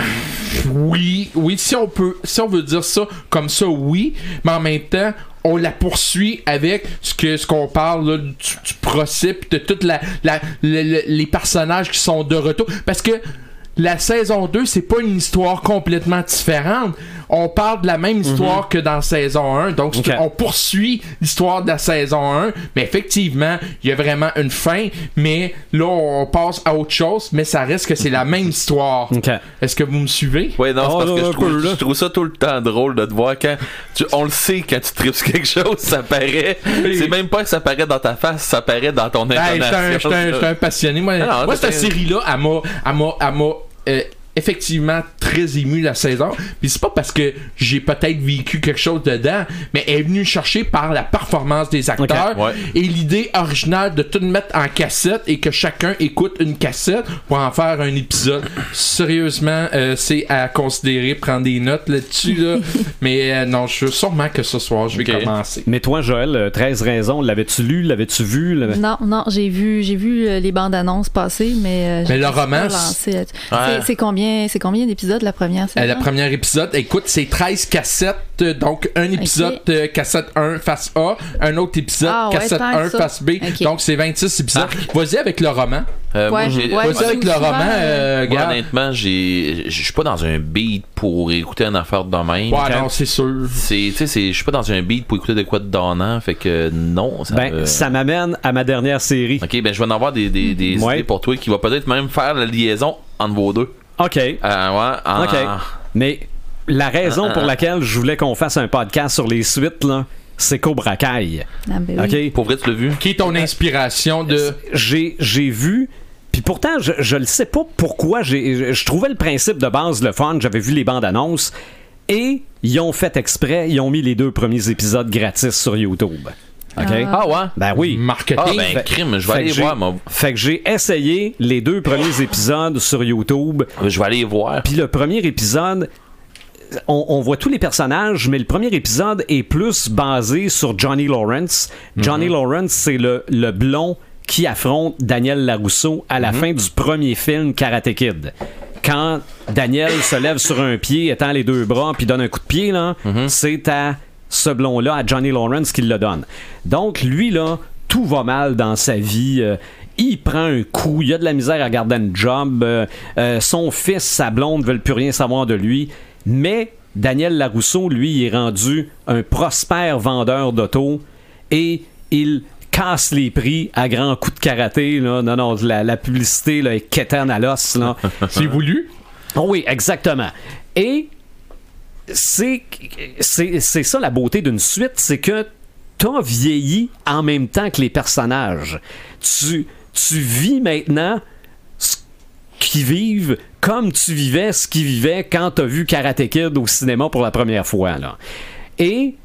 [SPEAKER 3] Oui, oui, si on peut, si on veut dire ça comme ça, oui, mais en même temps, on la poursuit avec ce que ce qu'on parle là, du, du procès pis de toute la, la- le- le- les personnages qui sont de retour parce que la saison 2, c'est pas une histoire complètement différente. On parle de la même histoire que dans saison 1, donc c'est-
[SPEAKER 1] Ok.
[SPEAKER 3] on poursuit l'histoire de la saison 1, mais effectivement, il y a vraiment une fin, mais là, on passe à autre chose, mais ça reste que c'est la même histoire.
[SPEAKER 1] OK.
[SPEAKER 3] Est-ce que vous me suivez?
[SPEAKER 4] Ouais, non, c'est
[SPEAKER 1] Oh,
[SPEAKER 4] parce
[SPEAKER 1] là,
[SPEAKER 4] que
[SPEAKER 1] un
[SPEAKER 4] je
[SPEAKER 1] peu,
[SPEAKER 4] trouve,
[SPEAKER 1] là.
[SPEAKER 4] je trouve ça tout le temps drôle de te voir quand tu, on le sait quand tu tripes sur quelque chose, ça paraît. C'est même pas que ça paraît dans ta face, ça paraît dans ton
[SPEAKER 3] Ben, j'étais un-
[SPEAKER 4] intonation.
[SPEAKER 3] j'étais un, j'étais un passionné. Moi,
[SPEAKER 4] Ah non,
[SPEAKER 3] moi,
[SPEAKER 4] t'es-
[SPEAKER 3] cette série-là, elle m'a- elle m'a- elle m'a, euh, effectivement très ému la saison. Puis c'est pas parce que j'ai peut-être vécu quelque chose dedans, mais elle est venue chercher par la performance des acteurs
[SPEAKER 4] Ok, ouais.
[SPEAKER 3] et l'idée originale de tout mettre en cassette et que chacun écoute une cassette pour en faire un épisode. Sérieusement, euh, c'est à considérer, prendre des notes là-dessus. Là. mais euh, non, je sûrement que ce soir, je vais
[SPEAKER 4] Ok.
[SPEAKER 3] commencer.
[SPEAKER 1] Mais toi, Joël, euh, 13 raisons, l'avais-tu lu, l'avais-tu vu? l'avais-
[SPEAKER 5] Non, non, j'ai vu, j'ai vu euh, les bandes annonces passer, mais. euh, j'ai
[SPEAKER 3] Mais le
[SPEAKER 5] pas
[SPEAKER 3] roman,
[SPEAKER 5] lancé là-dessus.
[SPEAKER 4] Ouais.
[SPEAKER 5] C'est- C'est combien, c'est combien d'épisodes la première saison?
[SPEAKER 3] Euh, le premier épisode, écoute, c'est 13 cassettes. euh, Donc, un épisode euh, cassette 1 face A, un autre épisode
[SPEAKER 5] Ah ouais,
[SPEAKER 3] cassette
[SPEAKER 5] tant que
[SPEAKER 3] 1
[SPEAKER 5] ça.
[SPEAKER 3] face B.
[SPEAKER 5] Ok.
[SPEAKER 3] Donc, c'est 26 épisodes. Vas-y avec le roman.
[SPEAKER 4] Euh, moi,
[SPEAKER 5] Ouais,
[SPEAKER 4] j'ai-
[SPEAKER 5] ouais,
[SPEAKER 4] moi,
[SPEAKER 3] Vas-y
[SPEAKER 5] ça-
[SPEAKER 3] avec le
[SPEAKER 5] souvent,
[SPEAKER 3] roman,
[SPEAKER 5] euh,
[SPEAKER 3] euh,
[SPEAKER 4] moi,
[SPEAKER 3] gars.
[SPEAKER 4] honnêtement, j'ai, je suis pas dans un beat pour écouter une affaire de même.
[SPEAKER 3] Ouais, non, c'est sûr.
[SPEAKER 4] C'est, tu sais, c'est- je suis pas dans un beat pour écouter de quoi de donnant, fait que non. Ça
[SPEAKER 1] Ben,
[SPEAKER 4] me-
[SPEAKER 1] ça m'amène à ma dernière série.
[SPEAKER 4] Ok, ben je vais en avoir des, des, des
[SPEAKER 1] Ouais.
[SPEAKER 4] idées pour toi qui va peut-être même faire la liaison entre vos deux.
[SPEAKER 1] OK.
[SPEAKER 4] Euh, ouais, en-
[SPEAKER 1] OK. Mais la raison pour laquelle je voulais qu'on fasse un podcast sur les suites, là, c'est Cobra Kai.
[SPEAKER 5] Ah, ben oui.
[SPEAKER 1] OK? Euh.
[SPEAKER 4] Pour vrai, tu l'as vu?
[SPEAKER 3] Qui est ton inspiration de.
[SPEAKER 1] j'ai, j'ai vu. Puis pourtant, je, je le sais pas pourquoi. J'ai, je, je trouvais le principe de base le fun. J'avais vu les bandes annonces. Et ils ont fait exprès. Ils ont mis les deux premiers épisodes gratis sur YouTube. OK?
[SPEAKER 4] Ah ouais?
[SPEAKER 1] Ben oui.
[SPEAKER 3] Marketing.
[SPEAKER 4] Ah, ben, crime, je vais
[SPEAKER 1] Fait
[SPEAKER 4] aller
[SPEAKER 1] que j'ai-
[SPEAKER 4] voir, moi.
[SPEAKER 1] Fait que j'ai essayé les deux premiers épisodes sur YouTube.
[SPEAKER 4] Je vais aller voir.
[SPEAKER 1] Puis le premier épisode, on, on voit tous les personnages, mais le premier épisode est plus basé sur Johnny Lawrence.
[SPEAKER 4] Mhm.
[SPEAKER 1] Johnny Lawrence, c'est le, le blond qui affronte Daniel Larousseau à
[SPEAKER 4] Mhm.
[SPEAKER 1] la fin du premier film Karate Kid. Quand Daniel se lève sur un pied, étend les deux bras, puis donne un coup de pied, là,
[SPEAKER 4] Mhm.
[SPEAKER 1] c'est à ce blond-là, à Johnny Lawrence, qu'il le donne. Donc, lui, là, tout va mal dans sa vie. euh, il prend un coup, il a de la misère à garder un job. euh, euh, son fils, sa blonde, veulent plus rien savoir de lui. Mais Daniel Larousseau, lui, est rendu un prospère vendeur d'auto et il casse les prix à grands coups de karaté. Là. Non, non, la, la publicité là, est quétaine à l'os. là.
[SPEAKER 3] C'est voulu.
[SPEAKER 1] Oh oui, exactement. Et c'est c'est c'est ça la beauté d'une suite, c'est que t'as vieilli en même temps que les personnages. Tu tu vis maintenant ce qu'ils vivent comme tu vivais ce qu'ils vivaient quand t'as vu Karate Kid au cinéma pour la première fois là. Et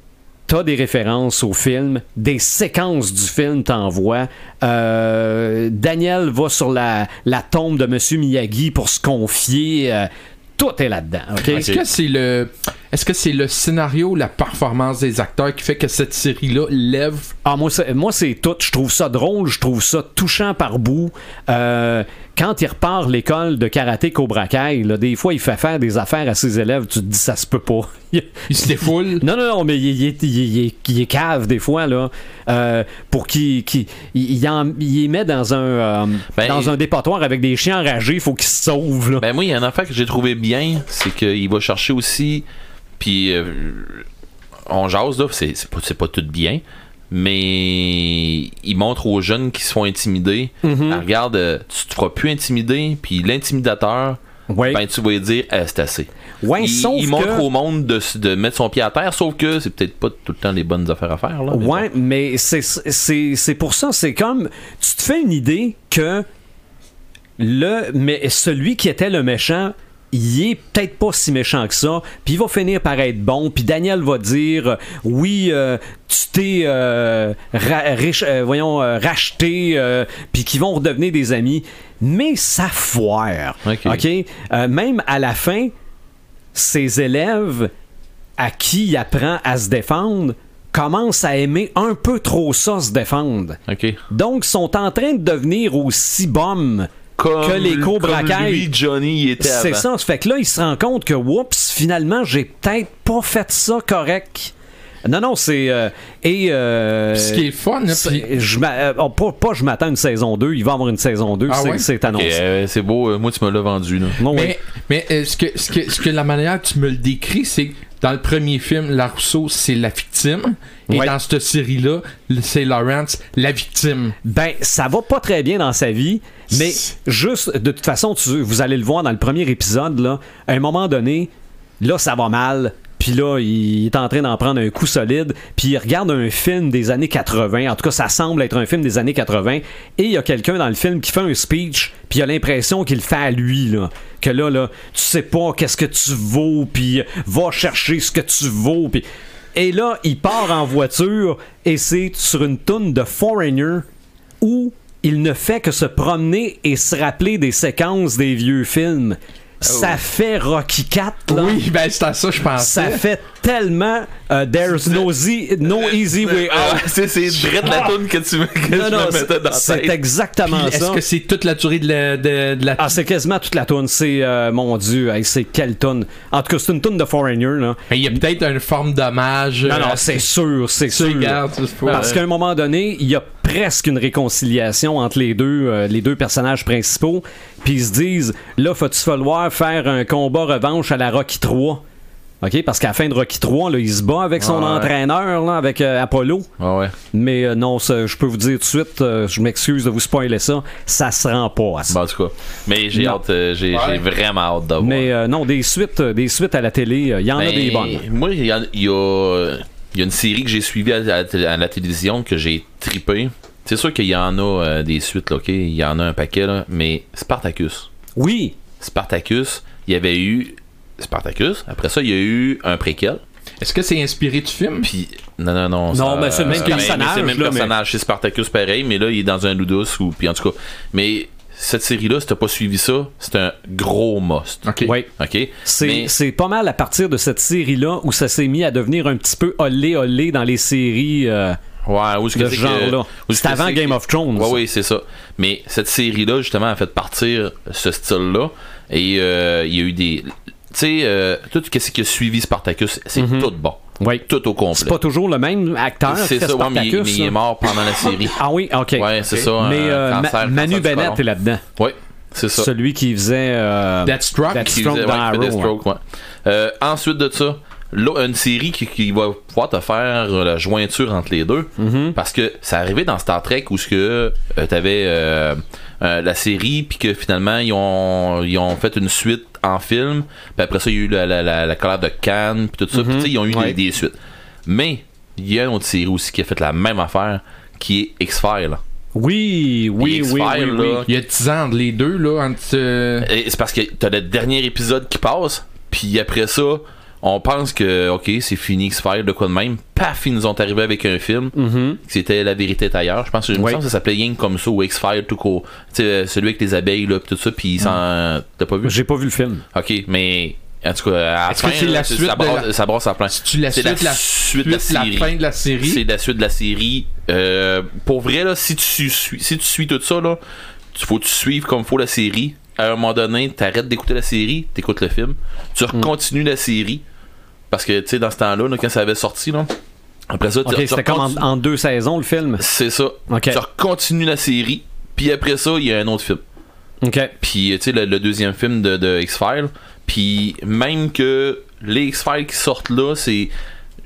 [SPEAKER 1] T'as des références au film, des séquences du film t'envoient. Euh, Daniel va sur la, la tombe de Monsieur Miyagi pour se confier. euh, tout est là-dedans. ok?
[SPEAKER 3] Est-ce que c'est le. Est-ce que c'est le scénario ou la performance des acteurs qui fait que cette série-là lève
[SPEAKER 1] Ah, moi, c'est, moi, c'est tout. Je trouve ça drôle, je trouve ça touchant par bout. Euh, quand il repart l'école de karaté Cobra Kai, là, des fois, il fait faire des affaires à ses élèves. Tu te dis, ça se peut pas.
[SPEAKER 3] Il se défoule.
[SPEAKER 1] Non, non, non, mais il, il est- il- il est- il est cave des fois, là, euh, pour qu'il qu'il- il, il en- il les met dans un, euh,
[SPEAKER 4] Ben,
[SPEAKER 1] dans
[SPEAKER 4] il-
[SPEAKER 1] un dépotoir avec des chiens enragés, il faut qu'ils se sauvent. là.
[SPEAKER 4] Ben moi, il y a un affaire que j'ai trouvé bien, c'est qu'il va chercher aussi, puis euh, on jase là, c'est c'est pas, c'est pas tout bien, mais il montre aux jeunes qui se font intimider,
[SPEAKER 1] Mm-hmm.
[SPEAKER 4] Ah, regarde, euh, tu te feras plus intimider, puis l'intimidateur,
[SPEAKER 1] Ouais.
[SPEAKER 4] ben tu vas lui dire, Eh, c'est assez.
[SPEAKER 1] Ouais,
[SPEAKER 4] il
[SPEAKER 1] sauf
[SPEAKER 4] il montre
[SPEAKER 1] que-
[SPEAKER 4] au monde de, s- de mettre son pied à terre, sauf que c'est peut-être pas tout le temps les bonnes affaires à faire. Là, mais
[SPEAKER 1] Ouais, mais c'est- c'est c'est pour ça, c'est comme tu te fais une idée que le mais celui qui était le méchant il est peut-être pas si méchant que ça, puis il va finir par être bon, puis Daniel va dire euh, oui, euh, tu t'es euh, ra- riche- euh, voyons euh, racheté, euh, puis qu'ils vont redevenir des amis, mais ça foire.
[SPEAKER 4] Ok.
[SPEAKER 1] OK? Euh, même à la fin, ses élèves à qui il apprend à se défendre commencent à aimer un peu trop ça se défendre.
[SPEAKER 4] bon. Ok.
[SPEAKER 1] Donc, sont en train de devenir aussi bombes
[SPEAKER 4] Comme,
[SPEAKER 1] que les Cobra
[SPEAKER 4] comme
[SPEAKER 1] Kai.
[SPEAKER 4] lui, Johnny, il était
[SPEAKER 1] C'est
[SPEAKER 4] avant.
[SPEAKER 1] ça. Ça fait que là, il se rend compte que, oups, finalement, j'ai peut-être pas fait ça correct. Non, non, c'est. euh, et. euh,
[SPEAKER 3] Ce qui est fun, hein, là,
[SPEAKER 1] c'est-
[SPEAKER 3] puis-
[SPEAKER 1] je m'a- euh, oh, pas, pas je m'attends à une saison 2, il va y avoir une saison 2,
[SPEAKER 3] Ah
[SPEAKER 1] c'est
[SPEAKER 3] ouais?
[SPEAKER 1] c'est
[SPEAKER 4] Ok,
[SPEAKER 1] annoncé.
[SPEAKER 4] euh, c'est beau, euh, moi tu me l'as vendu. Là.
[SPEAKER 1] Non, oui.
[SPEAKER 3] Mais, mais euh, ce, que, ce, que, ce que la manière que tu me le décris, c'est que dans le premier film, la Rousseau, c'est la victime. Et
[SPEAKER 1] Ouais.
[SPEAKER 3] dans cette série-là, c'est Lawrence, la victime.
[SPEAKER 1] Ben, ça va pas très bien dans sa vie, mais juste, de toute façon, tu, vous allez le voir dans le premier épisode, là, à un moment donné, là, ça va mal, puis là, il est en train d'en prendre un coup solide, puis il regarde un film des années 80, en tout cas, ça semble être un film des années 80, et il y a quelqu'un dans le film qui fait un speech, puis il a l'impression qu'il le fait à lui, là, que là, là, tu sais pas qu'est-ce que tu vaux, puis euh, va chercher ce que tu vaux, puis... Et là, il part en voiture et c'est sur une toune de Foreigner où il ne fait que se promener et se rappeler des séquences des vieux films. Ça fait Rocky 4, là.
[SPEAKER 3] Oui, ben c'est à ça que je pensais.
[SPEAKER 1] Ça fait tellement euh, There's no, zi- no easy way
[SPEAKER 4] Ah,
[SPEAKER 1] out.
[SPEAKER 4] c'est c'est direct la toune que tu me, que
[SPEAKER 1] Non,
[SPEAKER 4] je
[SPEAKER 1] non,
[SPEAKER 4] me mettais
[SPEAKER 1] c'est-
[SPEAKER 4] dans la
[SPEAKER 1] c'est
[SPEAKER 4] tête.
[SPEAKER 3] Puis
[SPEAKER 1] exactement
[SPEAKER 3] Est-ce
[SPEAKER 1] ça.
[SPEAKER 3] que c'est toute la durée de la. De, de la...
[SPEAKER 1] Ah, c'est quasiment toute la toune. C'est, euh, mon Dieu, hey, c'est quelle toune. En tout cas, c'est une toune de Foreigner, là.
[SPEAKER 3] Mais il y a peut-être une forme d'hommage.
[SPEAKER 1] Non,
[SPEAKER 3] euh,
[SPEAKER 1] non,
[SPEAKER 3] à-
[SPEAKER 1] c'est sûr, c'est
[SPEAKER 3] Tu
[SPEAKER 1] sûr.
[SPEAKER 3] regardes, tu sais euh, pas.
[SPEAKER 1] Parce qu'à un moment donné, il y a presque une réconciliation entre les deux, euh, les deux personnages principaux. Puis ils se disent, là, faut-tu falloir faire un combat revanche à la Rocky 3 OK, parce qu'à la fin de Rocky 3, là, il se bat avec son
[SPEAKER 4] Ouais.
[SPEAKER 1] entraîneur, là, avec euh, Apollo.
[SPEAKER 4] Ah ouais.
[SPEAKER 1] Mais euh, non, ça, je peux vous dire tout de suite, euh, je m'excuse de vous spoiler ça, ça se rend pas à ça.
[SPEAKER 4] Bon, en tout cas. Mais j'ai
[SPEAKER 1] Non.
[SPEAKER 4] hâte, euh, j'ai j'ai vraiment hâte d'avoir.
[SPEAKER 1] Mais euh, non, des suites, euh, des suites à la télé, euh, il y en a
[SPEAKER 4] Ben,
[SPEAKER 1] des bonnes.
[SPEAKER 4] Moi, il y, a- il y a, euh, il y a une série que j'ai suivie à, la télé- à la télévision que j'ai tripé. C'est sûr qu'il y en a euh, des suites, là, ok? Il y en a un paquet, là. Mais Spartacus.
[SPEAKER 1] Oui,
[SPEAKER 4] Spartacus, il y avait eu Spartacus. Après ça, il y a eu un préquel.
[SPEAKER 3] Est-ce que c'est inspiré du film?
[SPEAKER 4] Puis, non, non, non. ça-
[SPEAKER 1] mais c'est le même
[SPEAKER 4] mais- mais
[SPEAKER 1] personnage,
[SPEAKER 4] C'est le même
[SPEAKER 1] là,
[SPEAKER 4] personnage. C'est Spartacus pareil, mais là, il est dans un Ludus. Ou, puis, en tout cas. Mais cette série-là, si t'as pas suivi ça, c'est un gros must.
[SPEAKER 3] Ok.
[SPEAKER 1] oui.
[SPEAKER 4] OK?
[SPEAKER 1] C'est
[SPEAKER 4] Mais-
[SPEAKER 1] c'est pas mal à partir de cette série-là où ça s'est mis à devenir un petit peu olé olé dans les séries euh,
[SPEAKER 4] Ouais, où est-ce
[SPEAKER 1] de
[SPEAKER 4] que
[SPEAKER 1] ce
[SPEAKER 4] c'est que-
[SPEAKER 1] genre-là.
[SPEAKER 4] où est-ce
[SPEAKER 1] C'est
[SPEAKER 4] que
[SPEAKER 1] avant
[SPEAKER 4] c'est
[SPEAKER 1] Game
[SPEAKER 4] que-
[SPEAKER 1] of Thrones.
[SPEAKER 4] Ouais, oui, c'est ça. Mais cette série-là, justement, a fait partir ce style-là. Et euh, il y a eu des. Tu sais, euh, tout ce qui a suivi Spartacus, c'est tout bon.
[SPEAKER 1] Mhm. Oui.
[SPEAKER 4] Tout au complet.
[SPEAKER 1] C'est pas toujours le même acteur qui
[SPEAKER 4] C'est
[SPEAKER 1] fait
[SPEAKER 4] ça, ouais, mais, il-
[SPEAKER 1] Spartacus.
[SPEAKER 4] mais il est
[SPEAKER 1] là.
[SPEAKER 4] mort pendant la série.
[SPEAKER 1] Ah oui, ok.
[SPEAKER 4] Ouais, c'est ça.
[SPEAKER 1] mais
[SPEAKER 4] un
[SPEAKER 1] euh, Ma-
[SPEAKER 4] cancer-
[SPEAKER 1] Manu
[SPEAKER 4] cancer du
[SPEAKER 1] Bennett
[SPEAKER 4] colon.
[SPEAKER 1] est là-dedans.
[SPEAKER 4] Ouais, c'est ça.
[SPEAKER 1] Celui qui faisait euh,
[SPEAKER 3] Deathstroke?
[SPEAKER 1] Deathstroke
[SPEAKER 4] Qui faisait-
[SPEAKER 1] dans
[SPEAKER 4] ouais, qui faisait
[SPEAKER 1] Arrow, hein.
[SPEAKER 4] Stroke, ouais. Euh, ensuite de ça, là, une série qui, qui va pouvoir te faire euh, la jointure entre les deux. Parce que ça arrivait dans Star Trek où ce que euh, t'avais euh, euh, la série, puis que finalement ils ont, ils ont fait une suite en film. Puis après ça, il y a eu la, la, la, la colère de Cannes, puis tout ça. Puis tu sais, ils ont eu des, des suites. Mais il y a une autre série aussi qui a fait la même affaire, qui est X-Files.
[SPEAKER 1] Oui, oui,
[SPEAKER 4] Les
[SPEAKER 1] oui, oui,
[SPEAKER 4] X-Files,
[SPEAKER 1] oui.
[SPEAKER 4] là.
[SPEAKER 3] Il y a 10 ans entre les deux, là, entre. euh,
[SPEAKER 4] Et c'est parce que t'as le dernier épisode qui passe, puis après ça, on pense que, ok, c'est fini X-Files, de quoi de même. Paf, ils nous ont arrivé avec un film.
[SPEAKER 3] Mm-hmm.
[SPEAKER 1] Mhm.
[SPEAKER 4] C'était La vérité est ailleurs. Je pense que, il me
[SPEAKER 1] Oui.
[SPEAKER 4] semble que ça s'appelait Yang comme ça, ou X-Files tout court. Tu sais, euh, celui avec les abeilles, là, pis tout ça, puis ils s'en.
[SPEAKER 3] Mm.
[SPEAKER 4] T'as pas vu?
[SPEAKER 1] J'ai pas vu le film.
[SPEAKER 4] Ok, mais. En tout cas, à la
[SPEAKER 3] Est-ce
[SPEAKER 4] fin,
[SPEAKER 3] que c'est
[SPEAKER 4] là,
[SPEAKER 3] la
[SPEAKER 4] c'est-
[SPEAKER 3] suite
[SPEAKER 4] ça,
[SPEAKER 3] de
[SPEAKER 4] brasse,
[SPEAKER 3] la-
[SPEAKER 4] ça brasse à plein.
[SPEAKER 3] C'est-tu la
[SPEAKER 4] C'est
[SPEAKER 3] suite, la
[SPEAKER 4] suite de la
[SPEAKER 3] suite, la
[SPEAKER 4] série.
[SPEAKER 3] fin de la série?
[SPEAKER 4] C'est la suite de la série. Euh, pour vrai, là, si tu suis, si tu suis tout ça, là, tu faut que tu suives comme faut la série. À un moment donné, t'arrêtes d'écouter la série, t'écoutes le film,
[SPEAKER 1] Mm.
[SPEAKER 4] tu continues la série. Parce que, tu sais, dans ce temps-là, là, quand ça avait sorti, là, après ça, tu-
[SPEAKER 1] Ok,
[SPEAKER 4] tu
[SPEAKER 1] c'était comme en,
[SPEAKER 4] recontinues-
[SPEAKER 1] en deux saisons le film.
[SPEAKER 4] C'est ça.
[SPEAKER 1] Ok.
[SPEAKER 4] Tu continues la série, puis après ça, il y a un autre film.
[SPEAKER 1] Ok.
[SPEAKER 4] Puis, euh, tu sais, le, le deuxième film de, de X-Files. Puis, même que les X-Files qui sortent là, c'est.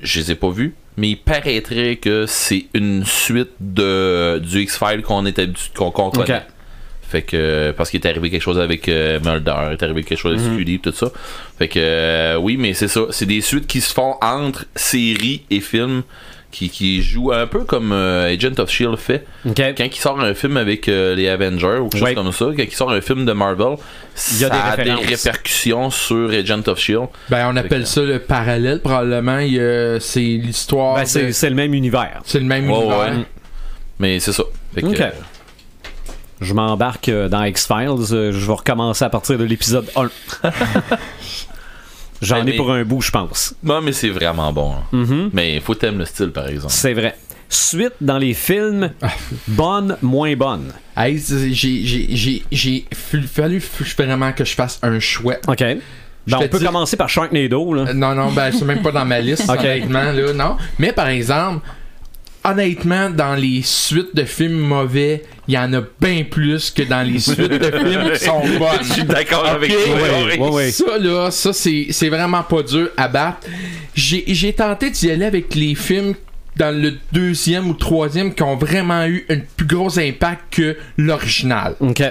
[SPEAKER 4] Je les ai pas vus, mais il paraîtrait que c'est une suite de, du X-Files qu'on est habitué, qu'on qu'on connaît.
[SPEAKER 1] Ok.
[SPEAKER 4] Fait que. Parce qu'il est arrivé quelque chose avec euh, Mulder, il est arrivé quelque chose avec Scully, tout ça. Fait que. euh, oui, mais c'est ça. C'est des suites qui se font entre séries et films. Qui, qui jouent un peu comme euh, Agent of Shield fait
[SPEAKER 1] Ok.
[SPEAKER 4] quand il sort un film avec euh, les Avengers ou quelque
[SPEAKER 1] Ouais.
[SPEAKER 4] chose comme ça, quand il sort un film de Marvel,
[SPEAKER 1] Il y a
[SPEAKER 4] ça
[SPEAKER 1] des
[SPEAKER 4] a des
[SPEAKER 1] références.
[SPEAKER 4] répercussions sur Agent of Shield.
[SPEAKER 3] Ben, on appelle ça le parallèle, probablement. Il y a- c'est l'histoire.
[SPEAKER 1] Ben,
[SPEAKER 3] de-
[SPEAKER 1] c'est c'est le même univers.
[SPEAKER 3] c'est le même
[SPEAKER 4] Ouais,
[SPEAKER 3] univers.
[SPEAKER 4] ouais. Mais c'est ça. Fait que,
[SPEAKER 1] Ok.
[SPEAKER 4] euh,
[SPEAKER 1] Je m'embarque euh, dans X-Files. euh, Je vais recommencer à partir de l'épisode 1. J'en
[SPEAKER 4] Mais-
[SPEAKER 1] ai pour un bout, je pense.
[SPEAKER 4] non, mais c'est vraiment bon. hein.
[SPEAKER 3] Mm-hmm.
[SPEAKER 4] Mais faut t'aimer le style, par exemple.
[SPEAKER 1] C'est vrai. Suite dans les films, bonne, moins bonne.
[SPEAKER 3] Hey, c'est- j'ai- j'ai- j'ai- j'ai fl- fallu f- vraiment que je fasse un choix.
[SPEAKER 1] OK. Ben,
[SPEAKER 3] te
[SPEAKER 1] on peut
[SPEAKER 3] dis-
[SPEAKER 1] commencer par Sharknado, là.
[SPEAKER 3] Euh, Non, non, ben, c'est même pas dans ma liste,
[SPEAKER 1] Ok.
[SPEAKER 3] honnêtement, là, non. Mais par exemple, honnêtement, dans les suites de films mauvais, il y en a bien plus que dans les suites de films qui sont
[SPEAKER 4] Je suis
[SPEAKER 3] bonnes.
[SPEAKER 4] d'accord avec toi.
[SPEAKER 1] Ouais, ouais, ouais.
[SPEAKER 3] Ça, là, ça, c'est c'est vraiment pas dur à battre. J'ai j'ai tenté d'y aller avec les films dans le deuxième ou troisième qui ont vraiment eu un plus gros impact que l'original.
[SPEAKER 1] OK.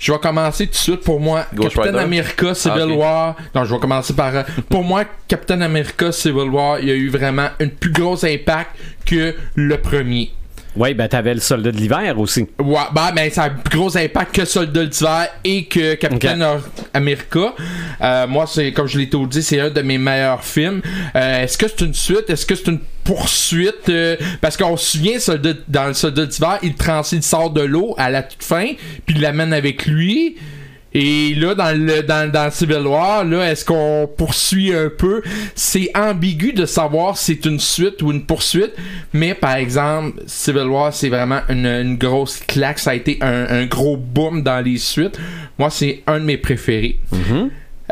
[SPEAKER 3] Je vais commencer tout de suite pour moi.
[SPEAKER 4] Ghost
[SPEAKER 3] Captain
[SPEAKER 4] Rider?
[SPEAKER 3] America Civil
[SPEAKER 4] Ah, ok.
[SPEAKER 3] War. Non, je vais commencer par. euh, pour moi, Captain America Civil War, il y a eu vraiment un plus gros impact que le premier.
[SPEAKER 1] Ouais, ben, t'avais le soldat de l'hiver aussi.
[SPEAKER 3] Ouais, bah, ben, ça a un plus gros impact que Soldat d'hiver et que Captain Or- America. Euh, moi, c'est comme je l'ai tout dit, c'est un de mes meilleurs films. Euh, Est-ce que c'est une suite? Est-ce que c'est une poursuite? Euh, parce qu'on se souvient, Soldat- dans le Soldat d'hiver, il, trans- il sort de l'eau à la toute fin, puis il l'amène avec lui. Et là, dans le Euh, dans, dans Civil War, là, est-ce qu'on poursuit un peu? C'est ambigu de savoir si c'est une suite ou une poursuite, mais par exemple, Civil War, c'est vraiment une, une grosse claque. Ça a été un, un gros boom dans les suites. Moi, c'est un de mes préférés.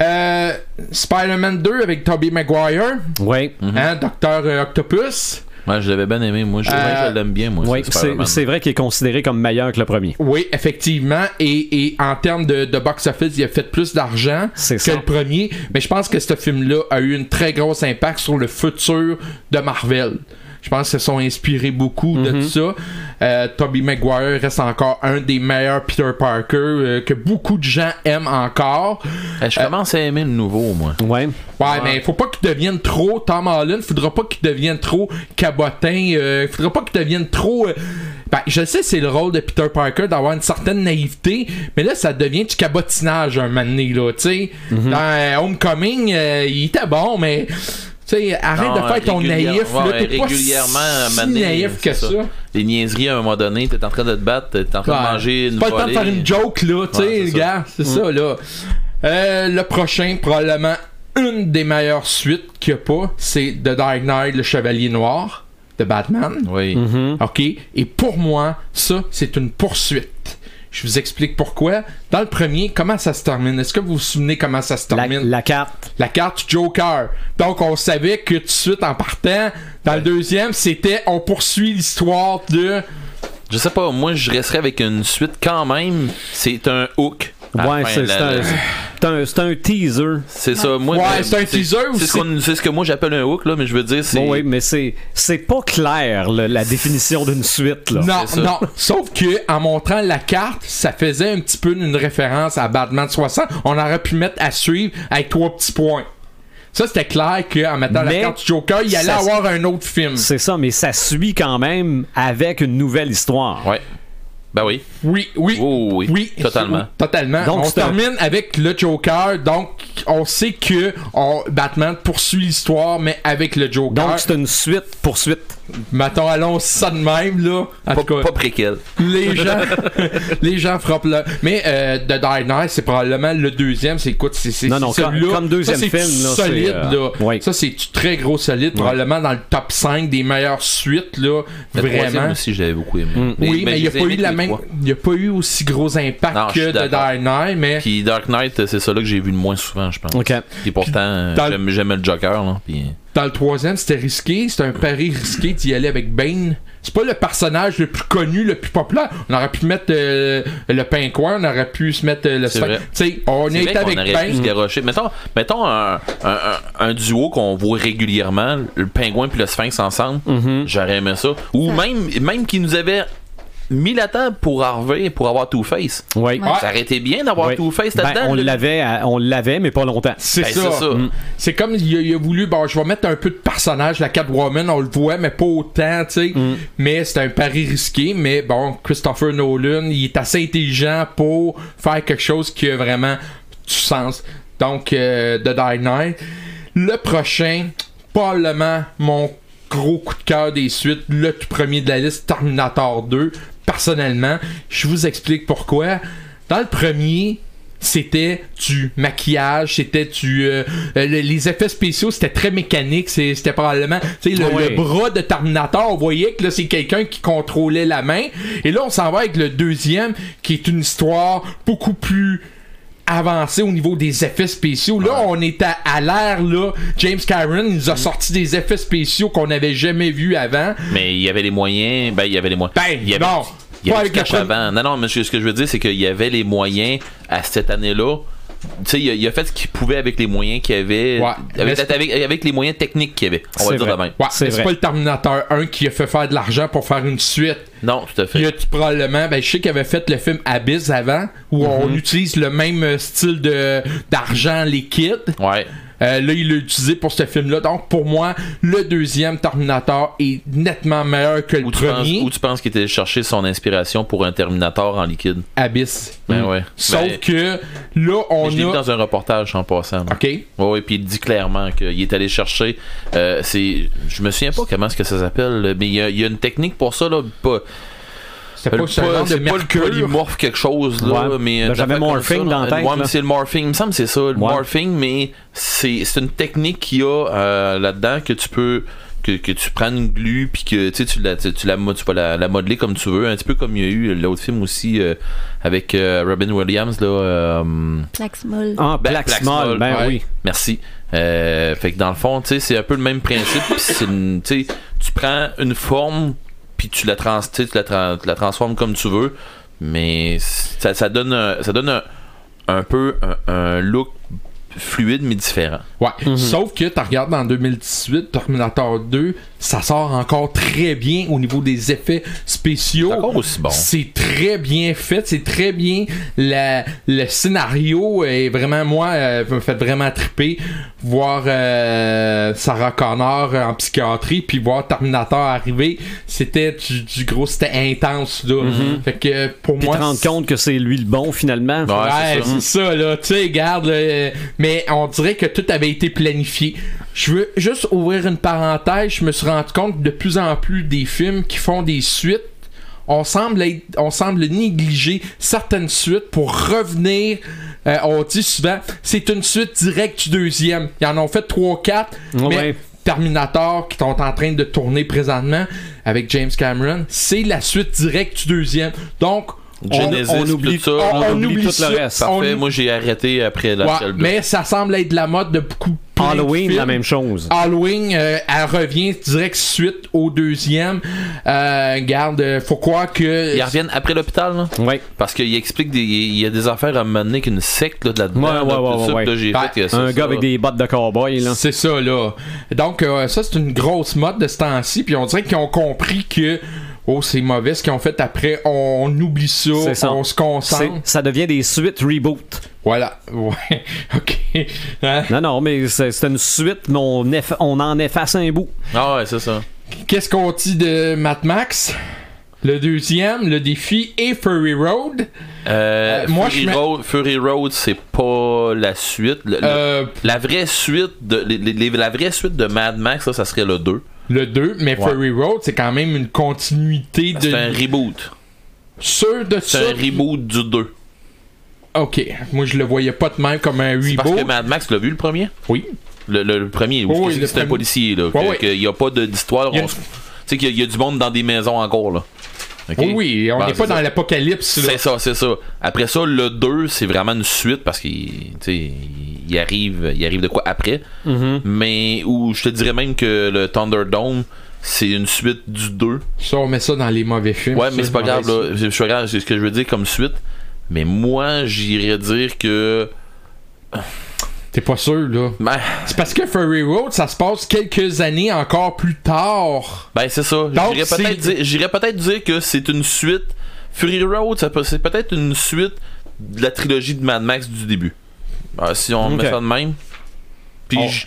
[SPEAKER 3] Euh, Spider-Man 2 avec Tobey Maguire,
[SPEAKER 1] Ouais.
[SPEAKER 3] hein, Docteur euh, Octopus.
[SPEAKER 4] Moi, je l'avais bien aimé. Moi, je,
[SPEAKER 3] Euh,
[SPEAKER 4] ouais, je l'aime bien. Moi,
[SPEAKER 1] Ouais,
[SPEAKER 4] ce
[SPEAKER 1] c'est
[SPEAKER 4] Spider-Man.
[SPEAKER 1] c'est vrai qu'il est considéré comme meilleur que le premier.
[SPEAKER 3] Oui, effectivement. Et, et en termes de, de box-office, il a fait plus d'argent
[SPEAKER 1] C'est
[SPEAKER 3] que
[SPEAKER 1] ça.
[SPEAKER 3] le premier. Mais je pense que ce film-là a eu un très gros impact sur le futur de Marvel. Je pense qu'ils se sont inspirés beaucoup de
[SPEAKER 1] Mhm.
[SPEAKER 3] ça. Euh, Tobey Maguire reste encore un des meilleurs Peter Parker euh, que beaucoup de gens aiment encore.
[SPEAKER 4] Eh, je commence à aimer le nouveau, moi.
[SPEAKER 1] Ouais.
[SPEAKER 3] Ouais, mais faut pas qu'il devienne trop Tom Holland, faudra pas qu'il devienne trop cabotin, euh, faudra pas qu'il devienne trop. euh, ben, je sais, c'est le rôle de Peter Parker d'avoir une certaine naïveté, mais là, ça devient du cabotinage un moment donné, là, tu sais.
[SPEAKER 4] Mhm.
[SPEAKER 3] Dans euh, Homecoming, euh, il était bon, mais. Tu sais, arrête
[SPEAKER 4] Non,
[SPEAKER 3] de faire ton
[SPEAKER 4] régulière-
[SPEAKER 3] naïf,
[SPEAKER 4] ouais,
[SPEAKER 3] là, t'es pas
[SPEAKER 4] régulièrement, à un
[SPEAKER 3] si
[SPEAKER 4] moment donné,
[SPEAKER 3] naïf que
[SPEAKER 4] c'est
[SPEAKER 3] ça.
[SPEAKER 4] ça. Les niaiseries, à un moment donné, t'es en train de te battre, t'es en train de
[SPEAKER 3] Ouais.
[SPEAKER 4] manger une
[SPEAKER 3] C'est pas le temps de
[SPEAKER 4] volée.
[SPEAKER 3] faire une joke, là, tu
[SPEAKER 4] Ouais,
[SPEAKER 3] sais,
[SPEAKER 4] c'est ça. Mm.
[SPEAKER 3] gars, c'est ça, là. Euh, le prochain, probablement une des meilleures suites qu'il n'y a pas, c'est The Dark Knight, le Chevalier Noir de Batman.
[SPEAKER 4] Oui.
[SPEAKER 3] OK? Et pour moi, ça, c'est une poursuite. Je vous explique pourquoi. Dans le premier, comment ça se termine? Est-ce que vous vous souvenez comment ça se
[SPEAKER 1] La,
[SPEAKER 3] termine?
[SPEAKER 1] la carte.
[SPEAKER 3] la carte Joker. Donc on savait que tout de suite en partant, dans le deuxième, c'était on poursuit l'histoire de
[SPEAKER 4] Je sais pas, moi je resterais avec une suite quand même. C'est un hook. À la
[SPEAKER 1] ouais,
[SPEAKER 4] fin,
[SPEAKER 1] c'est
[SPEAKER 4] Ah, ben, la-
[SPEAKER 1] c'est un,
[SPEAKER 4] la-
[SPEAKER 1] c'est un- c'est un teaser.
[SPEAKER 4] c'est ça. Moi,
[SPEAKER 3] Ouais,
[SPEAKER 4] je-
[SPEAKER 3] c'est un teaser ou
[SPEAKER 4] c'est ce,
[SPEAKER 3] c'est-
[SPEAKER 4] qu'on- c'est ce que moi j'appelle un hook là, mais je veux dire c'est.
[SPEAKER 1] Bon, oui, mais c'est c'est pas clair le- la définition d'une suite. Là.
[SPEAKER 3] Non,
[SPEAKER 4] c'est ça.
[SPEAKER 3] non. Sauf que en montrant la carte, ça faisait un petit peu une référence à Batman 60. On aurait pu mettre à suivre avec trois petits points. Ça, c'était clair qu'en mettant
[SPEAKER 1] Mais
[SPEAKER 3] la carte Joker, il allait
[SPEAKER 1] ça-
[SPEAKER 3] avoir un autre film.
[SPEAKER 1] C'est ça, mais ça suit quand même avec une nouvelle histoire.
[SPEAKER 4] Ouais. Ben oui.
[SPEAKER 3] Oui, oui,
[SPEAKER 4] Oh, oui.
[SPEAKER 3] oui,
[SPEAKER 4] Totalement.
[SPEAKER 3] totalement.
[SPEAKER 1] Donc,
[SPEAKER 3] on
[SPEAKER 1] c'est un-
[SPEAKER 3] termine avec le Joker. Donc, on sait que on- Batman poursuit l'histoire, mais avec le Joker.
[SPEAKER 1] Donc c'est une suite poursuite.
[SPEAKER 3] Mettons, allons ça de même, là. En
[SPEAKER 4] Pas,
[SPEAKER 3] tout cas,
[SPEAKER 4] pas préquel.
[SPEAKER 3] les gens, les gens frappent là. Mais euh, The Dark Knight, c'est probablement le deuxième. C'est écoute, c'est c'est-
[SPEAKER 1] Non, non,
[SPEAKER 3] c'est
[SPEAKER 1] comme-
[SPEAKER 3] celui-là.
[SPEAKER 1] comme deuxième
[SPEAKER 3] Ça, c'est
[SPEAKER 1] film, là, c'est,
[SPEAKER 3] solide,
[SPEAKER 1] euh,
[SPEAKER 3] là.
[SPEAKER 1] oui.
[SPEAKER 3] Ça, c'est très gros solide. Probablement dans le top 5 des meilleures suites, là.
[SPEAKER 4] Le troisième
[SPEAKER 3] Vraiment.
[SPEAKER 4] aussi, je l'avais beaucoup aimé.
[SPEAKER 1] Mm.
[SPEAKER 4] Mais-
[SPEAKER 3] Oui, mais il n'y
[SPEAKER 4] je
[SPEAKER 3] a
[SPEAKER 4] les ai
[SPEAKER 3] pas
[SPEAKER 4] aimés
[SPEAKER 3] eu la
[SPEAKER 4] tous les
[SPEAKER 3] même,
[SPEAKER 4] trois.
[SPEAKER 3] il y a pas eu aussi gros impact
[SPEAKER 4] Non, je
[SPEAKER 3] que
[SPEAKER 4] suis
[SPEAKER 3] The
[SPEAKER 4] d'accord.
[SPEAKER 3] Dark Knight, mais.
[SPEAKER 4] Puis Dark Knight, c'est ça là que j'ai vu le moins souvent, je pense.
[SPEAKER 1] OK.
[SPEAKER 4] Et pourtant, euh,
[SPEAKER 3] dans-
[SPEAKER 4] j'aime- j'aimais le Joker. Là, puis...
[SPEAKER 3] Dans le troisième, c'était risqué. C'était un pari risqué d'y aller avec Bane. C'est pas le personnage le plus connu, le plus populaire. On aurait pu mettre euh, le pingouin, on aurait pu se mettre euh, le
[SPEAKER 4] C'est
[SPEAKER 3] Sphinx.
[SPEAKER 4] vrai.
[SPEAKER 3] Tu sais, on
[SPEAKER 4] C'est
[SPEAKER 3] est
[SPEAKER 4] vrai qu'on
[SPEAKER 3] avec
[SPEAKER 4] aurait pu se
[SPEAKER 3] Bane.
[SPEAKER 4] garrocher. Mettons, mettons un, un- un- un duo qu'on voit régulièrement, le pingouin puis le sphinx ensemble.
[SPEAKER 3] Mhm.
[SPEAKER 4] J'aurais aimé ça. Ou même, même qu'ils nous avaient mis la table pour Harvey, pour avoir Two-Face.
[SPEAKER 1] Oui.
[SPEAKER 5] Ouais.
[SPEAKER 4] Ça aurait été bien d'avoir
[SPEAKER 1] Oui.
[SPEAKER 4] Two-Face
[SPEAKER 1] Ben,
[SPEAKER 4] là-dedans.
[SPEAKER 1] on
[SPEAKER 4] là.
[SPEAKER 1] l'avait, à- on l'avait, mais pas longtemps.
[SPEAKER 3] C'est
[SPEAKER 4] Ben,
[SPEAKER 3] ça.
[SPEAKER 4] c'est ça. Mm.
[SPEAKER 3] C'est comme il a, il a voulu, bon, je vais mettre un peu de personnage, la Catwoman, on le voit, mais pas autant, tu sais. Mais c'est un pari risqué, mais bon, Christopher Nolan, il est assez intelligent pour faire quelque chose qui a vraiment du sens. Donc, euh, The Dark Knight. Le prochain, probablement mon gros coup de cœur des suites, le tout premier de la liste, Terminator 2. Personnellement, je vous explique pourquoi. Dans le premier, c'était du maquillage, c'était du euh, euh, le- les effets spéciaux, c'était très mécanique, c'est- c'était probablement tu sais le,
[SPEAKER 1] Ouais.
[SPEAKER 3] le bras de Terminator, on voyait que là c'est quelqu'un qui contrôlait la main et là on s'en va avec le deuxième qui est une histoire beaucoup plus avancée au niveau des effets spéciaux. Là, on est à, à l'ère là, James Cameron nous
[SPEAKER 1] Mm.
[SPEAKER 3] a sorti des effets spéciaux qu'on n'avait jamais vus avant.
[SPEAKER 4] Mais il y avait les moyens. Ben, il y avait les moyens.
[SPEAKER 3] Ben,
[SPEAKER 4] il y avait,
[SPEAKER 3] non,
[SPEAKER 4] il y
[SPEAKER 3] pas
[SPEAKER 4] avait
[SPEAKER 3] avec
[SPEAKER 4] du cash
[SPEAKER 3] la pre-
[SPEAKER 4] avant. Non, non, mais ce que je veux dire, c'est qu'il y avait les moyens à cette année-là. Tu sais, il a, il a fait ce qu'il pouvait avec les moyens qu'il avait.
[SPEAKER 3] Ouais. Mais
[SPEAKER 4] Avec,
[SPEAKER 3] c'est-
[SPEAKER 4] avec, avec les moyens techniques qu'il avait. On va
[SPEAKER 1] C'est
[SPEAKER 4] le dire de
[SPEAKER 1] vrai.
[SPEAKER 4] même.
[SPEAKER 3] Ouais,
[SPEAKER 1] C'est
[SPEAKER 3] mais c'est
[SPEAKER 1] vrai.
[SPEAKER 3] pas le Terminator 1 qui a fait faire de l'argent pour faire une suite.
[SPEAKER 4] Non, tout à fait.
[SPEAKER 3] Il y a probablement, ben, je sais qu'il avait fait le film Abyss avant, où
[SPEAKER 4] Mhm.
[SPEAKER 3] on utilise le même euh, style de d'argent liquide.
[SPEAKER 4] Ouais.
[SPEAKER 3] Euh, là, il l'a utilisé pour ce film-là. Donc, pour moi, le deuxième Terminator est nettement meilleur que le
[SPEAKER 4] Ou tu, penses,
[SPEAKER 3] premier
[SPEAKER 4] ou tu penses qu'il était chercher son inspiration pour un Terminator en liquide?
[SPEAKER 3] Abyss.
[SPEAKER 4] Ben ouais.
[SPEAKER 3] Hmm. Sauf
[SPEAKER 4] Ben,
[SPEAKER 3] que là,
[SPEAKER 4] mais
[SPEAKER 3] on
[SPEAKER 4] je l'ai vu
[SPEAKER 3] a.
[SPEAKER 4] dans un reportage en passant. là.
[SPEAKER 3] Ok.
[SPEAKER 4] Ouais, ouais, puis il dit clairement qu'il est allé chercher. euh, c'est, je me souviens pas comment est-ce que ça s'appelle, là, mais il y, a- il y a une technique pour ça là, pas,
[SPEAKER 3] C'est
[SPEAKER 4] pas,
[SPEAKER 3] pas, seulement
[SPEAKER 4] c'est
[SPEAKER 3] de
[SPEAKER 4] pas le
[SPEAKER 3] mercure.
[SPEAKER 4] polymorphe quelque chose là,
[SPEAKER 1] Ouais.
[SPEAKER 4] mais
[SPEAKER 1] Ben,
[SPEAKER 4] euh,
[SPEAKER 1] j'avais
[SPEAKER 4] d'affaires comme
[SPEAKER 1] morphing
[SPEAKER 4] ça,
[SPEAKER 1] dans la
[SPEAKER 4] là.
[SPEAKER 1] tête,
[SPEAKER 4] Ouais, mais
[SPEAKER 1] là.
[SPEAKER 4] c'est le morphing. Il me semble que c'est ça, le
[SPEAKER 1] Ouais.
[SPEAKER 4] morphing, mais c'est, c'est une technique qu'il y a euh, là-dedans que tu peux. Que, que tu prends une glu puis que tu sais, tu la tu, tu la mo- tu vas la, la modeler comme tu veux un petit peu comme il y a eu l'autre film aussi euh, avec euh, Robin Williams là euh,
[SPEAKER 5] Plaxmol.
[SPEAKER 1] En
[SPEAKER 4] ben,
[SPEAKER 1] Black,
[SPEAKER 4] Black
[SPEAKER 1] Small,
[SPEAKER 4] Small,
[SPEAKER 1] ben
[SPEAKER 4] ouais.
[SPEAKER 1] oui.
[SPEAKER 4] Merci. Euh, fait que dans le fond, tu sais, c'est un peu le même principe. pis c'est une- tu sais, tu prends une forme, puis tu la trans, tu sais, tu la, tran- tu la transformes comme tu veux, mais ça, ça donne, un, ça donne un, un peu un, un look fluide mais différent.
[SPEAKER 3] Ouais.
[SPEAKER 4] Mhm.
[SPEAKER 3] Sauf que tu regardes en 2018, Terminator 2, ça sort encore très bien au niveau des effets spéciaux.
[SPEAKER 4] C'est encore aussi bon.
[SPEAKER 3] C'est très bien fait, c'est très bien. La- le scénario est vraiment, moi, euh, me fait vraiment triper. Voir euh, Sarah Connor en psychiatrie, puis voir Terminator arriver, c'était du, du gros, c'était intense. Là.
[SPEAKER 4] Mhm.
[SPEAKER 3] Fait que pour
[SPEAKER 1] Puis
[SPEAKER 3] moi.
[SPEAKER 1] te rendre compte que c'est lui le bon finalement.
[SPEAKER 4] Ouais,
[SPEAKER 3] Ouais,
[SPEAKER 4] c'est ça.
[SPEAKER 3] c'est ça, là. Tu sais, garde, mais on dirait que tout avait été planifié. Je veux juste ouvrir une parenthèse. Je me suis rendu compte que de plus en plus des films qui font des suites. On semble, être- on semble négliger certaines suites pour revenir. Euh, on dit souvent, c'est une suite directe du deuxième. Ils en ont fait 3-4, mais
[SPEAKER 1] Ouais.
[SPEAKER 3] Terminator, qui sont en train de tourner présentement avec James Cameron, c'est la suite directe du deuxième. Donc, on-
[SPEAKER 4] Genesis,
[SPEAKER 1] on oublie-
[SPEAKER 4] tout ça.
[SPEAKER 3] on,
[SPEAKER 1] on
[SPEAKER 3] oublie,
[SPEAKER 1] oublie tout le
[SPEAKER 3] ça.
[SPEAKER 1] reste.
[SPEAKER 3] On-
[SPEAKER 4] Parfait, moi j'ai arrêté après la
[SPEAKER 3] Ouais,
[SPEAKER 4] Shell Blue.
[SPEAKER 3] mais ça semble être la mode de beaucoup plein de
[SPEAKER 1] Halloween,
[SPEAKER 3] films.
[SPEAKER 1] la même chose.
[SPEAKER 3] Halloween, euh, elle revient direct suite au deuxième. Euh, garde, euh, faut croire que.
[SPEAKER 4] Ils reviennent après l'hôpital, là?
[SPEAKER 1] Ouais.
[SPEAKER 4] Parce qu'il explique des, il y a des affaires à mener qu'une secte là, de là-dedans.
[SPEAKER 1] Ouais,
[SPEAKER 4] là,
[SPEAKER 1] ouais,
[SPEAKER 4] tout
[SPEAKER 1] ouais, ouais,
[SPEAKER 4] ça,
[SPEAKER 1] Ben,
[SPEAKER 4] puis là, j'ai
[SPEAKER 3] ouais.
[SPEAKER 4] fait que ça,
[SPEAKER 1] Un
[SPEAKER 4] ça,
[SPEAKER 1] gars avec des bottes de cowboy, là.
[SPEAKER 3] C'est ça, là. Donc, euh, ça, c'est une grosse mode de ce temps-ci. Puis on dirait qu'ils ont compris que. Oh, c'est mauvais ce qu'ils ont fait après. On, oublie ça.
[SPEAKER 1] C'est ça.
[SPEAKER 3] On se concentre.
[SPEAKER 1] C'est- Ça devient des suites reboot.
[SPEAKER 3] Voilà. Ouais. OK. Hein?
[SPEAKER 1] Non, non, mais c'est c'est une suite, mais on, eff- on en efface un bout.
[SPEAKER 4] Ah ouais, c'est ça.
[SPEAKER 3] Qu'est-ce qu'on dit de Mad Max? Le deuxième, le défi et Furry Road.
[SPEAKER 4] Euh,
[SPEAKER 3] Euh, moi,
[SPEAKER 4] Fury,
[SPEAKER 3] je mets-
[SPEAKER 4] Road, Fury Road, c'est pas la suite. Le- le-
[SPEAKER 3] Euh,
[SPEAKER 4] la vraie suite de les- les- les- la vraie suite de Mad Max, ça, ça serait le 2.
[SPEAKER 3] Le 2, mais
[SPEAKER 4] Ouais.
[SPEAKER 3] Furry Road, c'est quand même une continuité de.
[SPEAKER 4] C'est un reboot.
[SPEAKER 3] Sûr de ça.
[SPEAKER 4] C'est un reboot du 2.
[SPEAKER 3] Ok, moi je le voyais pas de même comme un
[SPEAKER 4] C'est
[SPEAKER 3] reboot.
[SPEAKER 4] parce que Mad Max l'a vu le premier.
[SPEAKER 3] Oui.
[SPEAKER 4] Le, le- le premier, où
[SPEAKER 3] Oui,
[SPEAKER 4] je sais
[SPEAKER 3] oui,
[SPEAKER 4] que
[SPEAKER 3] le
[SPEAKER 4] c'est un
[SPEAKER 3] premier.
[SPEAKER 4] policier, là.
[SPEAKER 3] Ouais,
[SPEAKER 4] que-
[SPEAKER 3] ouais.
[SPEAKER 4] qu'il n'y a pas de- d'histoire.
[SPEAKER 3] Il y a
[SPEAKER 4] on
[SPEAKER 3] une-
[SPEAKER 4] s- Tu sais qu'il y, a- il y a du monde dans des maisons encore, là. Ok?
[SPEAKER 3] Oui, oui, on
[SPEAKER 4] Bon,
[SPEAKER 3] n'est
[SPEAKER 4] Bah, c'est
[SPEAKER 3] pas
[SPEAKER 4] ça.
[SPEAKER 3] dans l'apocalypse. là.
[SPEAKER 4] C'est ça, c'est ça. Après ça, le 2, c'est vraiment une suite parce qu'il tu sais, il arrive, il arrive de quoi après. Mm-hmm. Mais où je te dirais même que le Thunderdome, c'est une suite du 2.
[SPEAKER 3] Ça, on met ça dans les mauvais films.
[SPEAKER 4] Ouais,
[SPEAKER 3] ça,
[SPEAKER 4] mais c'est pas
[SPEAKER 3] mauvais
[SPEAKER 4] grave,
[SPEAKER 3] film.
[SPEAKER 4] là. C'est- C'est pas grave, c'est ce que je veux dire comme suite. Mais moi, j'irais dire que.
[SPEAKER 3] T'es pas sûr, là.
[SPEAKER 4] Ben,
[SPEAKER 3] C'est parce que Furry Road, ça se passe quelques années encore plus tard.
[SPEAKER 4] ben, c'est ça.
[SPEAKER 3] Donc,
[SPEAKER 4] J'irais peut-être
[SPEAKER 3] c'est-
[SPEAKER 4] dire, j'irais peut-être dire que c'est une suite. Fury Road, ça peut- c'est peut-être une suite de la trilogie de Mad Max du début. Ah, si on
[SPEAKER 1] Ok.
[SPEAKER 4] met ça de même. Puis,
[SPEAKER 3] On-
[SPEAKER 4] je-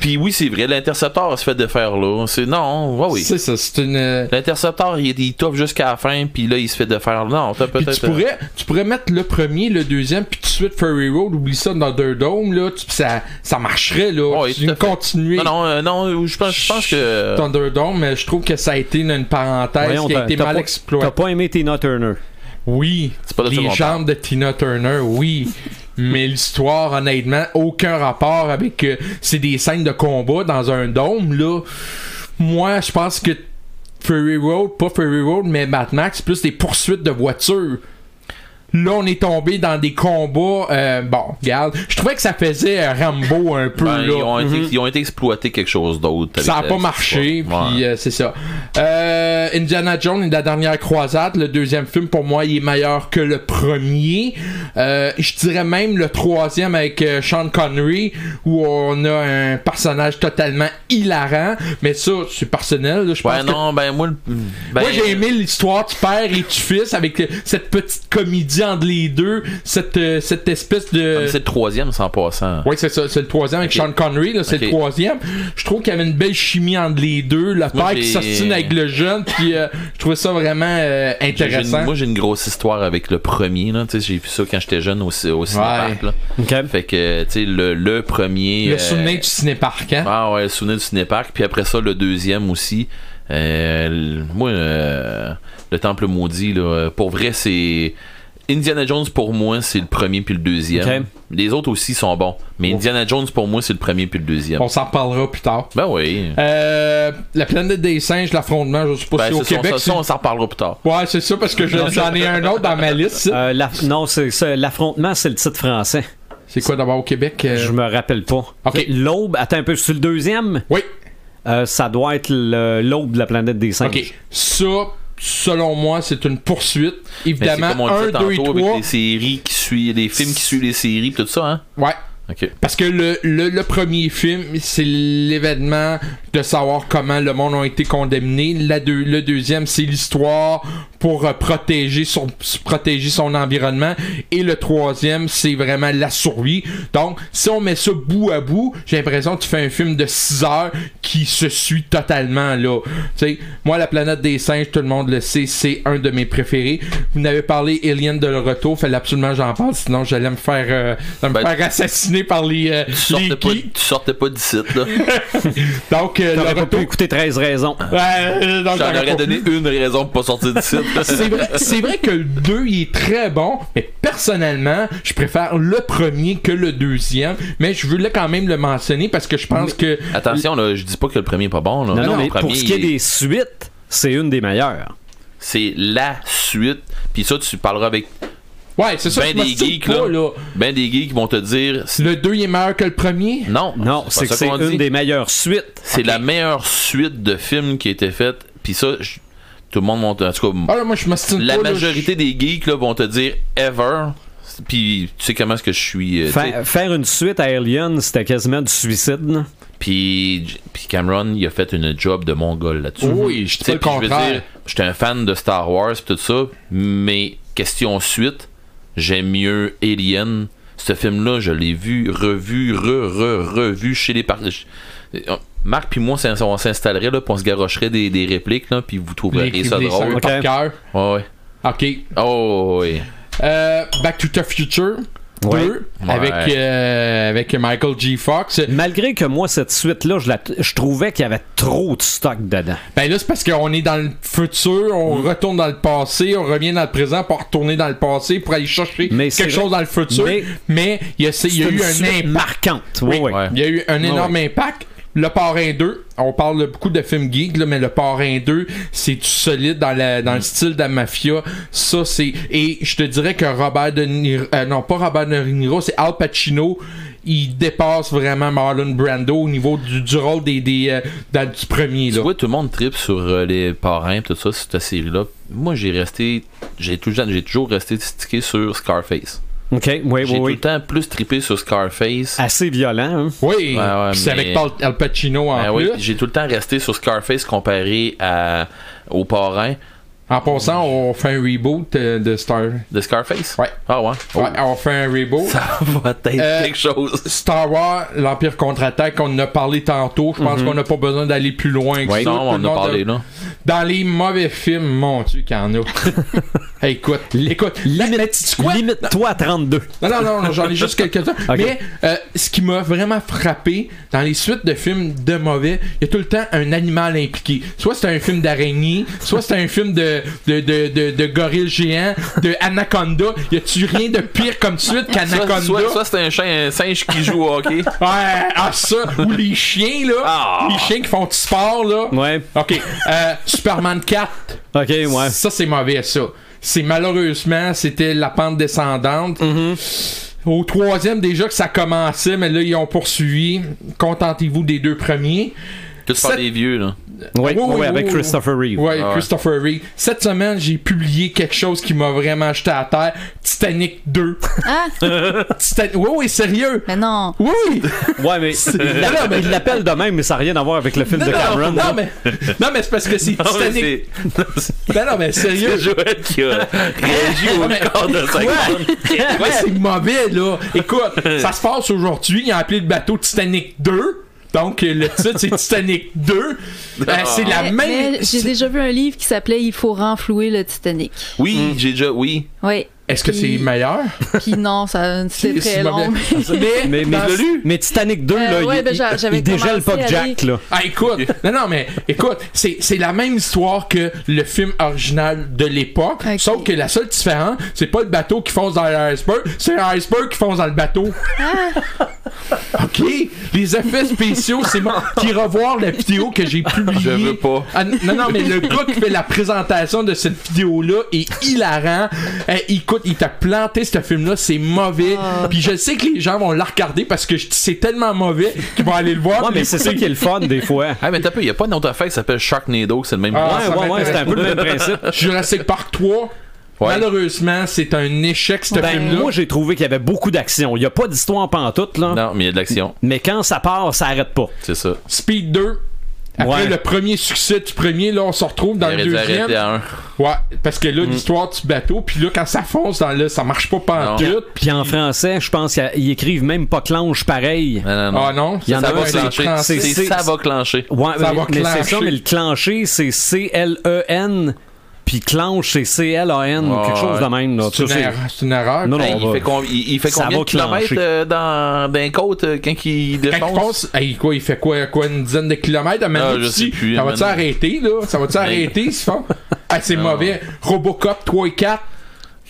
[SPEAKER 4] Puis oui, c'est vrai, l'intercepteur se fait défaire là. C'est non, ouais, Ah oui.
[SPEAKER 3] C'est ça, c'est une. euh,
[SPEAKER 4] L'intercepteur, il, il top jusqu'à la fin, puis là, il se fait défaire. Non, t'as
[SPEAKER 3] Puis
[SPEAKER 4] peut-être. euh,
[SPEAKER 3] tu pourrais, tu pourrais mettre le premier, le deuxième, puis tout de suite Furry Road, oublie ça dans Dome, là, tu- ça, ça marcherait, là.
[SPEAKER 4] Ouais,
[SPEAKER 3] C'est
[SPEAKER 4] tout à
[SPEAKER 3] une
[SPEAKER 4] fait.
[SPEAKER 3] continuité.
[SPEAKER 4] Non, non, euh, non, je pense, je pense que.
[SPEAKER 3] Thunderdome, mais je trouve que ça a été une, une parenthèse
[SPEAKER 1] Voyons,
[SPEAKER 3] qui a
[SPEAKER 1] t'as-
[SPEAKER 3] été
[SPEAKER 1] t'as
[SPEAKER 3] mal
[SPEAKER 1] pas-
[SPEAKER 3] exploitée.
[SPEAKER 1] T'as pas aimé Tina Turner.
[SPEAKER 3] Oui,
[SPEAKER 4] C'est pas de ça
[SPEAKER 3] les
[SPEAKER 4] qu'on
[SPEAKER 3] jambes de Tina Turner, oui. Mais l'histoire, honnêtement, aucun rapport avec. euh, c'est des scènes de combat dans un dôme, là. Moi, je pense que Fury Road, pas Fury Road, mais Mad Max, plus des poursuites de voitures. Là, on est tombé dans des combats. euh, bon, regarde. Je trouvais que ça faisait euh, Rambo un peu,
[SPEAKER 4] Ben,
[SPEAKER 3] là. Mm-hmm.
[SPEAKER 4] ils, ont été, ils ont été exploités quelque chose d'autre. avec
[SPEAKER 3] Ça a
[SPEAKER 4] la-
[SPEAKER 3] pas marché,
[SPEAKER 4] Ouais.
[SPEAKER 3] puis euh, c'est ça. Euh, Indiana Jones et la dernière croisade, le deuxième film pour moi, il est meilleur que le premier. Euh, je dirais même le troisième avec euh, Sean Connery, où on a un personnage totalement hilarant, mais ça, c'est personnel. là, je pense
[SPEAKER 4] Ouais,
[SPEAKER 3] que-
[SPEAKER 4] non, ben moi, le- ben,
[SPEAKER 3] moi, j'ai aimé l'histoire du père et du fils avec euh, cette petite comédie entre les deux, cette, euh, cette espèce
[SPEAKER 4] comme
[SPEAKER 3] de.
[SPEAKER 4] Ah, c'est le troisième sans passant.
[SPEAKER 3] Oui, c'est ça, c'est le troisième avec
[SPEAKER 4] Ok.
[SPEAKER 3] Sean Connery, là, c'est
[SPEAKER 4] Ok.
[SPEAKER 3] le troisième. Je trouve qu'il y avait une belle chimie entre les deux, le père
[SPEAKER 4] j'ai-
[SPEAKER 3] qui s'ostine avec le jeune, puis euh, je trouvais ça vraiment euh,
[SPEAKER 4] J'ai- j'ai une-
[SPEAKER 3] intéressant.
[SPEAKER 4] moi, j'ai une grosse histoire avec le premier. là. Tu sais, J'ai vu ça quand j'étais jeune au, ci- au cinéparc. là.
[SPEAKER 1] OK.
[SPEAKER 4] Fait que, tu sais, le, le premier.
[SPEAKER 3] le
[SPEAKER 4] euh,
[SPEAKER 3] souvenir du cinépark, hein?
[SPEAKER 4] Ah ouais, le souvenir du cinéparc. Puis après ça, le deuxième aussi. Euh, l- moi, euh, le Temple Maudit, là, euh, pour vrai, c'est. Indiana Jones, pour moi, c'est le premier puis le deuxième.
[SPEAKER 1] Ok.
[SPEAKER 4] Les autres aussi sont bons. Mais Indiana Jones, pour moi, c'est le premier puis le deuxième.
[SPEAKER 3] On s'en reparlera plus tard.
[SPEAKER 4] Ben oui.
[SPEAKER 3] Euh, la planète des singes, l'affrontement, je sais pas
[SPEAKER 4] Ben,
[SPEAKER 3] si
[SPEAKER 4] c'est
[SPEAKER 3] au
[SPEAKER 4] ça,
[SPEAKER 3] Québec.
[SPEAKER 4] ça,
[SPEAKER 3] c'est-
[SPEAKER 4] ça, on s'en reparlera plus tard.
[SPEAKER 3] Ouais, c'est ça, parce que je- j'en ai un autre dans ma liste. ça.
[SPEAKER 1] Euh, la- non, c'est ça, l'affrontement, c'est le titre français.
[SPEAKER 3] C'est quoi d'abord au Québec? euh?
[SPEAKER 1] Je me rappelle pas.
[SPEAKER 3] Ok.
[SPEAKER 1] L'aube, attends un peu, sur le deuxième,
[SPEAKER 3] Oui,
[SPEAKER 1] euh, ça doit être le- l'aube de la planète des singes.
[SPEAKER 3] ok. Ça, selon moi, c'est une poursuite.
[SPEAKER 4] Mais c'est
[SPEAKER 3] Évidemment,
[SPEAKER 4] comme on
[SPEAKER 3] 1,
[SPEAKER 4] disait
[SPEAKER 3] 2 et
[SPEAKER 4] tantôt avec
[SPEAKER 3] 3.
[SPEAKER 4] les séries qui suivent, les films qui suivent les séries, pis tout ça, hein?
[SPEAKER 3] Ouais,
[SPEAKER 4] Ok.
[SPEAKER 3] Parce que le, le, le premier film, c'est l'événement de savoir comment le monde a été condamné. La deux- le deuxième, c'est l'histoire pour euh, protéger, son, s- protéger son environnement. Et le troisième, c'est vraiment la survie. Donc, si on met ça bout à bout, j'ai l'impression que tu fais un film de 6 heures qui se suit totalement. là. Tu sais, moi, La planète des singes, tout le monde le sait, c'est un de mes préférés. Vous n'avez parlé Alien de le retour, fallait absolument que j'en parle, sinon j'allais me faire, euh, me
[SPEAKER 4] Ben,
[SPEAKER 3] faire assassiner par les, euh,
[SPEAKER 4] Tu sortais,
[SPEAKER 3] les
[SPEAKER 4] pas,
[SPEAKER 3] geeks.
[SPEAKER 4] tu sortais pas d'ici, là.
[SPEAKER 3] Donc, euh,
[SPEAKER 1] T'aurais pas
[SPEAKER 3] le
[SPEAKER 1] pu
[SPEAKER 3] retour.
[SPEAKER 1] écouter 13 raisons.
[SPEAKER 3] Ouais, euh, donc,
[SPEAKER 4] J'en
[SPEAKER 3] le
[SPEAKER 4] aurais
[SPEAKER 3] retour.
[SPEAKER 4] donné une raison pour pas sortir d'ici. là.
[SPEAKER 3] C'est vrai, c'est vrai que le 2 il est très bon, mais personnellement, je préfère le premier que le deuxième. Mais je voulais quand même le mentionner parce que je pense que.
[SPEAKER 4] Attention, là, je dis pas que le premier est pas bon, là.
[SPEAKER 1] Non, non,
[SPEAKER 4] Le
[SPEAKER 1] mais
[SPEAKER 4] premier,
[SPEAKER 1] pour ce qui est
[SPEAKER 4] il-
[SPEAKER 1] des suites, c'est une des meilleures.
[SPEAKER 3] Ah,
[SPEAKER 4] C'est la suite. Puis ça, tu parleras avec
[SPEAKER 3] Ouais, c'est ça,
[SPEAKER 4] ben
[SPEAKER 3] je me
[SPEAKER 4] des
[SPEAKER 3] style
[SPEAKER 4] geeks,
[SPEAKER 3] pas,
[SPEAKER 4] là. ben des geeks qui vont te dire. c'est-
[SPEAKER 3] Le 2 est meilleur que le premier?
[SPEAKER 4] Non,
[SPEAKER 1] Non, c'est
[SPEAKER 4] pas
[SPEAKER 1] que
[SPEAKER 4] ça
[SPEAKER 1] c'est
[SPEAKER 4] qu'on
[SPEAKER 1] une
[SPEAKER 4] dit.
[SPEAKER 1] des meilleures suites.
[SPEAKER 4] C'est la meilleure suite de films qui a été faite. Puis ça, je- tout le monde monte. En tout cas,
[SPEAKER 3] Ah, là, moi, je m'estime
[SPEAKER 4] la
[SPEAKER 3] pas, là,
[SPEAKER 4] majorité des geeks là, vont te dire ever. Puis tu sais comment est-ce que je suis. euh, tu sais.
[SPEAKER 1] Fa- faire une suite à Alien, c'était quasiment du suicide. là.
[SPEAKER 4] Puis J- puis Cameron, il a fait une job de mongol là-dessus.
[SPEAKER 3] Oui, je dis
[SPEAKER 4] Tu sais,
[SPEAKER 3] pas le
[SPEAKER 4] puis je veux
[SPEAKER 3] contraire.
[SPEAKER 4] dire, j'étais un fan de Star Wars pis tout ça, mais question suite, j'aime mieux Alien. Ce film-là, je l'ai vu, revu, re, re, revu chez les par... je- euh, Marc puis moi, s'in- on s'installerait là, puis on se garocherait des, des répliques là, puis vous
[SPEAKER 3] Les,
[SPEAKER 4] trouveriez
[SPEAKER 3] les,
[SPEAKER 4] ça drôle.
[SPEAKER 3] sœurs par
[SPEAKER 1] Ok.
[SPEAKER 3] cœur.
[SPEAKER 4] Ouais, ouais.
[SPEAKER 3] Ok.
[SPEAKER 4] Oh, ouais.
[SPEAKER 3] Euh, Back to the Future. 2
[SPEAKER 1] Ouais.
[SPEAKER 3] avec,
[SPEAKER 4] Ouais.
[SPEAKER 3] euh, avec Michael G. Fox.
[SPEAKER 1] Malgré que moi, cette suite-là, je, la- je trouvais qu'il y avait trop de stock dedans.
[SPEAKER 3] Ben là, c'est parce qu'on est dans le futur, on
[SPEAKER 4] Mm.
[SPEAKER 3] retourne dans le passé, on revient dans le présent pour retourner dans le passé pour aller chercher
[SPEAKER 1] Mais c'est
[SPEAKER 3] quelque chose dans le futur.
[SPEAKER 1] Mais-
[SPEAKER 3] Mais il y a, c'est- il y a
[SPEAKER 1] C'est
[SPEAKER 3] eu
[SPEAKER 1] une
[SPEAKER 3] un
[SPEAKER 1] suite
[SPEAKER 3] impact.
[SPEAKER 1] marquante. Oui, oui.
[SPEAKER 4] Ouais.
[SPEAKER 3] Il y a eu un énorme impact. Le Parrain 2, on parle de beaucoup de films geeks, là, mais le Parrain 2, c'est du solide dans, la-
[SPEAKER 1] Mm.
[SPEAKER 3] dans le style de la mafia. Ça, c'est. Et je te dirais que Robert De Niro. euh, non, pas Robert De Niro, c'est Al Pacino. Il dépasse vraiment Marlon Brando au niveau du, du rôle des, des, euh, dans- du premier.
[SPEAKER 4] Tu
[SPEAKER 3] Là.
[SPEAKER 4] vois, tout le monde tripe sur euh, les parrains, tout ça, cette série-là. Moi, j'ai resté. J'ai toujours, j'ai toujours resté stické sur Scarface.
[SPEAKER 1] OK, oui,
[SPEAKER 3] Eh
[SPEAKER 4] J'ai
[SPEAKER 1] oui,
[SPEAKER 4] tout
[SPEAKER 1] oui.
[SPEAKER 4] le temps plus trippé sur Scarface.
[SPEAKER 3] Ah,
[SPEAKER 1] Assez violent. hein.
[SPEAKER 3] Oui,
[SPEAKER 4] Ouais, ouais,
[SPEAKER 3] c'est
[SPEAKER 4] mais-
[SPEAKER 3] avec Paul- Al Pacino en
[SPEAKER 4] Ben oui,
[SPEAKER 3] plus.
[SPEAKER 4] j'ai tout le temps resté sur Scarface comparé à, au parrain
[SPEAKER 3] En passant, on fait un reboot euh, de Star.
[SPEAKER 4] de Scarface.
[SPEAKER 3] Ouais.
[SPEAKER 4] Ah ouais. Oh.
[SPEAKER 3] Ouais, on fait un reboot.
[SPEAKER 4] Ça va être
[SPEAKER 3] Euh,
[SPEAKER 4] quelque chose.
[SPEAKER 3] Star Wars, l'Empire contre-attaque, on en a parlé tantôt. Je pense qu'on n'a pas besoin d'aller plus loin que ça.
[SPEAKER 4] Mhm. Non,
[SPEAKER 3] Tout
[SPEAKER 4] on
[SPEAKER 3] le
[SPEAKER 4] en a
[SPEAKER 3] monde
[SPEAKER 4] parlé
[SPEAKER 3] a-
[SPEAKER 4] là.
[SPEAKER 3] Dans les mauvais films, mon Dieu, qu'il y en a. Hey, écoute, écoute. la- la petite squat-
[SPEAKER 1] Limite-toi à 32.
[SPEAKER 3] Non, non, non, non, j'en ai juste quelques-uns.
[SPEAKER 1] Ok.
[SPEAKER 3] Mais euh, ce qui m'a vraiment frappé dans les suites de films de mauvais, il y a tout le temps un animal impliqué. Soit c'est un film d'araignée, soit c'est un film de, de, de, de, de gorille géant, de anaconda. Y a-tu rien de pire comme suite qu'anaconda?
[SPEAKER 4] Soit, soit, soit c'est un, chien- un singe qui joue au hockey.
[SPEAKER 3] Ouais, ah ça, ou les chiens là,
[SPEAKER 4] Ah.
[SPEAKER 3] les chiens qui font du sport là.
[SPEAKER 1] Ouais.
[SPEAKER 3] Ok, euh, Superman 4,
[SPEAKER 1] OK, ouais.
[SPEAKER 3] ça c'est mauvais ça. C'est malheureusement, c'était la pente descendante. Au troisième déjà que ça commençait, mais là ils ont poursuivi. Contentez-vous des deux premiers.
[SPEAKER 4] Tout par
[SPEAKER 3] Sept-
[SPEAKER 4] des vieux là.
[SPEAKER 1] Oui,
[SPEAKER 3] Oui, oui,
[SPEAKER 1] oui, avec
[SPEAKER 3] oui,
[SPEAKER 1] Christopher Reeve.
[SPEAKER 3] Ouais,
[SPEAKER 4] Ah ouais.
[SPEAKER 3] Christopher Reeve. Cette semaine, j'ai publié quelque chose qui m'a vraiment jeté à terre. Titanic 2.
[SPEAKER 5] Ah,
[SPEAKER 3] Titan- Oui, oui, sérieux.
[SPEAKER 5] mais non.
[SPEAKER 3] Oui.
[SPEAKER 1] Ouais, mais Non, non, mais il l'appelle de même, mais ça n'a rien à voir avec le film
[SPEAKER 3] Non,
[SPEAKER 1] de Cameron. hein?
[SPEAKER 3] non,
[SPEAKER 1] là.
[SPEAKER 3] non, mais, non, mais c'est parce que c'est
[SPEAKER 4] Non, mais
[SPEAKER 3] Titanic
[SPEAKER 4] c'est- non, c'est-
[SPEAKER 3] Non, Ben non, mais sérieux.
[SPEAKER 4] c'est Joël qui a réagi
[SPEAKER 3] Non, mais-
[SPEAKER 4] au corps de
[SPEAKER 3] Quoi?
[SPEAKER 4] 50.
[SPEAKER 3] Ouais, c'est mauvais, là. Écoute,
[SPEAKER 4] Euh.
[SPEAKER 3] ça se passe aujourd'hui. Ils ont appelé le bateau Titanic 2. Donc, euh, le titre, c'est Titanic 2. Euh, c'est la
[SPEAKER 5] Mais-
[SPEAKER 3] même.
[SPEAKER 5] Ah. mais J'ai déjà vu un livre qui s'appelait Il faut renflouer le Titanic.
[SPEAKER 4] Oui, j'ai déjà. Oui.
[SPEAKER 5] Oui.
[SPEAKER 3] Est-ce que c'est
[SPEAKER 5] Puis-
[SPEAKER 3] meilleur?
[SPEAKER 5] Puis non, ça c'est très long. mais-
[SPEAKER 3] Mais,
[SPEAKER 1] Mais, mais,
[SPEAKER 3] dans-
[SPEAKER 1] mais Titanic 2,
[SPEAKER 5] Euh,
[SPEAKER 1] là,
[SPEAKER 5] ouais,
[SPEAKER 1] il,
[SPEAKER 5] ben, j'a-
[SPEAKER 1] il-
[SPEAKER 5] j'avais
[SPEAKER 1] il dégèle pas
[SPEAKER 5] commencé
[SPEAKER 1] de
[SPEAKER 5] à
[SPEAKER 1] Jack, là.
[SPEAKER 3] Ah, écoute, non, non, mais écoute, c'est c'est la même histoire que le film original de l'époque,
[SPEAKER 5] Ok.
[SPEAKER 3] sauf que la seule différence, c'est pas le bateau qui fonce dans l'iceberg, c'est l'iceberg qui fonce dans le bateau. ok, les effets spéciaux, c'est moi qui revoir la vidéo que j'ai publiée.
[SPEAKER 4] Je veux pas.
[SPEAKER 3] Ah, n- non, non, mais le gars qui fait la présentation de cette vidéo-là est hilarant. Euh, écoute, il t'a planté ce film-là, c'est mauvais. Puis je sais que les gens vont la regarder parce que je- c'est tellement mauvais qu'ils vont aller le voir.
[SPEAKER 1] Ouais,
[SPEAKER 3] puis
[SPEAKER 1] mais c'est ça qui est le fun, des fois.
[SPEAKER 4] Ah, mais t'as peu, y a pas une autre affaire qui s'appelle Sharknado, c'est le même.
[SPEAKER 3] Ah,
[SPEAKER 1] Ouais,
[SPEAKER 3] ça
[SPEAKER 1] ouais, ouais,
[SPEAKER 3] m'intéresse
[SPEAKER 1] c'est un peu le même principe.
[SPEAKER 3] Jurassic Park 3.
[SPEAKER 4] Ouais.
[SPEAKER 3] Malheureusement, c'est un échec, ce
[SPEAKER 1] Ben,
[SPEAKER 3] film-là.
[SPEAKER 1] moi, j'ai trouvé qu'il y avait beaucoup d'action. Il n'y a pas d'histoire pantoute, là.
[SPEAKER 4] Non, mais il y a de l'action,
[SPEAKER 1] Mais quand ça part, ça arrête pas.
[SPEAKER 4] c'est ça.
[SPEAKER 3] Speed 2. Après
[SPEAKER 1] Ouais.
[SPEAKER 3] le premier succès du premier, là, on se retrouve dans
[SPEAKER 4] il
[SPEAKER 3] le
[SPEAKER 4] aurait dû
[SPEAKER 3] deuxième.
[SPEAKER 4] arrêter
[SPEAKER 1] hein.
[SPEAKER 4] à un.
[SPEAKER 3] Ouais, parce que là,
[SPEAKER 1] Mm.
[SPEAKER 3] l'histoire du bateau, puis là, quand ça fonce dans le, ça marche pas pantoute.
[SPEAKER 1] Puis en français, je pense qu'ils écrivent même pas clanche pareil.
[SPEAKER 4] Non, non, non.
[SPEAKER 3] Ah non,
[SPEAKER 1] Il y en
[SPEAKER 4] ça
[SPEAKER 1] a
[SPEAKER 4] va
[SPEAKER 1] un, c'est
[SPEAKER 4] clencher.
[SPEAKER 3] français.
[SPEAKER 4] C'est-
[SPEAKER 1] C'est-
[SPEAKER 4] Ça va clencher.
[SPEAKER 1] Ouais,
[SPEAKER 3] Ça
[SPEAKER 1] mais,
[SPEAKER 3] va
[SPEAKER 1] mais c'est ça,
[SPEAKER 3] clencher.
[SPEAKER 1] mais le clencher, c'est C-L-E-N, puis clenche, c'est C-L-A-N, ou
[SPEAKER 4] Ouais,
[SPEAKER 1] quelque chose de
[SPEAKER 4] ouais.
[SPEAKER 1] même. là.
[SPEAKER 3] C'est une,
[SPEAKER 1] Ça, c'est-
[SPEAKER 3] erreur- c'est une erreur.
[SPEAKER 1] Non, non,
[SPEAKER 4] Hey,
[SPEAKER 1] on
[SPEAKER 4] il,
[SPEAKER 1] va-
[SPEAKER 4] fait com- il- il fait
[SPEAKER 1] Ça
[SPEAKER 4] combien
[SPEAKER 1] va
[SPEAKER 4] de kilomètres
[SPEAKER 1] clencher.
[SPEAKER 4] euh, dans, dans les côtes euh, quand il défonce?
[SPEAKER 3] Quand il fonce, hey, quoi, il fait quoi, quoi, une dizaine de kilomètres à
[SPEAKER 4] Ah, je sais plus,
[SPEAKER 3] Ça
[SPEAKER 4] man.
[SPEAKER 3] va-tu arrêter, là? Ça va-tu arrêter, ce fond? Ah, c'est mauvais. Robocop 3 et 4.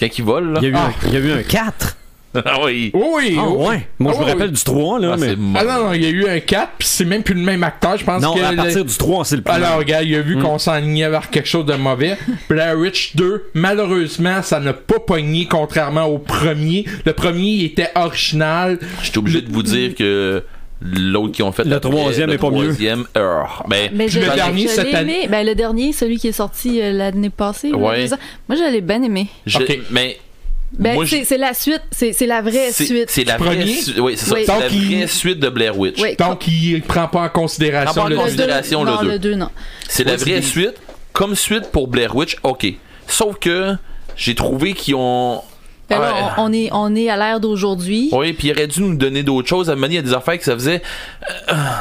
[SPEAKER 4] Quand il vole, là.
[SPEAKER 1] Il y, a eu
[SPEAKER 3] Ah.
[SPEAKER 1] un, il y a eu un 4.
[SPEAKER 4] ah oui.
[SPEAKER 3] Oui, oui,
[SPEAKER 1] Ah,
[SPEAKER 3] oui.
[SPEAKER 1] ouais. Moi,
[SPEAKER 3] Ah,
[SPEAKER 1] je me
[SPEAKER 3] oui,
[SPEAKER 1] rappelle
[SPEAKER 3] oui.
[SPEAKER 1] du 3, là.
[SPEAKER 4] Ah,
[SPEAKER 1] mais...
[SPEAKER 4] c'est mort.
[SPEAKER 3] Ah non, non, il y a eu un 4, puis c'est même plus le même acteur, je pense
[SPEAKER 1] Non,
[SPEAKER 3] que...
[SPEAKER 1] à
[SPEAKER 3] le-
[SPEAKER 1] partir du 3, c'est le plus.
[SPEAKER 3] Alors, gars, il a vu qu'on s'enlignait vers quelque chose de mauvais. Blair Witch 2, malheureusement, ça n'a pas pogné, contrairement au premier. Le premier, il était original.
[SPEAKER 4] Je suis obligé
[SPEAKER 3] Le-
[SPEAKER 4] de vous dire que l'autre qui ont fait
[SPEAKER 1] Le troisième est pas mieux.
[SPEAKER 4] Le troisième, heure. Ben,
[SPEAKER 5] Mais je-
[SPEAKER 3] Le
[SPEAKER 5] je
[SPEAKER 3] dernier,
[SPEAKER 5] l'ai
[SPEAKER 3] cette
[SPEAKER 5] aimé.
[SPEAKER 3] année-
[SPEAKER 5] Ben, le dernier, celui qui est sorti euh, l'année passée. là,
[SPEAKER 4] Ouais.
[SPEAKER 5] deux ans. Moi, je l'ai bien aimé.
[SPEAKER 4] je-
[SPEAKER 3] Ok.
[SPEAKER 4] mais
[SPEAKER 5] Ben,
[SPEAKER 4] moi,
[SPEAKER 5] c'est
[SPEAKER 4] je-
[SPEAKER 5] c'est la suite. C'est c'est la vraie
[SPEAKER 4] c'est
[SPEAKER 5] suite.
[SPEAKER 4] c'est la
[SPEAKER 3] Premier?
[SPEAKER 4] vraie suite. Oui, c'est ça.
[SPEAKER 5] Oui.
[SPEAKER 4] C'est la
[SPEAKER 3] Donc, il-
[SPEAKER 4] vraie suite de Blair Witch.
[SPEAKER 5] Oui.
[SPEAKER 3] Donc, il prend pas en
[SPEAKER 4] Prends
[SPEAKER 3] considération
[SPEAKER 4] pas en
[SPEAKER 3] le...
[SPEAKER 5] Le deux-
[SPEAKER 4] considération, le
[SPEAKER 5] non,
[SPEAKER 4] deux.
[SPEAKER 5] le 2, non.
[SPEAKER 4] C'est la vraie suite. Comme suite pour Blair Witch, ok. Sauf que j'ai trouvé qu'ils ont.
[SPEAKER 5] Ben là,
[SPEAKER 4] Ah Ouais.
[SPEAKER 5] on, on est, on est à l'ère d'aujourd'hui.
[SPEAKER 4] Oui, puis il aurait dû nous donner d'autres choses. À me mener à des affaires que ça faisait.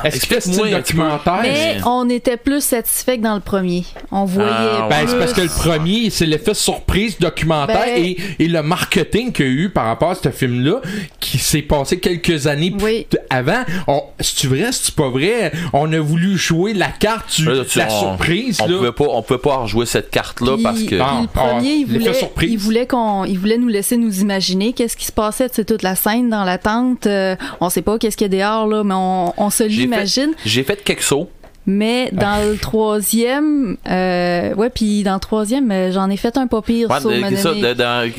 [SPEAKER 3] Est-ce que c'est
[SPEAKER 4] Explique-moi
[SPEAKER 3] un
[SPEAKER 4] un petit peu.
[SPEAKER 3] documentaire?
[SPEAKER 5] Mais on était plus satisfait que dans le premier. On voyait.
[SPEAKER 4] Ah,
[SPEAKER 3] Ben, c'est
[SPEAKER 5] plus-
[SPEAKER 3] parce que le premier, c'est l'effet surprise documentaire
[SPEAKER 5] Ben-
[SPEAKER 3] et, et le marketing qu'il y a eu par rapport à ce film-là, qui s'est passé quelques années plus
[SPEAKER 5] Oui.
[SPEAKER 3] t- avant. On- C'est-tu vrai, c'est-tu pas vrai? On a voulu jouer la carte du,
[SPEAKER 4] Là, Ben, tu-
[SPEAKER 3] la
[SPEAKER 4] on-
[SPEAKER 3] surprise.
[SPEAKER 4] On
[SPEAKER 3] là.
[SPEAKER 4] pouvait pas, on pouvait pas rejouer cette carte-là
[SPEAKER 5] Puis- ben,
[SPEAKER 4] parce que.
[SPEAKER 5] puis le
[SPEAKER 3] Ah,
[SPEAKER 5] premier, il
[SPEAKER 3] l'effet
[SPEAKER 5] voulait,
[SPEAKER 3] surprise.
[SPEAKER 5] il voulait qu'on, il voulait nous laisser nous imaginer qu'est-ce qui se passait, c'est toute la scène dans la tente. euh, on sait pas qu'est-ce qu'il y a dehors là, mais on, on se
[SPEAKER 4] J'ai fait-
[SPEAKER 5] l'imagine.
[SPEAKER 4] J'ai fait quelques sauts.
[SPEAKER 5] Mais dans le troisième, euh, ouais, puis dans le troisième, euh, j'en ai fait un pas pire.
[SPEAKER 4] Ouais,
[SPEAKER 5] sur
[SPEAKER 4] de-
[SPEAKER 5] Madame
[SPEAKER 4] ça,
[SPEAKER 5] et-
[SPEAKER 4] de- dans-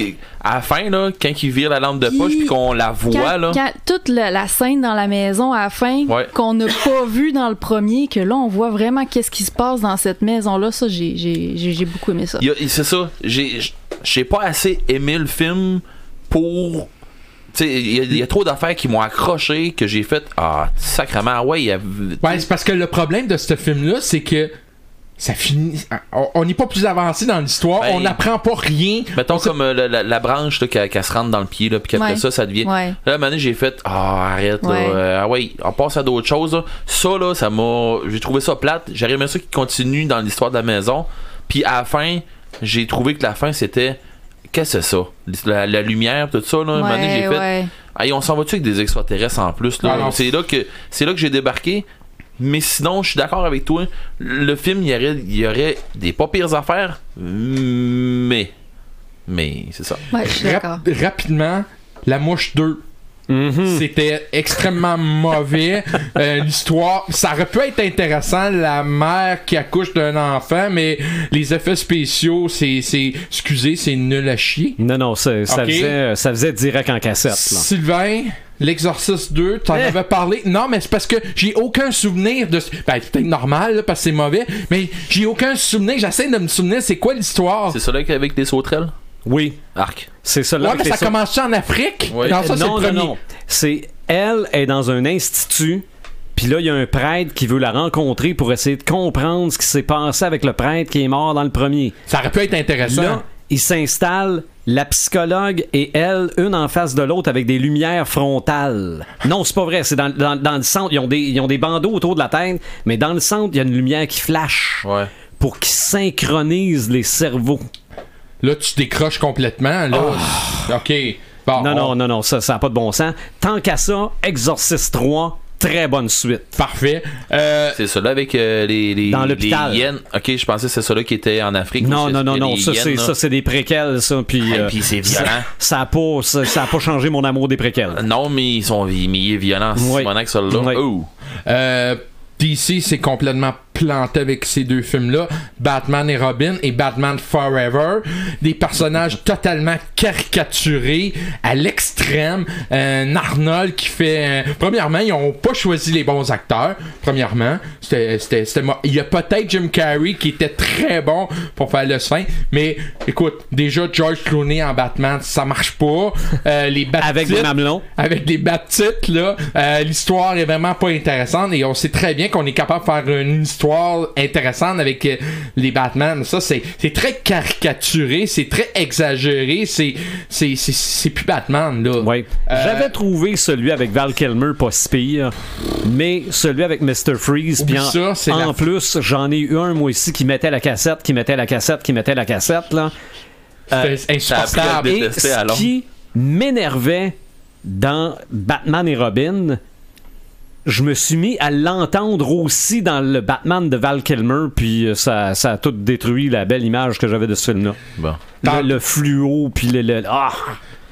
[SPEAKER 4] à la fin, là, quand il vire la lampe de
[SPEAKER 5] Qui-
[SPEAKER 4] poche puis qu'on la
[SPEAKER 5] quand-
[SPEAKER 4] voit, là.
[SPEAKER 5] quand toute la, la scène dans la maison à la fin
[SPEAKER 4] Ouais.
[SPEAKER 5] qu'on n'a pas vu dans le premier, que là on voit vraiment qu'est-ce qui se passe dans cette maison là, ça j'ai j'ai- j'ai- j'ai beaucoup aimé ça.
[SPEAKER 4] il y a- C'est ça. J'ai j'ai pas assez aimé le film pour. Tu sais, il y a- il y, a trop d'affaires qui m'ont accroché que j'ai fait. Ah, sacrement, ouais, il y a.
[SPEAKER 3] Ouais, Ben, c'est parce que le problème de ce film-là, c'est que ça finit. on- On n'est pas plus avancé dans l'histoire,
[SPEAKER 4] Ben,
[SPEAKER 3] on n'apprend pas rien.
[SPEAKER 4] Mettons comme euh, la, la- la branche là, qu'elle qu'elle se rentre dans le pied, là, puis qu'après
[SPEAKER 5] Ouais.
[SPEAKER 4] ça, ça devient.
[SPEAKER 5] Ouais.
[SPEAKER 4] Là, à un moment donné, j'ai fait Ah, arrête, là.
[SPEAKER 5] Ouais.
[SPEAKER 4] euh, ah ouais, on passe à d'autres choses. là. Ça, là, ça m'a. J'ai trouvé ça plate. J'aurais aimé ça qui continue dans l'histoire de la maison. Puis à la fin, j'ai trouvé que la fin, c'était. Qu'est-ce que c'est ça La, la lumière, tout ça, là. à un moment donné, j'ai
[SPEAKER 5] Ouais,
[SPEAKER 4] fait
[SPEAKER 5] ouais.
[SPEAKER 4] Hey, on s'en va-tu avec des extraterrestres en plus, là
[SPEAKER 3] Ah non.
[SPEAKER 4] C'est là que c'est là que j'ai débarqué. Mais sinon, je suis d'accord avec toi. Le film, il y aurait, il y aurait des pas pires affaires, mais. Mais, c'est ça.
[SPEAKER 5] Ouais, je suis d'accord.
[SPEAKER 3] Rap- rapidement, La Mouche 2.
[SPEAKER 1] Mhm.
[SPEAKER 3] C'était extrêmement mauvais. Euh, L'histoire, ça aurait pu être intéressant, la mère qui accouche d'un enfant, mais les effets spéciaux, c'est, c'est, excusez, c'est nul à chier.
[SPEAKER 1] Non, non, ça, ça
[SPEAKER 3] Ok.
[SPEAKER 1] faisait, ça faisait direct en cassette. Là.
[SPEAKER 3] Sylvain, L'Exorciste 2, t'en
[SPEAKER 1] Eh.
[SPEAKER 3] avais parlé. Non, mais c'est parce que j'ai aucun souvenir de. ce- Ben, c'est peut-être normal, là, parce que c'est mauvais, mais j'ai aucun souvenir. J'essaie de me souvenir, c'est quoi l'histoire?
[SPEAKER 4] C'est ça là avec des sauterelles
[SPEAKER 1] Oui,
[SPEAKER 4] Arc.
[SPEAKER 1] c'est ça. là,
[SPEAKER 3] Ouais,
[SPEAKER 1] avec
[SPEAKER 3] mais
[SPEAKER 1] les
[SPEAKER 3] ça
[SPEAKER 1] sau-
[SPEAKER 3] commence en Afrique?
[SPEAKER 4] Ouais.
[SPEAKER 3] Non, ça, c'est
[SPEAKER 1] non,
[SPEAKER 3] le
[SPEAKER 1] non,
[SPEAKER 3] premier.
[SPEAKER 1] non. C'est elle est dans un institut. Puis là, il y a un prêtre qui veut la rencontrer pour essayer de comprendre ce qui s'est passé avec le prêtre qui est mort dans le premier.
[SPEAKER 3] Ça aurait pu être intéressant.
[SPEAKER 1] Là, ils s'installent, la psychologue et elle, une en face de l'autre avec des lumières frontales. Non, c'est pas vrai, c'est dans, dans- dans le centre. Ils ont, des, ils ont des bandeaux autour de la tête, mais dans le centre, il y a une lumière qui flash
[SPEAKER 4] Ouais.
[SPEAKER 1] pour qu'ils synchronisent les cerveaux.
[SPEAKER 3] Là, tu décroches complètement. Là. OK.
[SPEAKER 4] Ah,
[SPEAKER 3] Bon,
[SPEAKER 1] Ah. non,
[SPEAKER 3] on-
[SPEAKER 1] non, non, non, ça n'a pas de bon sens. Tant qu'à ça, Exorcist 3, très bonne suite.
[SPEAKER 3] Parfait. Euh,
[SPEAKER 4] C'est ça là avec euh, les, les,
[SPEAKER 1] Dans
[SPEAKER 4] les
[SPEAKER 1] l'hôpital.
[SPEAKER 4] hyènes. Ok, je pensais que c'est ça là qui était en Afrique.
[SPEAKER 1] Non,
[SPEAKER 4] mais
[SPEAKER 1] non,
[SPEAKER 4] c'est-
[SPEAKER 1] non,
[SPEAKER 4] il y a
[SPEAKER 1] non,
[SPEAKER 4] des
[SPEAKER 1] ça
[SPEAKER 4] hyènes,
[SPEAKER 1] c'est,
[SPEAKER 4] là. Ah,
[SPEAKER 1] ça c'est des préquels, ça. Puis,
[SPEAKER 4] Et
[SPEAKER 1] euh,
[SPEAKER 4] puis c'est violent.
[SPEAKER 1] ça n'a pas, ça, ça a pas changé mon amour des préquels.
[SPEAKER 4] Non, mais ils sont vi- mais il est violent.
[SPEAKER 1] Oui.
[SPEAKER 4] C'est mon que celui-là.
[SPEAKER 1] Oui.
[SPEAKER 4] Oh.
[SPEAKER 3] euh, DC s'est complètement planté avec ces deux films-là, Batman et Robin et Batman Forever, des personnages totalement caricaturés à l'extrême, un Arnold qui fait... euh, premièrement, ils ont pas choisi les bons acteurs, premièrement. C'était, c'était, c'était mo- Il y a peut-être Jim Carrey qui était très bon pour faire le sein, mais écoute, déjà George Clooney en Batman, ça marche pas. Euh, les
[SPEAKER 1] Avec des
[SPEAKER 3] Batman
[SPEAKER 1] mamelons.
[SPEAKER 3] avec des baptites là, euh, l'histoire est vraiment pas intéressante et on sait très bien qu'on est capable de faire une histoire intéressante avec euh, les Batman. Ça c'est c'est très caricaturé, c'est très exagéré, c'est c'est c'est- c'est plus Batman là.
[SPEAKER 1] Oui.
[SPEAKER 3] Euh,
[SPEAKER 1] J'avais trouvé celui avec Val Kilmer pas si pire, mais celui avec Mr. Freeze.
[SPEAKER 3] Oublie
[SPEAKER 1] puis en,
[SPEAKER 3] ça, c'est
[SPEAKER 1] en
[SPEAKER 3] la-
[SPEAKER 1] plus, j'en ai eu un, moi, ici, qui mettait la cassette, qui mettait la cassette, qui mettait la cassette, là.
[SPEAKER 3] C'est
[SPEAKER 4] Euh, ça a
[SPEAKER 3] insupportable.
[SPEAKER 4] pris
[SPEAKER 1] Et
[SPEAKER 4] le détestais
[SPEAKER 1] ce
[SPEAKER 4] à Londres.
[SPEAKER 1] qui m'énervait dans Batman et Robin, je me suis mis à l'entendre aussi dans le Batman de Val Kilmer, puis euh, ça, ça a tout détruit la belle image que j'avais de ce film-là.
[SPEAKER 4] Bon.
[SPEAKER 3] Dans-
[SPEAKER 1] Le, le fluo, puis le... le- ah!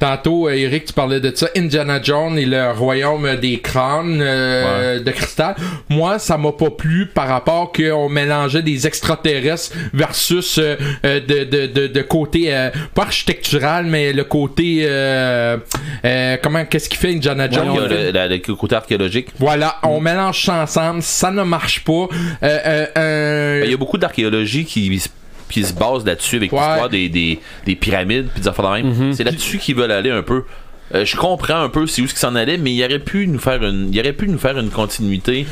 [SPEAKER 3] Tantôt, euh, Eric, tu parlais de ça, Indiana Jones et le royaume euh, des crânes euh, de cristal. Moi, ça m'a pas plu par rapport qu'on mélangeait des extraterrestres versus euh, euh, de, de, de, de côté, euh, pas architectural, mais le côté... euh, euh, comment, qu'est-ce qu'il fait Indiana Jones?
[SPEAKER 4] Il y a
[SPEAKER 3] Il fait-
[SPEAKER 4] le, la- le côté archéologique.
[SPEAKER 3] Voilà, on mélange ça ensemble, ça ne marche pas. Euh, euh, euh,
[SPEAKER 4] Ben, Il y a beaucoup d'archéologie qui, se- qui se base là-dessus avec
[SPEAKER 3] Ouais. Mhm.
[SPEAKER 4] l'histoire des, des, des pyramides puis des affaires de même. C'est là-dessus qu'ils veulent aller un peu. Euh, je comprends un peu c'est où ce qu'ils s'en allait, mais il aurait pu nous faire une, il aurait pu nous faire une continuité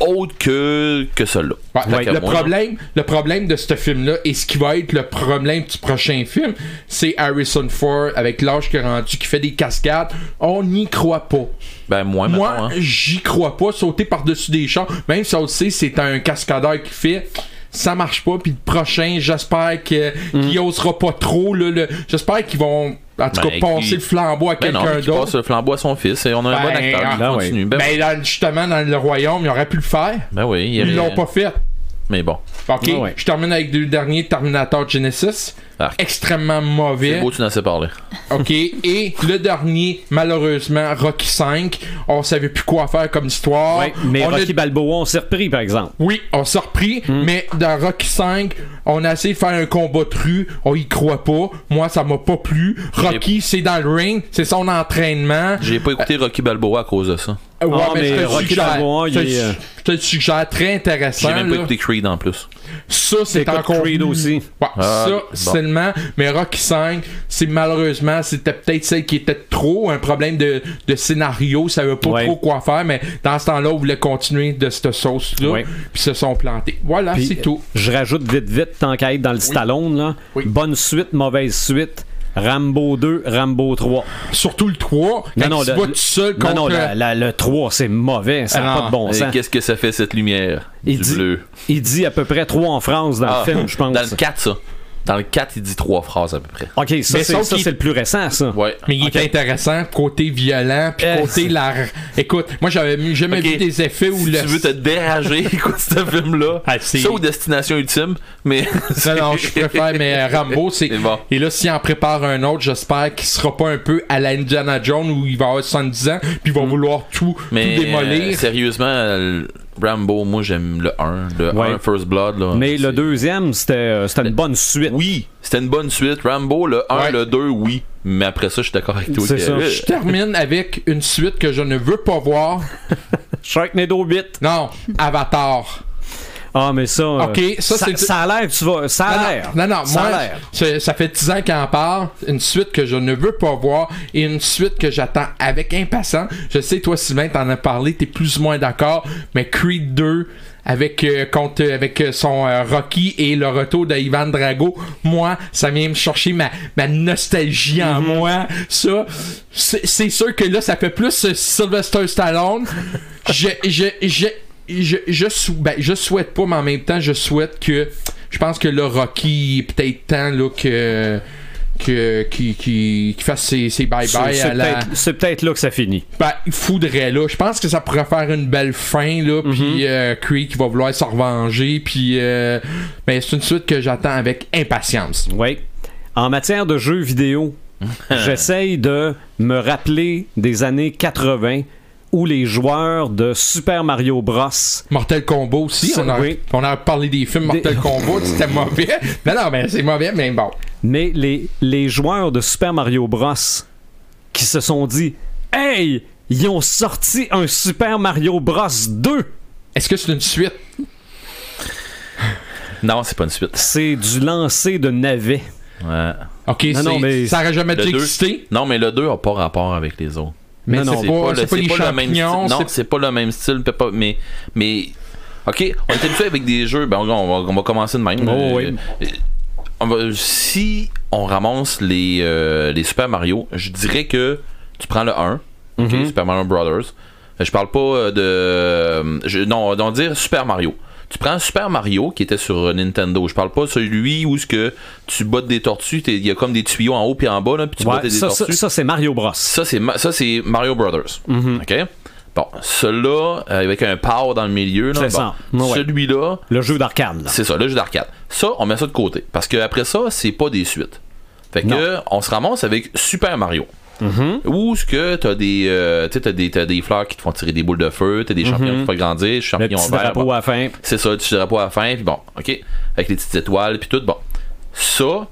[SPEAKER 4] autre que, que celle-là.
[SPEAKER 3] Ouais,
[SPEAKER 4] Fait que
[SPEAKER 3] le,
[SPEAKER 4] moi,
[SPEAKER 3] problème, le problème de ce film-là et ce qui va être le problème du prochain film, c'est Harrison Ford avec l'âge qu'il a rendu, qui fait des cascades. On n'y croit pas.
[SPEAKER 4] Ben, moi,
[SPEAKER 3] Moi,
[SPEAKER 4] mettons, hein.
[SPEAKER 3] j'y crois pas. Sauter par-dessus des champs, même si on le sait, c'est un cascadeur qui fait. Ça marche pas, puis le prochain, j'espère que- qu'il osera pas trop. là, le- J'espère qu'ils vont, en tout cas,
[SPEAKER 4] Ben,
[SPEAKER 3] passer
[SPEAKER 4] qu'il-
[SPEAKER 3] le flambeau à
[SPEAKER 4] Ben non,
[SPEAKER 3] quelqu'un
[SPEAKER 4] mais qui
[SPEAKER 3] d'autre.
[SPEAKER 4] passe le flambeau à son fils et on a un
[SPEAKER 3] Ben,
[SPEAKER 4] bon acteur qui
[SPEAKER 1] ah,
[SPEAKER 4] continue.
[SPEAKER 1] ouais.
[SPEAKER 4] Ben,
[SPEAKER 3] Ben, dans- justement, dans le royaume, ils auraient pu le faire.
[SPEAKER 4] ben oui, il y avait-
[SPEAKER 3] Ils l'ont pas fait.
[SPEAKER 4] Mais bon,
[SPEAKER 3] Ok,
[SPEAKER 1] Ah ouais. Ah.
[SPEAKER 3] je termine avec le dernier Terminator Genesis.
[SPEAKER 4] Arc.
[SPEAKER 3] Extrêmement mauvais.
[SPEAKER 4] c'est beau, tu n'en sais parler.
[SPEAKER 3] Ok, et le dernier, malheureusement, Rocky 5. On savait plus quoi faire comme histoire.
[SPEAKER 1] Ouais, mais
[SPEAKER 3] on a-
[SPEAKER 1] Rocky Hmm. Balboa, on s'est repris, par exemple.
[SPEAKER 3] Oui, on s'est repris, mais dans Rocky 5, on a essayé de faire un combat de rue, on y croit pas. Moi, ça m'a pas plu. Rocky, c'est dans le ring, c'est son entraînement.
[SPEAKER 4] J'ai pas écouté Rocky Balboa à cause de ça.
[SPEAKER 3] Euh, Ouais,
[SPEAKER 1] Ah, mais
[SPEAKER 3] je te le
[SPEAKER 1] Rocky
[SPEAKER 3] suggère-
[SPEAKER 1] Balboa,
[SPEAKER 3] je te
[SPEAKER 1] il est,
[SPEAKER 3] le
[SPEAKER 1] euh,
[SPEAKER 3] su- je te le suggère, très intéressant.
[SPEAKER 4] J'ai même
[SPEAKER 3] ben,
[SPEAKER 4] pas
[SPEAKER 3] là.
[SPEAKER 4] écouté Creed en plus.
[SPEAKER 3] Ça, c'est
[SPEAKER 1] T'écoutes
[SPEAKER 3] encore.
[SPEAKER 1] Creed aussi.
[SPEAKER 3] Ouais,
[SPEAKER 4] Ah,
[SPEAKER 3] ça,
[SPEAKER 4] bon.
[SPEAKER 3] seulement. Mais Rocky 5, c'est malheureusement, c'était peut-être celle qui était trop un problème de, de scénario. Ça veut pas
[SPEAKER 1] Ouais.
[SPEAKER 3] trop quoi faire, mais dans ce temps-là, on voulait continuer de cette sauce-là.
[SPEAKER 1] Ouais.
[SPEAKER 3] Puis se sont plantés. Voilà,
[SPEAKER 1] Puis,
[SPEAKER 3] Ah, c'est tout.
[SPEAKER 1] Je rajoute vite, vite, tant qu'à être dans le Stallone, là.
[SPEAKER 3] Oui.
[SPEAKER 1] Bonne suite, mauvaise suite. Rambo 2, Rambo 3.
[SPEAKER 3] Surtout le 3, quand il se
[SPEAKER 1] le-
[SPEAKER 3] bat tout seul
[SPEAKER 1] non,
[SPEAKER 3] contre. euh,
[SPEAKER 1] non, la- la- le 3, c'est mauvais. Ça n'a
[SPEAKER 3] Ah,
[SPEAKER 1] pas de bon
[SPEAKER 4] Et
[SPEAKER 1] sens.
[SPEAKER 4] Qu'est-ce que ça fait cette lumière
[SPEAKER 1] Il
[SPEAKER 4] du
[SPEAKER 1] dit-
[SPEAKER 4] bleu
[SPEAKER 1] Il dit à peu près 3 en France dans
[SPEAKER 4] Ah,
[SPEAKER 1] le film, je pense.
[SPEAKER 4] Dans le 4, ça. Dans le 4, il dit trois phrases à peu près.
[SPEAKER 1] Ok, ça, c'est,
[SPEAKER 3] Mais sauf
[SPEAKER 1] ça,
[SPEAKER 3] qu'il-
[SPEAKER 1] c'est le plus récent, ça.
[SPEAKER 4] Ouais.
[SPEAKER 3] Mais il
[SPEAKER 1] Ok.
[SPEAKER 3] est intéressant, côté violent, puis
[SPEAKER 1] Eh,
[SPEAKER 3] côté
[SPEAKER 1] c'est-
[SPEAKER 3] la. Écoute, moi, j'avais mis- jamais
[SPEAKER 4] Ok.
[SPEAKER 3] vu des effets où
[SPEAKER 4] Si
[SPEAKER 3] le.
[SPEAKER 4] tu veux te dérager, écoute ce film-là.
[SPEAKER 3] Ah, c'est-
[SPEAKER 4] ça ou Destination Ultime, mais.
[SPEAKER 3] Non, non, je préfère, mais euh, Rambo, c'est.
[SPEAKER 4] C'est bon.
[SPEAKER 3] Et là, s'il en prépare un autre, j'espère qu'il sera pas un peu à la Indiana Jones où il va avoir 70 ans, puis il va vouloir tout, tout
[SPEAKER 4] Hmm. Mais euh,
[SPEAKER 3] démolir.
[SPEAKER 4] sérieusement, euh, Rambo, moi j'aime le 1, le
[SPEAKER 1] Ouais.
[SPEAKER 4] 1 First Blood. Là,
[SPEAKER 1] Mais le
[SPEAKER 4] C'est-
[SPEAKER 1] deuxième, c'était, euh, c'était une bonne suite.
[SPEAKER 4] Oui, c'était une bonne suite. Rambo, le 1,
[SPEAKER 3] Ouais.
[SPEAKER 4] le 2, oui. Mais après ça, je suis d'accord avec toi.
[SPEAKER 1] C'est
[SPEAKER 4] que-
[SPEAKER 1] ça.
[SPEAKER 4] Euh,
[SPEAKER 3] Je termine avec une suite que je ne veux pas voir.
[SPEAKER 1] Sharknado 8.
[SPEAKER 3] Non, Avatar.
[SPEAKER 1] Ah, mais ça. euh,
[SPEAKER 3] Ok, ça, c'est-
[SPEAKER 1] ça a l'air, tu vas. Ça
[SPEAKER 3] Non,
[SPEAKER 1] a l'air.
[SPEAKER 3] Non, non,
[SPEAKER 1] ça a
[SPEAKER 3] moi, ben,
[SPEAKER 1] l'air.
[SPEAKER 3] ça, ça fait 10 ans qu'on en parle. Une suite que je ne veux pas voir et une suite que j'attends avec impatience. Je sais, toi, Sylvain, t'en as parlé, t'es plus ou moins d'accord, mais Creed 2 avec, euh, contre, euh, avec euh, son euh, Rocky et le retour de Ivan Drago, moi, ça vient me chercher ma, ma nostalgie en moi. Ça, c'est c'est sûr que là, ça fait plus euh, Sylvester Stallone. je, je, je, je, je, sou- ben, je souhaite pas, mais en même temps, je souhaite que. Je pense que le Rocky, peut-être temps là, que. que qui, qui, qui fasse ses, ses
[SPEAKER 1] C'est,
[SPEAKER 3] bye-bye
[SPEAKER 1] c'est
[SPEAKER 3] à euh, la.
[SPEAKER 1] peut-être, c'est peut-être là que ça finit.
[SPEAKER 3] Ben, il faudrait, là. Je pense que ça pourrait faire une belle fin, là.
[SPEAKER 1] Mhm.
[SPEAKER 3] Puis euh, Creed qui va vouloir s'en revenger. Puis. euh, ben, c'est une suite que j'attends avec impatience.
[SPEAKER 1] Oui. En matière de jeux vidéo, j'essaye de me rappeler des années 80 où les joueurs de Super Mario Bros.
[SPEAKER 3] Mortel Combo aussi.
[SPEAKER 1] Ça,
[SPEAKER 3] On a,
[SPEAKER 1] oui.
[SPEAKER 3] on a parlé des films Mortel Combo. C'était mauvais. Non, non, mais c'est mauvais, mais bon.
[SPEAKER 1] Mais les, les joueurs de Super Mario Bros. qui se sont dit Hey, ils ont sorti un Super Mario Bros 2
[SPEAKER 3] Est-ce que c'est une suite?
[SPEAKER 4] Non, c'est pas une suite.
[SPEAKER 1] C'est du lancer de navet.
[SPEAKER 4] Ouais.
[SPEAKER 3] Ok,
[SPEAKER 1] Non, non,
[SPEAKER 3] c'est-
[SPEAKER 1] mais-
[SPEAKER 3] ça aurait jamais
[SPEAKER 4] Le
[SPEAKER 3] dû
[SPEAKER 4] deux-
[SPEAKER 3] exister.
[SPEAKER 4] Non, mais le 2 a pas rapport avec les autres.
[SPEAKER 3] Mais
[SPEAKER 1] Non, non,
[SPEAKER 3] c'est pas, c'est pas les
[SPEAKER 4] même style.
[SPEAKER 3] champignons.
[SPEAKER 4] Non,
[SPEAKER 3] c'est-
[SPEAKER 4] c'est pas le même style. peut pas- Mais, mais, ok, on est habitué avec des jeux. Ben, on, va- on va, on va commencer de même.
[SPEAKER 1] Oh, oui.
[SPEAKER 4] Euh, on va- si on ramasse les, euh, les Super Mario, je dirais que tu prends le 1, ok,
[SPEAKER 1] Mhm.
[SPEAKER 4] Super Mario Brothers. Euh, Je parle pas euh, de. euh, je- non, on va dire Super Mario. Tu prends Super Mario qui était sur euh, Nintendo. Je parle pas celui où ce que tu bottes des tortues, t'es- il y a comme des tuyaux en haut puis en bas là, puis tu
[SPEAKER 1] Ouais,
[SPEAKER 4] bottes des
[SPEAKER 1] ça, ça-
[SPEAKER 4] tortues.
[SPEAKER 1] ça, Mhm. c'est Mario Bros.
[SPEAKER 4] Ça, c'est Ma- ça, c'est Mario Brothers. OK? Bon, celui-là, euh, avec un power dans le milieu, là,
[SPEAKER 1] C'est
[SPEAKER 4] bon,
[SPEAKER 1] ça. Ouais.
[SPEAKER 4] celui-là,
[SPEAKER 1] Le jeu d'arcade. là.
[SPEAKER 4] c'est ça, le jeu d'arcade. Ça, on met ça de côté. Parce que après ça, c'est pas des suites. Fait
[SPEAKER 1] Non. Mhm.
[SPEAKER 4] que, on se ramasse avec Super Mario. Où ce que t'as des, euh, tu sais, t'as des, t'as des fleurs qui te font tirer des boules de feu, t'as des champignons qui te font grandir,
[SPEAKER 1] Mhm. Le
[SPEAKER 4] champignons
[SPEAKER 1] petit
[SPEAKER 4] verts.
[SPEAKER 1] drapeau
[SPEAKER 4] bon.
[SPEAKER 1] à la fin.
[SPEAKER 4] C'est ça, tu seras pas à la fin, puis bon, ok. Avec les petites étoiles, puis tout, bon. Ça,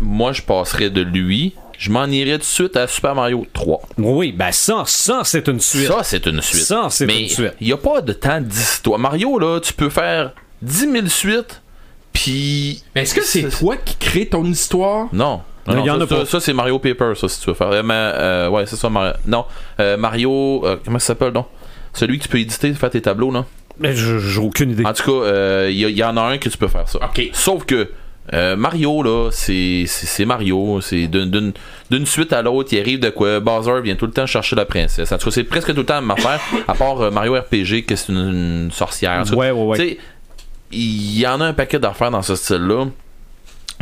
[SPEAKER 4] moi, je passerais de lui, je m'en irais tout de suite à Super Mario 3.
[SPEAKER 1] Oui, ben ça, ça, c'est une suite.
[SPEAKER 4] Ça, c'est une suite.
[SPEAKER 1] Ça, c'est
[SPEAKER 4] Mais
[SPEAKER 1] une suite.
[SPEAKER 4] Il n'y a pas de temps d'histoire. Mario, là, tu peux faire 10 000 suites, puis.
[SPEAKER 3] Mais est-ce que c'est toi qui crée ton histoire?
[SPEAKER 4] Non. Non,
[SPEAKER 1] Non,
[SPEAKER 4] non,
[SPEAKER 1] y en
[SPEAKER 4] ça,
[SPEAKER 1] a
[SPEAKER 4] ça-
[SPEAKER 1] pas.
[SPEAKER 4] ça, c'est Mario Paper, ça, si tu veux faire. Euh, mais, euh, ouais, c'est ça, Mario. Non, euh, Mario. euh, comment ça s'appelle, non Celui que tu peux éditer, faire tes tableaux, non
[SPEAKER 1] Mais je- J'ai aucune idée.
[SPEAKER 4] En tout cas, euh, il y, a- y en a un que tu peux faire ça.
[SPEAKER 3] Ok.
[SPEAKER 4] Sauf que euh, Mario, là, c'est c'est- c'est Mario. C'est d'une- d'une d'une suite à l'autre, il arrive de quoi. Bowser vient tout le temps chercher la princesse. En tout cas, c'est presque tout le temps la même affaire, à part euh, Mario RPG, que c'est une, une sorcière. En tout cas,
[SPEAKER 1] Ouais, ouais, ouais.
[SPEAKER 4] tu sais, il y en a un paquet d'affaires dans ce style-là.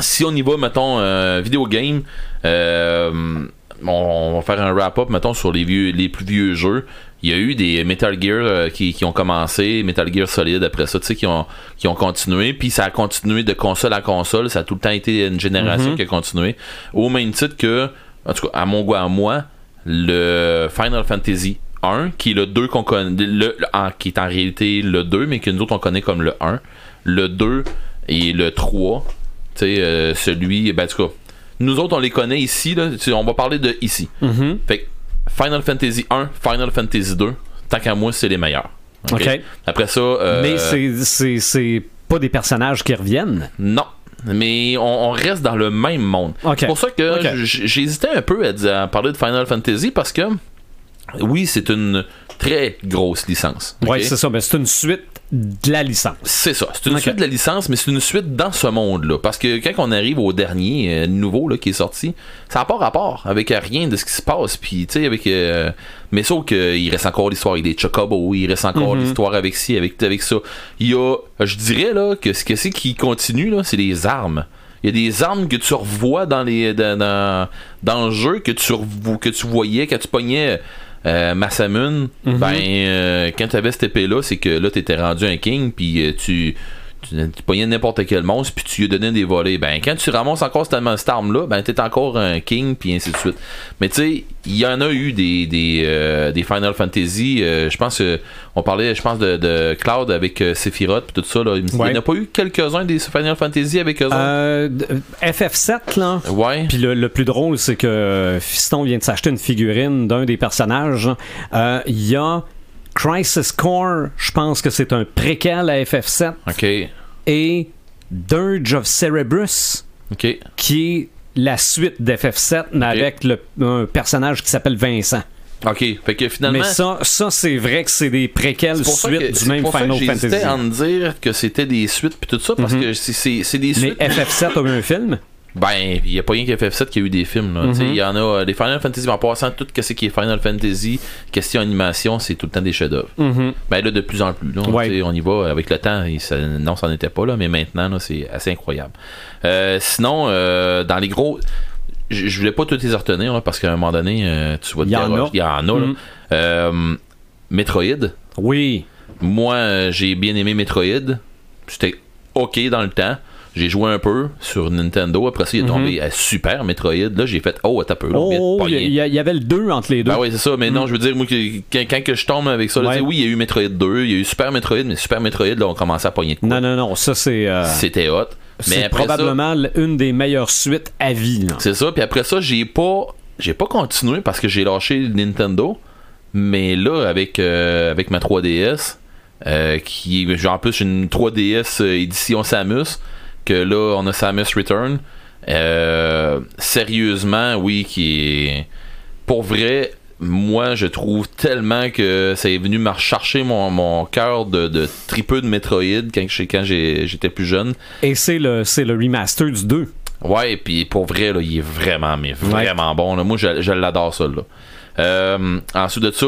[SPEAKER 4] Si on y va, mettons, euh, vidéo game, euh, on, on va faire un wrap-up, mettons, sur les, vieux, les plus vieux jeux. Il y a eu des Metal Gear euh, qui, qui ont commencé, Metal Gear Solid après ça, tu sais, qui ont, qui ont continué, puis ça a continué de console à console, ça a tout le temps été une génération qui a continué. Au même titre que, en tout cas, à mon goût, à moi, le Final Fantasy 1, qui est le 2 qu'on connaît, le, le- en- qui est en réalité le 2, mais que nous autres on connaît comme le 1, le 2 et le 3, tu sais, euh, celui, ben, en tout cas, nous autres on les connaît ici, là, tu sais, on va parler de ici.
[SPEAKER 1] Mhm.
[SPEAKER 4] Fait que Final Fantasy 1, Final Fantasy 2, tant qu'à moi, c'est les meilleurs. OK.
[SPEAKER 1] Ok.
[SPEAKER 4] Après ça, euh,
[SPEAKER 1] Mais c'est- c'est c'est pas des personnages qui reviennent.
[SPEAKER 4] non. Mais on, on reste dans le même monde.
[SPEAKER 1] Ok.
[SPEAKER 4] C'est pour ça que
[SPEAKER 1] Ok.
[SPEAKER 4] j- j'hésitais un peu à, di- à parler de Final Fantasy parce que, oui, c'est une très grosse licence.
[SPEAKER 1] Ouais,
[SPEAKER 4] ok?
[SPEAKER 1] c'est ça. Mais c'est une suite de la licence.
[SPEAKER 4] C'est ça. C'est une
[SPEAKER 1] Ok.
[SPEAKER 4] suite de la licence, mais c'est une suite dans ce monde-là. Parce que quand on arrive au dernier euh, nouveau là, qui est sorti, ça n'a pas rapport avec euh, rien de ce qui se passe. Puis, tu sais, avec. euh, mais sauf qu'il reste encore l'histoire avec des chocobos, il reste encore l'histoire avec ci, avec, avec ça. Il y a. Je dirais, là, que ce que c'est qui continue, là, c'est les armes. Il y a des armes que tu revois dans les dans, dans, dans le jeu que tu revo- que tu voyais quand tu pognais euh, Massamun. Ben euh, quand tu avais cette épée là, c'est que là tu étais rendu un king puis euh, tu tu, tu pognais n'importe quel monstre puis tu lui donnais des volets. Ben quand tu ramasses encore cette, cette arme là, ben t'es encore un king puis ainsi de suite. Mais tu sais, il y en a eu des des, euh, des Final Fantasy. euh, je pense que on parlait, je pense de, de Cloud avec euh, Sephiroth puis tout ça là. Il me dit,
[SPEAKER 1] Ouais.
[SPEAKER 4] il y en a pas eu quelques uns des Final Fantasy avec eux autres?
[SPEAKER 1] Euh, d- FF7, là.
[SPEAKER 4] Ouais.
[SPEAKER 1] Euh, Puis le, le plus drôle, c'est que Fiston vient de s'acheter une figurine d'un des personnages. Euh, Il y a Crisis Core, je pense que c'est un préquel à FF7,
[SPEAKER 4] Ok.
[SPEAKER 1] et Dirge of Cerebrus,
[SPEAKER 4] Ok.
[SPEAKER 1] qui est la suite d'FF7, mais
[SPEAKER 4] Ok.
[SPEAKER 1] avec le, un personnage qui s'appelle Vincent.
[SPEAKER 4] Ok. Fait que finalement.
[SPEAKER 1] mais ça, ça c'est vrai que c'est des préquels
[SPEAKER 4] c'est pour ça que-
[SPEAKER 1] suites du
[SPEAKER 4] c'est
[SPEAKER 1] même
[SPEAKER 4] pour ça que
[SPEAKER 1] Final
[SPEAKER 4] j'hésitais
[SPEAKER 1] Fantasy.
[SPEAKER 4] à me dire que c'était des suites puis tout ça parce
[SPEAKER 1] Mhm.
[SPEAKER 4] que c'est- c'est c'est des
[SPEAKER 1] Mais
[SPEAKER 4] suites.
[SPEAKER 1] FF7 a eu un film.
[SPEAKER 4] Ben, il n'y a pas rien qu'FF7 qui a eu des films. là. Tu
[SPEAKER 1] Mm-hmm.
[SPEAKER 4] sais, Il y en a. euh, Les Final Fantasy, en passant, tout ce qui est Final Fantasy, question animation, c'est tout le temps des chefs-d'œuvre. Ben là, de plus en plus. là,
[SPEAKER 1] Mm. Ouais.
[SPEAKER 4] tu sais, On y va avec le temps. et ça- non, ça n'était pas là, mais maintenant, là, c'est assez incroyable. Euh, sinon, euh, dans les gros. Je je voulais pas tout les retenir là, parce qu'à un moment donné, euh, tu vois,
[SPEAKER 1] Il y en a.
[SPEAKER 4] Il y en a. là.
[SPEAKER 1] Mhm.
[SPEAKER 4] Euh, Metroid.
[SPEAKER 1] Oui.
[SPEAKER 4] Moi, euh, j'ai bien aimé Metroid. C'était OK dans le temps. J'ai joué un peu sur Nintendo. Après ça, il est tombé à Super Metroid. Là, j'ai fait Oh, t'as peu. là, on vient de
[SPEAKER 1] Mhm. Oh, oh, il
[SPEAKER 4] pogner.
[SPEAKER 1] y, il y a- il y avait le 2 entre les deux. Mhm.
[SPEAKER 4] Ben ouais, c'est ça, mais non, je veux dire, moi, que- quand, quand que je tombe avec ça, là,
[SPEAKER 1] Ouais.
[SPEAKER 4] tu sais, oui, il y a eu Metroid 2, il y a eu Super Metroid, mais Super Metroid, là, on commençait à pogner de quoi.
[SPEAKER 1] Non, non, non, ça c'est. euh,
[SPEAKER 4] C'était hot. Mais
[SPEAKER 1] c'est
[SPEAKER 4] après ça-
[SPEAKER 1] probablement l- une des meilleures suites à vie. là.
[SPEAKER 4] C'est ça. Puis après ça, j'ai pas, j'ai pas continué parce que j'ai lâché le Nintendo. Mais là, avec euh, avec ma 3DS, euh, qui est- j'ai en plus une 3DS euh, édition Samus, que là on a Samus Return. Euh, sérieusement, oui, qui est pour vrai. Moi, je trouve tellement que ça est venu me rechercher mon, mon cœur de, de tripeux de Metroid quand j'ai- quand j'ai- j'étais plus jeune.
[SPEAKER 1] Et c'est le, c'est le remaster du 2.
[SPEAKER 4] Ouais, puis pour vrai, là, il est vraiment, mais vraiment bon. là. Moi, je, je l'adore, ça. Là. Euh, ensuite de ça,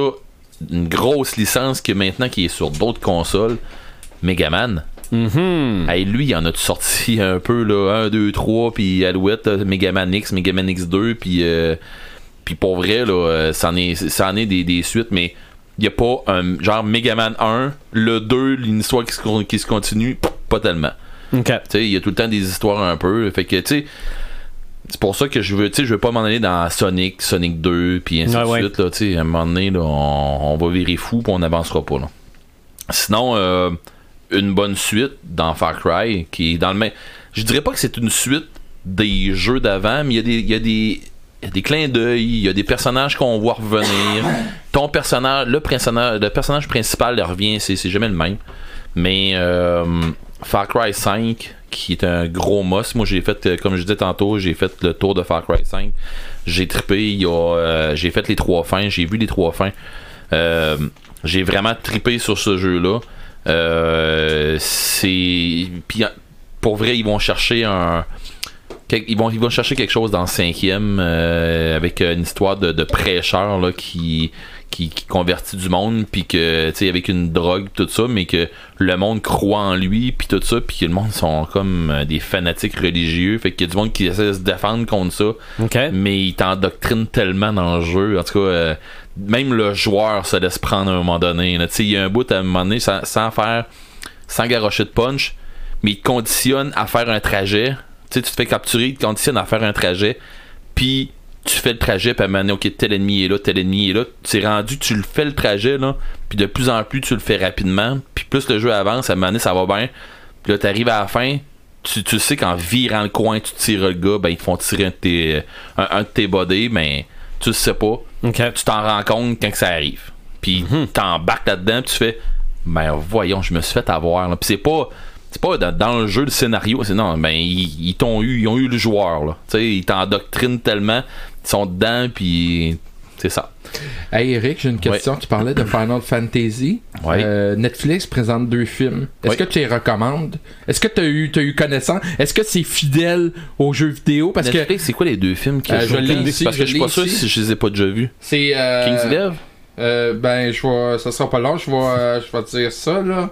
[SPEAKER 4] une grosse licence qui est maintenant qui est sur d'autres consoles, Megaman. Hey, lui, il en a sorti un peu, là, 1, 2, 3, puis Alouette, là, Megaman X, Megaman X2, puis euh, puis pour vrai, là, euh, c'en est, c'en est des, des suites, mais il n'y a pas un genre Megaman 1, le 2, une histoire qui se, con- qui se continue, pas tellement.
[SPEAKER 1] Ok.
[SPEAKER 4] Tu sais, il y a tout le temps des histoires un peu. Fait que, tu sais, c'est pour ça que je veux, tu sais, je veux pas m'en aller dans Sonic, Sonic 2, puis ainsi
[SPEAKER 1] Ouais,
[SPEAKER 4] de
[SPEAKER 1] ouais.
[SPEAKER 4] suite, là, tu sais, à un moment donné, là, on, on va virer fou, puis on n'avancera pas, là. Sinon, euh, une bonne suite dans Far Cry, qui est dans le même... Je dirais pas que c'est une suite des jeux d'avant, mais il y a des... il Y a des il y a des clins d'œil, il y a des personnages qu'on voit revenir. Ton personnage, le personnage, le personnage principal revient, c'est c'est jamais le même. Mais euh, Far Cry 5, qui est un gros must. Moi, j'ai fait, euh, comme je disais tantôt, j'ai fait le tour de Far Cry 5. J'ai trippé. il y a, euh, j'ai fait les trois fins. J'ai vu les trois fins. Euh, j'ai vraiment trippé sur ce jeu-là. Euh, c'est. Puis pour vrai, ils vont chercher un. quel- Ils vont, ils vont chercher quelque chose dans le cinquième euh, avec une histoire de, de prêcheur là, qui, qui, qui convertit du monde, puis que, tu sais, avec une drogue, tout ça, mais que le monde croit en lui, puis tout ça, puis que le monde sont comme euh, des fanatiques religieux, fait qu'il y a du monde qui essaie de se défendre contre ça,
[SPEAKER 1] OK.
[SPEAKER 4] mais il t'endoctrine tellement dans le jeu. En tout cas, euh, même le joueur se laisse prendre à un moment donné. là. Tu sais, il y a un bout à un moment donné sans, sans faire, sans garrocher de punch, mais il te conditionne à faire un trajet. Tu sais, tu te fais capturer, il te conditionne à faire un trajet, puis tu fais le trajet, puis à un moment donné, ok, tel ennemi est là, tel ennemi est là. Tu es rendu, tu le fais le trajet, là, puis de plus en plus, tu le fais rapidement, puis plus le jeu avance, à un moment donné, ça va bien. Puis là, t'arrives à la fin, tu, tu sais qu'en virant le coin, tu tires le gars, ben ils te font tirer un de tes, un, un de tes body, mais tu le sais pas.
[SPEAKER 1] OK.
[SPEAKER 4] Tu t'en rends compte quand que ça arrive. Puis
[SPEAKER 3] Mhm.
[SPEAKER 4] t'embarques là-dedans, puis tu fais, ben voyons, je me suis fait avoir. là. Puis c'est pas. C'est pas dans, dans le jeu, le scénario, c'est non, ben ils, ils t'ont eu, ils ont eu le joueur là. Tu sais, ils t'endoctrinent tellement, ils sont dedans puis c'est ça.
[SPEAKER 3] Hey Eric, j'ai une question. Tu parlais de Final Fantasy.
[SPEAKER 4] Ouais.
[SPEAKER 3] Euh, Netflix présente deux films. Est-ce
[SPEAKER 4] Ouais.
[SPEAKER 3] que tu les recommandes Est-ce que tu as eu, t'as eu connaissance Est-ce que c'est fidèle aux jeux vidéo Parce que
[SPEAKER 4] Netflix, c'est quoi les deux films qui
[SPEAKER 3] Euh,
[SPEAKER 4] jouent
[SPEAKER 3] je l'ai
[SPEAKER 4] dedans?
[SPEAKER 3] ici,
[SPEAKER 4] parce
[SPEAKER 3] je
[SPEAKER 4] que je suis
[SPEAKER 3] l'ai
[SPEAKER 4] pas sûr
[SPEAKER 3] ici.
[SPEAKER 4] si je les ai pas déjà vus.
[SPEAKER 3] c'est. euh,
[SPEAKER 4] King's Dev?
[SPEAKER 3] euh, ben, je vois, ça sera pas long. Je vais, euh, je vais te dire ça là.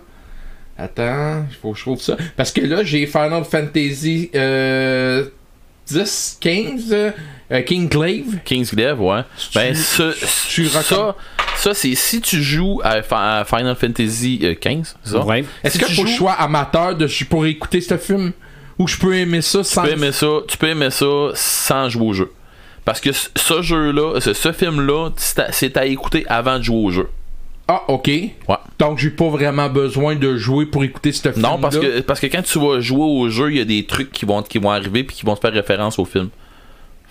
[SPEAKER 3] Attends, il faut que je trouve ça. Parce que là, j'ai Final Fantasy euh, 10, 15, euh, King Glaive.
[SPEAKER 4] King's Glaive, ouais. Ben, ce,
[SPEAKER 3] tu
[SPEAKER 4] ça,
[SPEAKER 3] racontes-
[SPEAKER 4] ça, c'est si tu joues à, Fa- à Final Fantasy euh, 15, c'est ça?
[SPEAKER 1] Ouais.
[SPEAKER 3] Est-ce
[SPEAKER 4] Si
[SPEAKER 3] que
[SPEAKER 4] tu
[SPEAKER 3] faut que je
[SPEAKER 4] joues-
[SPEAKER 3] sois amateur de, je- pour écouter ce film Ou je peux aimer ça
[SPEAKER 4] Tu
[SPEAKER 3] sans.
[SPEAKER 4] peux aimer ça, tu peux aimer ça sans jouer au jeu. Parce que c- ce jeu-là, ce, ce film-là, c'est à- c'est à écouter avant de jouer au jeu.
[SPEAKER 3] Ah, ok.
[SPEAKER 4] Ouais.
[SPEAKER 3] Donc, j'ai pas vraiment besoin de jouer pour écouter ce film.
[SPEAKER 4] Non, parce que, parce que quand tu vas jouer au jeu, il y a des trucs qui vont, qui vont arriver puis qui vont te faire référence au film.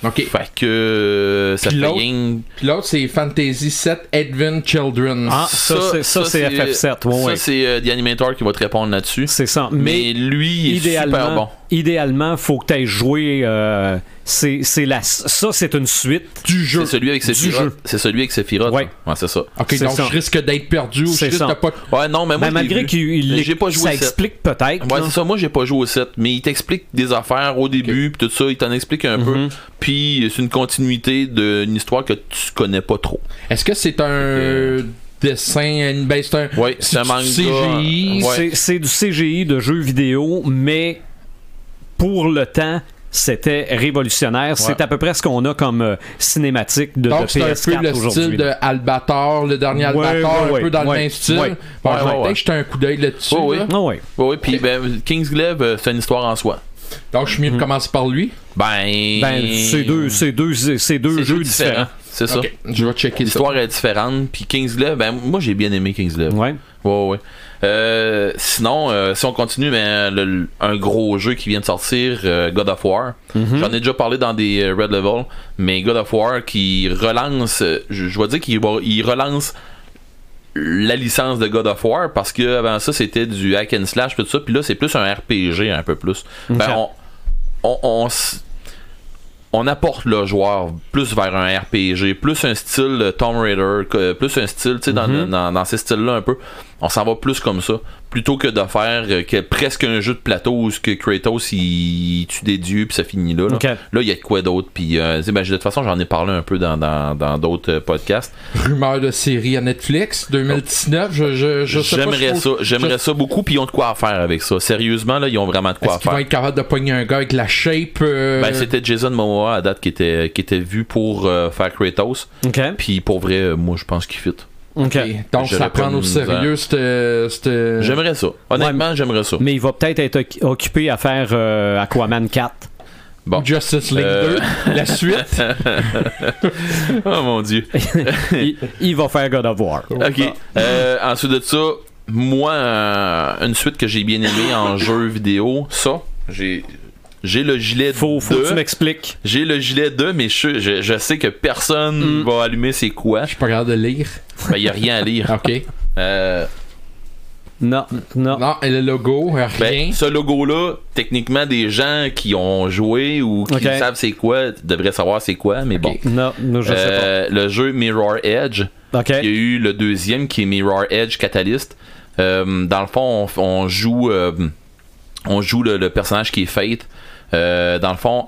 [SPEAKER 3] Ok.
[SPEAKER 4] Fait que euh, ça
[SPEAKER 3] Puis
[SPEAKER 4] fait
[SPEAKER 3] l'autre-
[SPEAKER 4] rien.
[SPEAKER 3] Puis l'autre, c'est Fantasy 7 Advent Children.
[SPEAKER 1] Ah, ça, c'est- ça, c'est FF7, ouais,
[SPEAKER 4] Ça,
[SPEAKER 1] ouais.
[SPEAKER 4] c'est euh, The Animator qui va te répondre là-dessus.
[SPEAKER 1] C'est ça.
[SPEAKER 4] Mais,
[SPEAKER 1] Mais,
[SPEAKER 4] lui, il est
[SPEAKER 1] idéalement,
[SPEAKER 4] super bon.
[SPEAKER 1] idéalement, faut que tu aies joué. euh, c'est c'est la, ça, c'est une suite.
[SPEAKER 3] du jeu.
[SPEAKER 4] C'est celui avec Sephiroth.
[SPEAKER 1] jeu.
[SPEAKER 4] C'est celui avec Sephiroth.
[SPEAKER 1] Ouais.
[SPEAKER 4] hein. Ouais, c'est ça.
[SPEAKER 3] Ok,
[SPEAKER 1] c'est
[SPEAKER 3] donc
[SPEAKER 1] ça.
[SPEAKER 3] je risque d'être perdu ou je
[SPEAKER 1] C'est
[SPEAKER 3] risque
[SPEAKER 1] ça.
[SPEAKER 3] de pas.
[SPEAKER 4] Ouais, non, mais moi,
[SPEAKER 1] Ben,
[SPEAKER 4] je l'ai
[SPEAKER 1] malgré
[SPEAKER 4] vu.
[SPEAKER 1] qu'il
[SPEAKER 4] Mais j'ai pas joué
[SPEAKER 1] ça
[SPEAKER 4] au sept.
[SPEAKER 1] explique peut-être.
[SPEAKER 4] Ouais,
[SPEAKER 1] là.
[SPEAKER 4] c'est ça. Moi, j'ai pas joué au 7, mais il t'explique des affaires au début, puis tout ça, il t'en explique un
[SPEAKER 1] Mm-hmm.
[SPEAKER 4] peu. Puis c'est une continuité d'une histoire que tu connais pas trop.
[SPEAKER 3] Est-ce que c'est un dessin, une ben, c'est un.
[SPEAKER 4] Ouais, c'est un
[SPEAKER 3] du
[SPEAKER 4] manga.
[SPEAKER 3] CGI.
[SPEAKER 4] Ouais.
[SPEAKER 1] C'est- C'est du CGI de jeux vidéo, mais pour le temps, c'était révolutionnaire. C'est à peu près ce qu'on a comme euh, cinématique de,
[SPEAKER 3] Donc,
[SPEAKER 1] de
[SPEAKER 3] c'est un peu
[SPEAKER 1] PS4
[SPEAKER 3] le
[SPEAKER 1] aujourd'hui.
[SPEAKER 3] style de Albator, le dernier
[SPEAKER 1] Ouais,
[SPEAKER 3] Albator,
[SPEAKER 1] ouais,
[SPEAKER 3] un peu dans
[SPEAKER 1] ouais,
[SPEAKER 3] le même style.
[SPEAKER 1] ouais.
[SPEAKER 3] Bon,
[SPEAKER 4] Ouais,
[SPEAKER 3] je
[SPEAKER 4] ouais,
[SPEAKER 3] vais peut-être
[SPEAKER 4] ouais.
[SPEAKER 3] jeter un coup d'œil là-dessus.
[SPEAKER 4] Ouais, ouais.
[SPEAKER 3] là.
[SPEAKER 1] Ah ouais.
[SPEAKER 4] Ouais, ouais, puis ben, King's Glaive, euh, c'est une histoire en soi.
[SPEAKER 3] Donc, je suis mieux
[SPEAKER 4] Mm-hmm.
[SPEAKER 3] de commencer par lui.
[SPEAKER 4] Ben.
[SPEAKER 1] Ben, c'est deux, c'est deux, c'est deux
[SPEAKER 4] c'est
[SPEAKER 1] jeux
[SPEAKER 4] deux
[SPEAKER 1] différents.
[SPEAKER 4] C'est ça.
[SPEAKER 3] Ok, je vais checker ça.
[SPEAKER 4] L'histoire est euh, différente, puis King's Glaive, ben, moi, j'ai bien aimé King's Glaive.
[SPEAKER 1] Ouais.
[SPEAKER 4] Ouais, ouais. Euh, sinon, euh, si on continue, ben, le- le- un gros jeu qui vient de sortir, euh, God of War.
[SPEAKER 1] Mhm.
[SPEAKER 4] J'en ai déjà parlé dans des euh, Red Level, mais God of War qui relance, euh, je, je vais dire qu'il va- il relance la licence de God of War parce que avant ça c'était du hack and slash tout ça, puis là c'est plus un RPG un peu plus. Ben,
[SPEAKER 1] Ok.
[SPEAKER 4] on, on, on s- on apporte le joueur plus vers un RPG, plus un style euh, Tomb Raider, que- plus un style, tu sais, dans,
[SPEAKER 3] Mhm.
[SPEAKER 4] dans, dans ces styles-là un peu, on s'en va plus comme ça, plutôt que de faire euh, que- presque un jeu de plateau où ce que Kratos il, il tue des dieux puis ça finit là. Là,
[SPEAKER 1] Ok.
[SPEAKER 4] Là, il y a de quoi d'autre, puis euh, tu sais, ben, de toute façon j'en ai parlé un peu dans dans- dans d'autres euh, podcasts.
[SPEAKER 3] rumeur de série à Netflix 2019. Je, je, je sais pas, je
[SPEAKER 4] J'aimerais ça,
[SPEAKER 3] trouve-
[SPEAKER 4] j'aimerais
[SPEAKER 3] je-
[SPEAKER 4] ça beaucoup, puis ils ont de quoi à faire avec ça. Sérieusement là, ils ont vraiment de quoi à
[SPEAKER 3] Est-ce qu'ils
[SPEAKER 4] faire.
[SPEAKER 3] vont être capables de pogner un gars avec la shape euh,
[SPEAKER 4] Ben, c'était Jason Momoa à date qui était qui était vu pour euh, faire Kratos,
[SPEAKER 1] OK.
[SPEAKER 4] puis pour vrai, euh, moi je pense qu'il fit.
[SPEAKER 1] OK.
[SPEAKER 3] et Donc
[SPEAKER 4] J'aurais
[SPEAKER 3] ça
[SPEAKER 4] pas
[SPEAKER 3] prend au
[SPEAKER 4] mis
[SPEAKER 3] sérieux cette. euh, cette-
[SPEAKER 4] J'aimerais ça. Honnêtement, j'aimerais ça.
[SPEAKER 1] Mais il va peut-être être oc- occupé à faire euh, Aquaman 4.
[SPEAKER 4] Bon.
[SPEAKER 3] ou Justice League
[SPEAKER 4] Euh,
[SPEAKER 3] 2, la suite.
[SPEAKER 4] oh mon dieu.
[SPEAKER 1] il, il va faire God of War.
[SPEAKER 4] Ok. Euh, ensuite de ça, moi, euh, une suite que j'ai bien aimée en jeu vidéo, ça, j'ai. J'ai le gilet
[SPEAKER 1] Faut, faut que tu
[SPEAKER 4] de.
[SPEAKER 1] m'expliques.
[SPEAKER 4] J'ai le gilet 2, mais je, je, je sais que personne
[SPEAKER 1] Mm.
[SPEAKER 4] va allumer c'est quoi.
[SPEAKER 3] Je suis pas capable de lire.
[SPEAKER 4] Ben, y a rien à
[SPEAKER 1] Ah.
[SPEAKER 4] lire.
[SPEAKER 3] Ok.
[SPEAKER 4] Euh,
[SPEAKER 1] Non, non.
[SPEAKER 3] Non, et le logo, euh,
[SPEAKER 4] ben,
[SPEAKER 3] rien.
[SPEAKER 4] ce logo-là, techniquement, des gens qui ont joué ou qui
[SPEAKER 1] Ok.
[SPEAKER 4] savent c'est quoi devraient savoir c'est quoi, mais bon.
[SPEAKER 1] Non, non, je sais
[SPEAKER 4] Euh, le Euh, jeu Mirror Edge,
[SPEAKER 1] pas. OK.
[SPEAKER 4] Il y a eu le deuxième qui est Mirror Edge Catalyst. Euh, dans le fond, on, on joue, euh, on joue le, le personnage qui est Fate. Euh, dans le fond,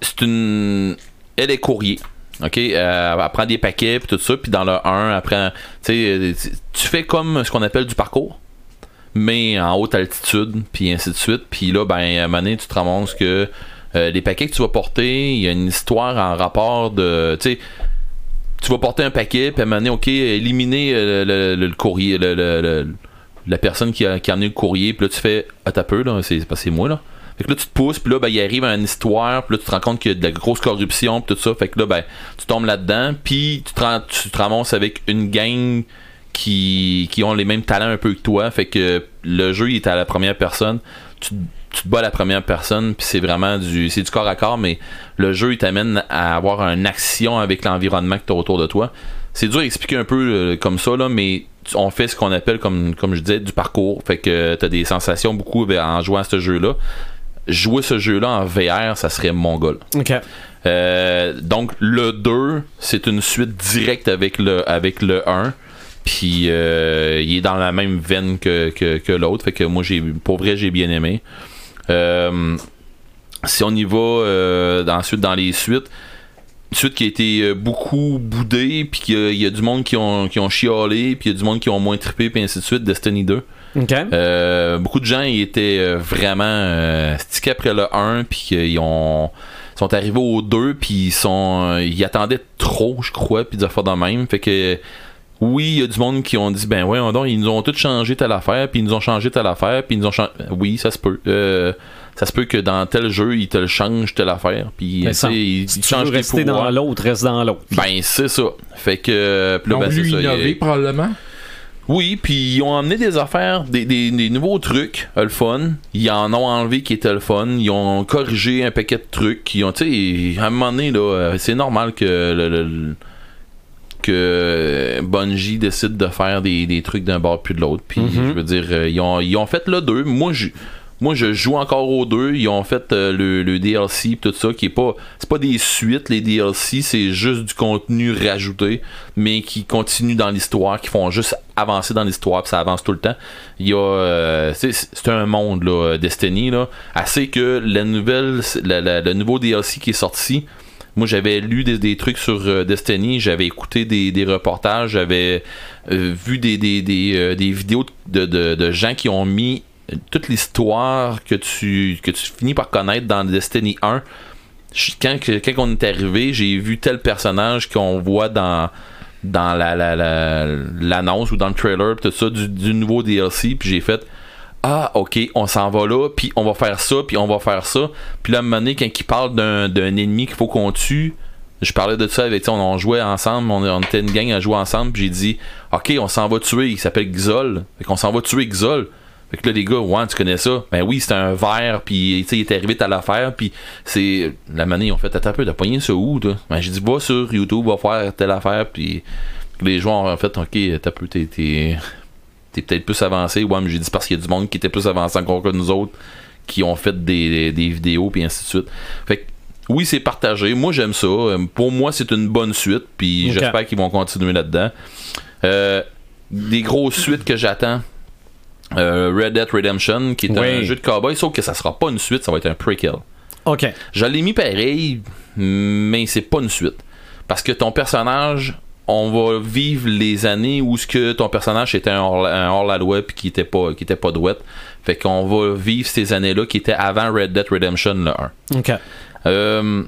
[SPEAKER 4] c'est une. Elle est courrier. OK, euh, elle prend des paquets puis tout ça, puis dans le 1, elle prend, tu sais, tu fais comme ce qu'on appelle du parcours, mais en haute altitude, puis ainsi de suite. Puis là, ben, à un moment donné, tu te ramasses que euh, les paquets que tu vas porter, il y a une histoire en rapport de, tu sais, tu vas porter un paquet, puis à un moment donné, OK, éliminer euh, le, le- le courrier, le- le- le- la personne qui a, qui a amené le courrier, puis là, tu fais, ah, t'as peu, là, c'est c'est moi, là. Fait que là, tu te pousses, puis là, ben, il arrive à une histoire, puis là, tu te rends compte qu'il y a de la grosse corruption, puis tout ça. Fait que là, ben, tu tombes là-dedans, puis tu te, ram- tu te ramasses avec une gang qui, qui ont les mêmes talents un peu que toi. Fait que le jeu, il est à la première personne. Tu, tu te bats à la première personne, puis c'est vraiment du, c'est du corps à corps, mais le jeu, il t'amène à avoir une action avec l'environnement que tu as autour de toi. C'est dur à expliquer un peu euh, comme ça, là, mais tu- on fait ce qu'on appelle, comme, comme je disais, du parcours. Fait que tu as des sensations beaucoup ben, en jouant à ce jeu-là. Jouer ce jeu-là en VR, ça serait mon goal.
[SPEAKER 1] OK.
[SPEAKER 4] Euh, donc le 2, c'est une suite directe avec le, avec le 1. Puis euh, il est dans la même veine que, que, que l'autre. Fait que moi, j'ai pour vrai, j'ai bien aimé. Euh, si on y va euh, ensuite dans les suites, une suite qui a été euh, beaucoup boudée, puis qu'il y a- il y, a du monde qui ont, qui ont chialé, puis il y a du monde qui ont moins trippé, puis ainsi de suite, Destiny 2.
[SPEAKER 1] OK.
[SPEAKER 4] Euh, beaucoup de gens ils étaient euh, vraiment euh, stickés après le 1 puis qu'ils ont sont arrivés au 2 puis ils sont euh, ils attendaient trop je crois puis des affaires de même fait que oui, il y a du monde qui ont dit ben ouais, donc ils nous ont tous changé telle affaire, puis ils nous ont changé telle affaire, puis ils nous ont changé oui, ça se peut. Euh, ça se peut que dans tel jeu, ils te le changent telle affaire,
[SPEAKER 1] Mais
[SPEAKER 4] puis tu
[SPEAKER 1] Ben, ça,
[SPEAKER 4] sais, ils,
[SPEAKER 1] si
[SPEAKER 4] ils
[SPEAKER 1] tu
[SPEAKER 4] changent
[SPEAKER 1] veux
[SPEAKER 4] tes
[SPEAKER 1] rester dans
[SPEAKER 4] pouvoirs.
[SPEAKER 1] l'autre, reste dans l'autre.
[SPEAKER 4] Ben c'est ça. Fait que puis
[SPEAKER 3] Ils
[SPEAKER 4] là,
[SPEAKER 3] ont
[SPEAKER 4] ben, c'est
[SPEAKER 3] voulu
[SPEAKER 4] ça, il y a-
[SPEAKER 3] innover, probablement.
[SPEAKER 4] oui, puis ils ont emmené des affaires, des, des- des nouveaux trucs, euh, le fun. Ils en ont enlevé qui étaient le fun. Ils ont corrigé un paquet de trucs. Ils ont, tu sais, à un moment donné, là, euh, c'est normal que le, le- le- que Bungie décide de faire des, des trucs d'un bord puis de l'autre. Puis je veux dire, euh, ils, ont, ils ont fait le 2. Moi, je moi je joue encore aux deux. Ils ont fait euh, le, le DLC pis tout ça qui est pas c'est pas des suites les DLC, c'est juste du contenu rajouté mais qui continue dans l'histoire, qui font juste avancer dans l'histoire puis ça avance tout le temps. Il y a euh, c'est c'est un monde là euh, Destiny là, assez que la nouvelle la- la- le nouveau DLC qui est sorti moi, j'avais lu des, des trucs sur euh, Destiny, j'avais écouté des, des reportages, j'avais euh, vu des, des, des, euh, des vidéos de, de- de gens qui ont mis toute l'histoire que tu, que tu finis par connaître dans Destiny 1. Je- Quand, que- quand on est arrivé, j'ai vu tel personnage qu'on voit dans dans la- la- la- l'annonce ou dans le trailer, pis tout ça, du, du nouveau DLC, puis j'ai fait ah, ok, on s'en va là, puis on va faire ça, puis on va faire ça. Puis là, à un moment donné, quand il parle d'un d'un ennemi qu'il faut qu'on tue, je parlais de ça avec, tu sais, on, on jouait ensemble, on, on était une gang à jouer ensemble, puis j'ai dit, ok, on s'en va tuer, il s'appelle Xol, fait qu'on s'en va tuer Xol. Fait que là, les gars, ouais, tu connais ça. Ben oui, c'était un verre, puis tu sais, il est arrivé, t'as l'affaire, puis c'est. La manée, ils ont fait, attends un peu, t'as poigné ça où, toi? Ben j'ai dit, va sur YouTube, va faire telle affaire, puis les joueurs ont fait, ok, t'as peu, t'es- t'es t'es peut-être plus avancé. Ouais, mais j'ai dit parce qu'il y a du monde qui était plus avancé encore que nous autres, qui ont fait des, des- des vidéos, puis ainsi de suite. Fait que, oui, c'est partagé. Moi, j'aime ça. Euh, Pour moi, c'est une bonne suite, puis
[SPEAKER 1] Ok.
[SPEAKER 4] j'espère qu'ils vont continuer là-dedans. Euh, des grosses suites que j'attends. Euh, Red Dead Redemption, qui est un
[SPEAKER 1] Oui.
[SPEAKER 4] jeu de cowboy, sauf que ça sera pas une suite, ça va être un prequel.
[SPEAKER 1] OK.
[SPEAKER 4] Je l'ai mis pareil, mais c'est pas une suite. Parce que ton personnage, on va vivre les années où ce que ton personnage était un hors- un hors-la-loi puis qui était pas qui était pas douette. Fait qu'on va vivre ces années-là qui étaient avant Red Dead Redemption le 1.
[SPEAKER 1] OK.
[SPEAKER 4] Euh,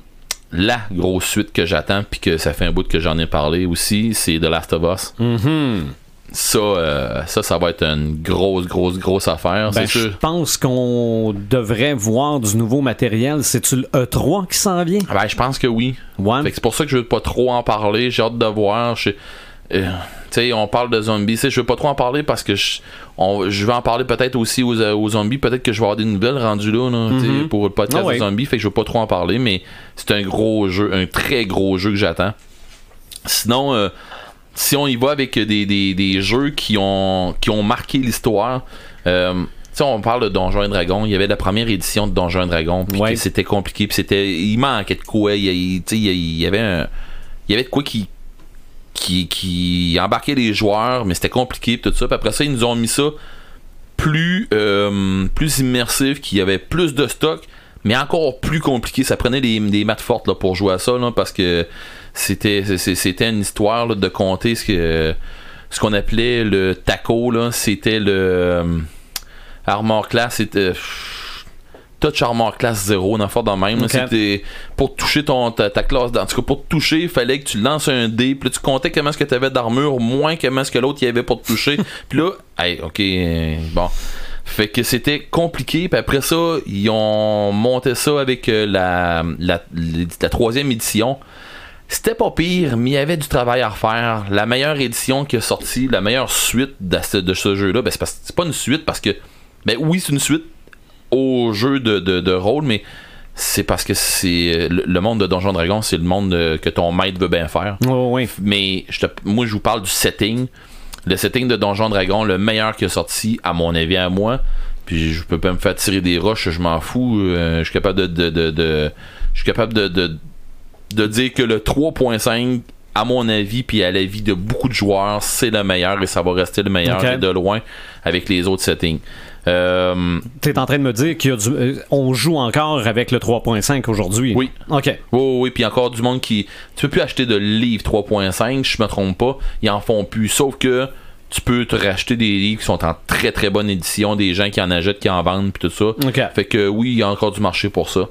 [SPEAKER 4] la grosse suite que j'attends puis que ça fait un bout que j'en ai parlé aussi, c'est The Last of Us. Ça, euh, ça, ça va être une grosse, grosse, grosse affaire,
[SPEAKER 1] Ben,
[SPEAKER 4] c'est
[SPEAKER 1] je
[SPEAKER 4] sûr.
[SPEAKER 1] pense qu'on devrait voir du nouveau matériel. C'est-tu le E3 qui s'en vient?
[SPEAKER 4] Ah Ben, je pense que oui.
[SPEAKER 1] Ouais.
[SPEAKER 4] Fait que c'est pour ça que je veux pas trop en parler. J'ai hâte de voir. Je- euh, tu sais, on parle de zombies. Tu sais, Je veux pas trop en parler parce que je, on- je vais en parler peut-être aussi aux, euh, aux zombies. Peut-être que je vais avoir des nouvelles rendues là, là, tu sais,
[SPEAKER 1] Mhm.
[SPEAKER 4] pour le podcast
[SPEAKER 1] Ah ouais.
[SPEAKER 4] des zombies. Fait que je veux pas trop en parler, mais c'est un gros jeu, un très gros jeu que j'attends. Sinon, euh, si on y va avec des, des- des jeux qui ont, qui ont marqué l'histoire, euh, tu sais, on parle de Donjons et Dragons. Il y avait la première édition de Donjons et Dragons, puis
[SPEAKER 1] Ouais.
[SPEAKER 4] que c'était compliqué, puis c'était. Il manquait de quoi. Il, y a- il- tu sais, il y a- il y avait un. Il y avait de quoi qui, qui, qui embarquait les joueurs, mais c'était compliqué pis tout ça. Puis après ça, ils nous ont mis ça plus, euh, plus immersif, qu'il y avait plus de stock, mais encore plus compliqué. Ça prenait des, des maths fortes là, pour jouer à ça, là, parce que c'était c'est- c'était une histoire là, de compter ce que ce qu'on appelait le taco, là, c'était le euh, Armor Class, c'était pff, Touch Armor Class 0, on en fait dans le même. là.
[SPEAKER 1] Ok.
[SPEAKER 4] C'était pour toucher ton, ta, ta classe, en tout cas pour te toucher, il fallait que tu lances un dé, puis là, tu comptais comment est-ce que tu avais d'armure, moins comment est-ce que l'autre y avait pour te toucher. puis là, hey, ok, euh, bon. Fait que c'était compliqué, puis après ça, ils ont monté ça avec euh, la, la, la troisième édition. C'était pas pire, mais il y avait du travail à refaire. La meilleure édition qui est sortie, la meilleure suite de ce, de ce jeu-là, ben c'est parce- c'est pas une suite parce que. Ben oui, c'est une suite au jeu de, de- de rôle, mais c'est parce que c'est. Le, le monde de Donjon Dragon, c'est le monde euh, que ton maître veut bien faire.
[SPEAKER 1] Oh, oui.
[SPEAKER 4] Mais je te- moi, je vous parle du setting. Le setting de Donjon Dragon, le meilleur qui est sorti, à mon avis, à moi. Puis je peux pas me faire tirer des roches, je m'en fous. Euh, je suis capable de. de, de- de- je suis capable de, de, de dire que le 3.5, à mon avis, puis à l'avis de beaucoup de joueurs, c'est le meilleur et ça va rester le meilleur
[SPEAKER 1] Ok.
[SPEAKER 4] et de loin avec les autres settings. Euh,
[SPEAKER 1] T'es en train de me dire qu'il y a du- euh, on joue encore avec le 3.5 aujourd'hui.
[SPEAKER 4] Oui.
[SPEAKER 1] OK.
[SPEAKER 4] Oui, oui, oui, puis encore du monde qui. Tu peux plus acheter de livres 3.5, je me trompe pas. Ils en font plus. Sauf que tu peux te racheter des livres qui sont en très très bonne édition, des gens qui en achètent, qui en vendent, puis tout ça.
[SPEAKER 1] OK.
[SPEAKER 4] Fait que oui, il y a encore du marché pour ça.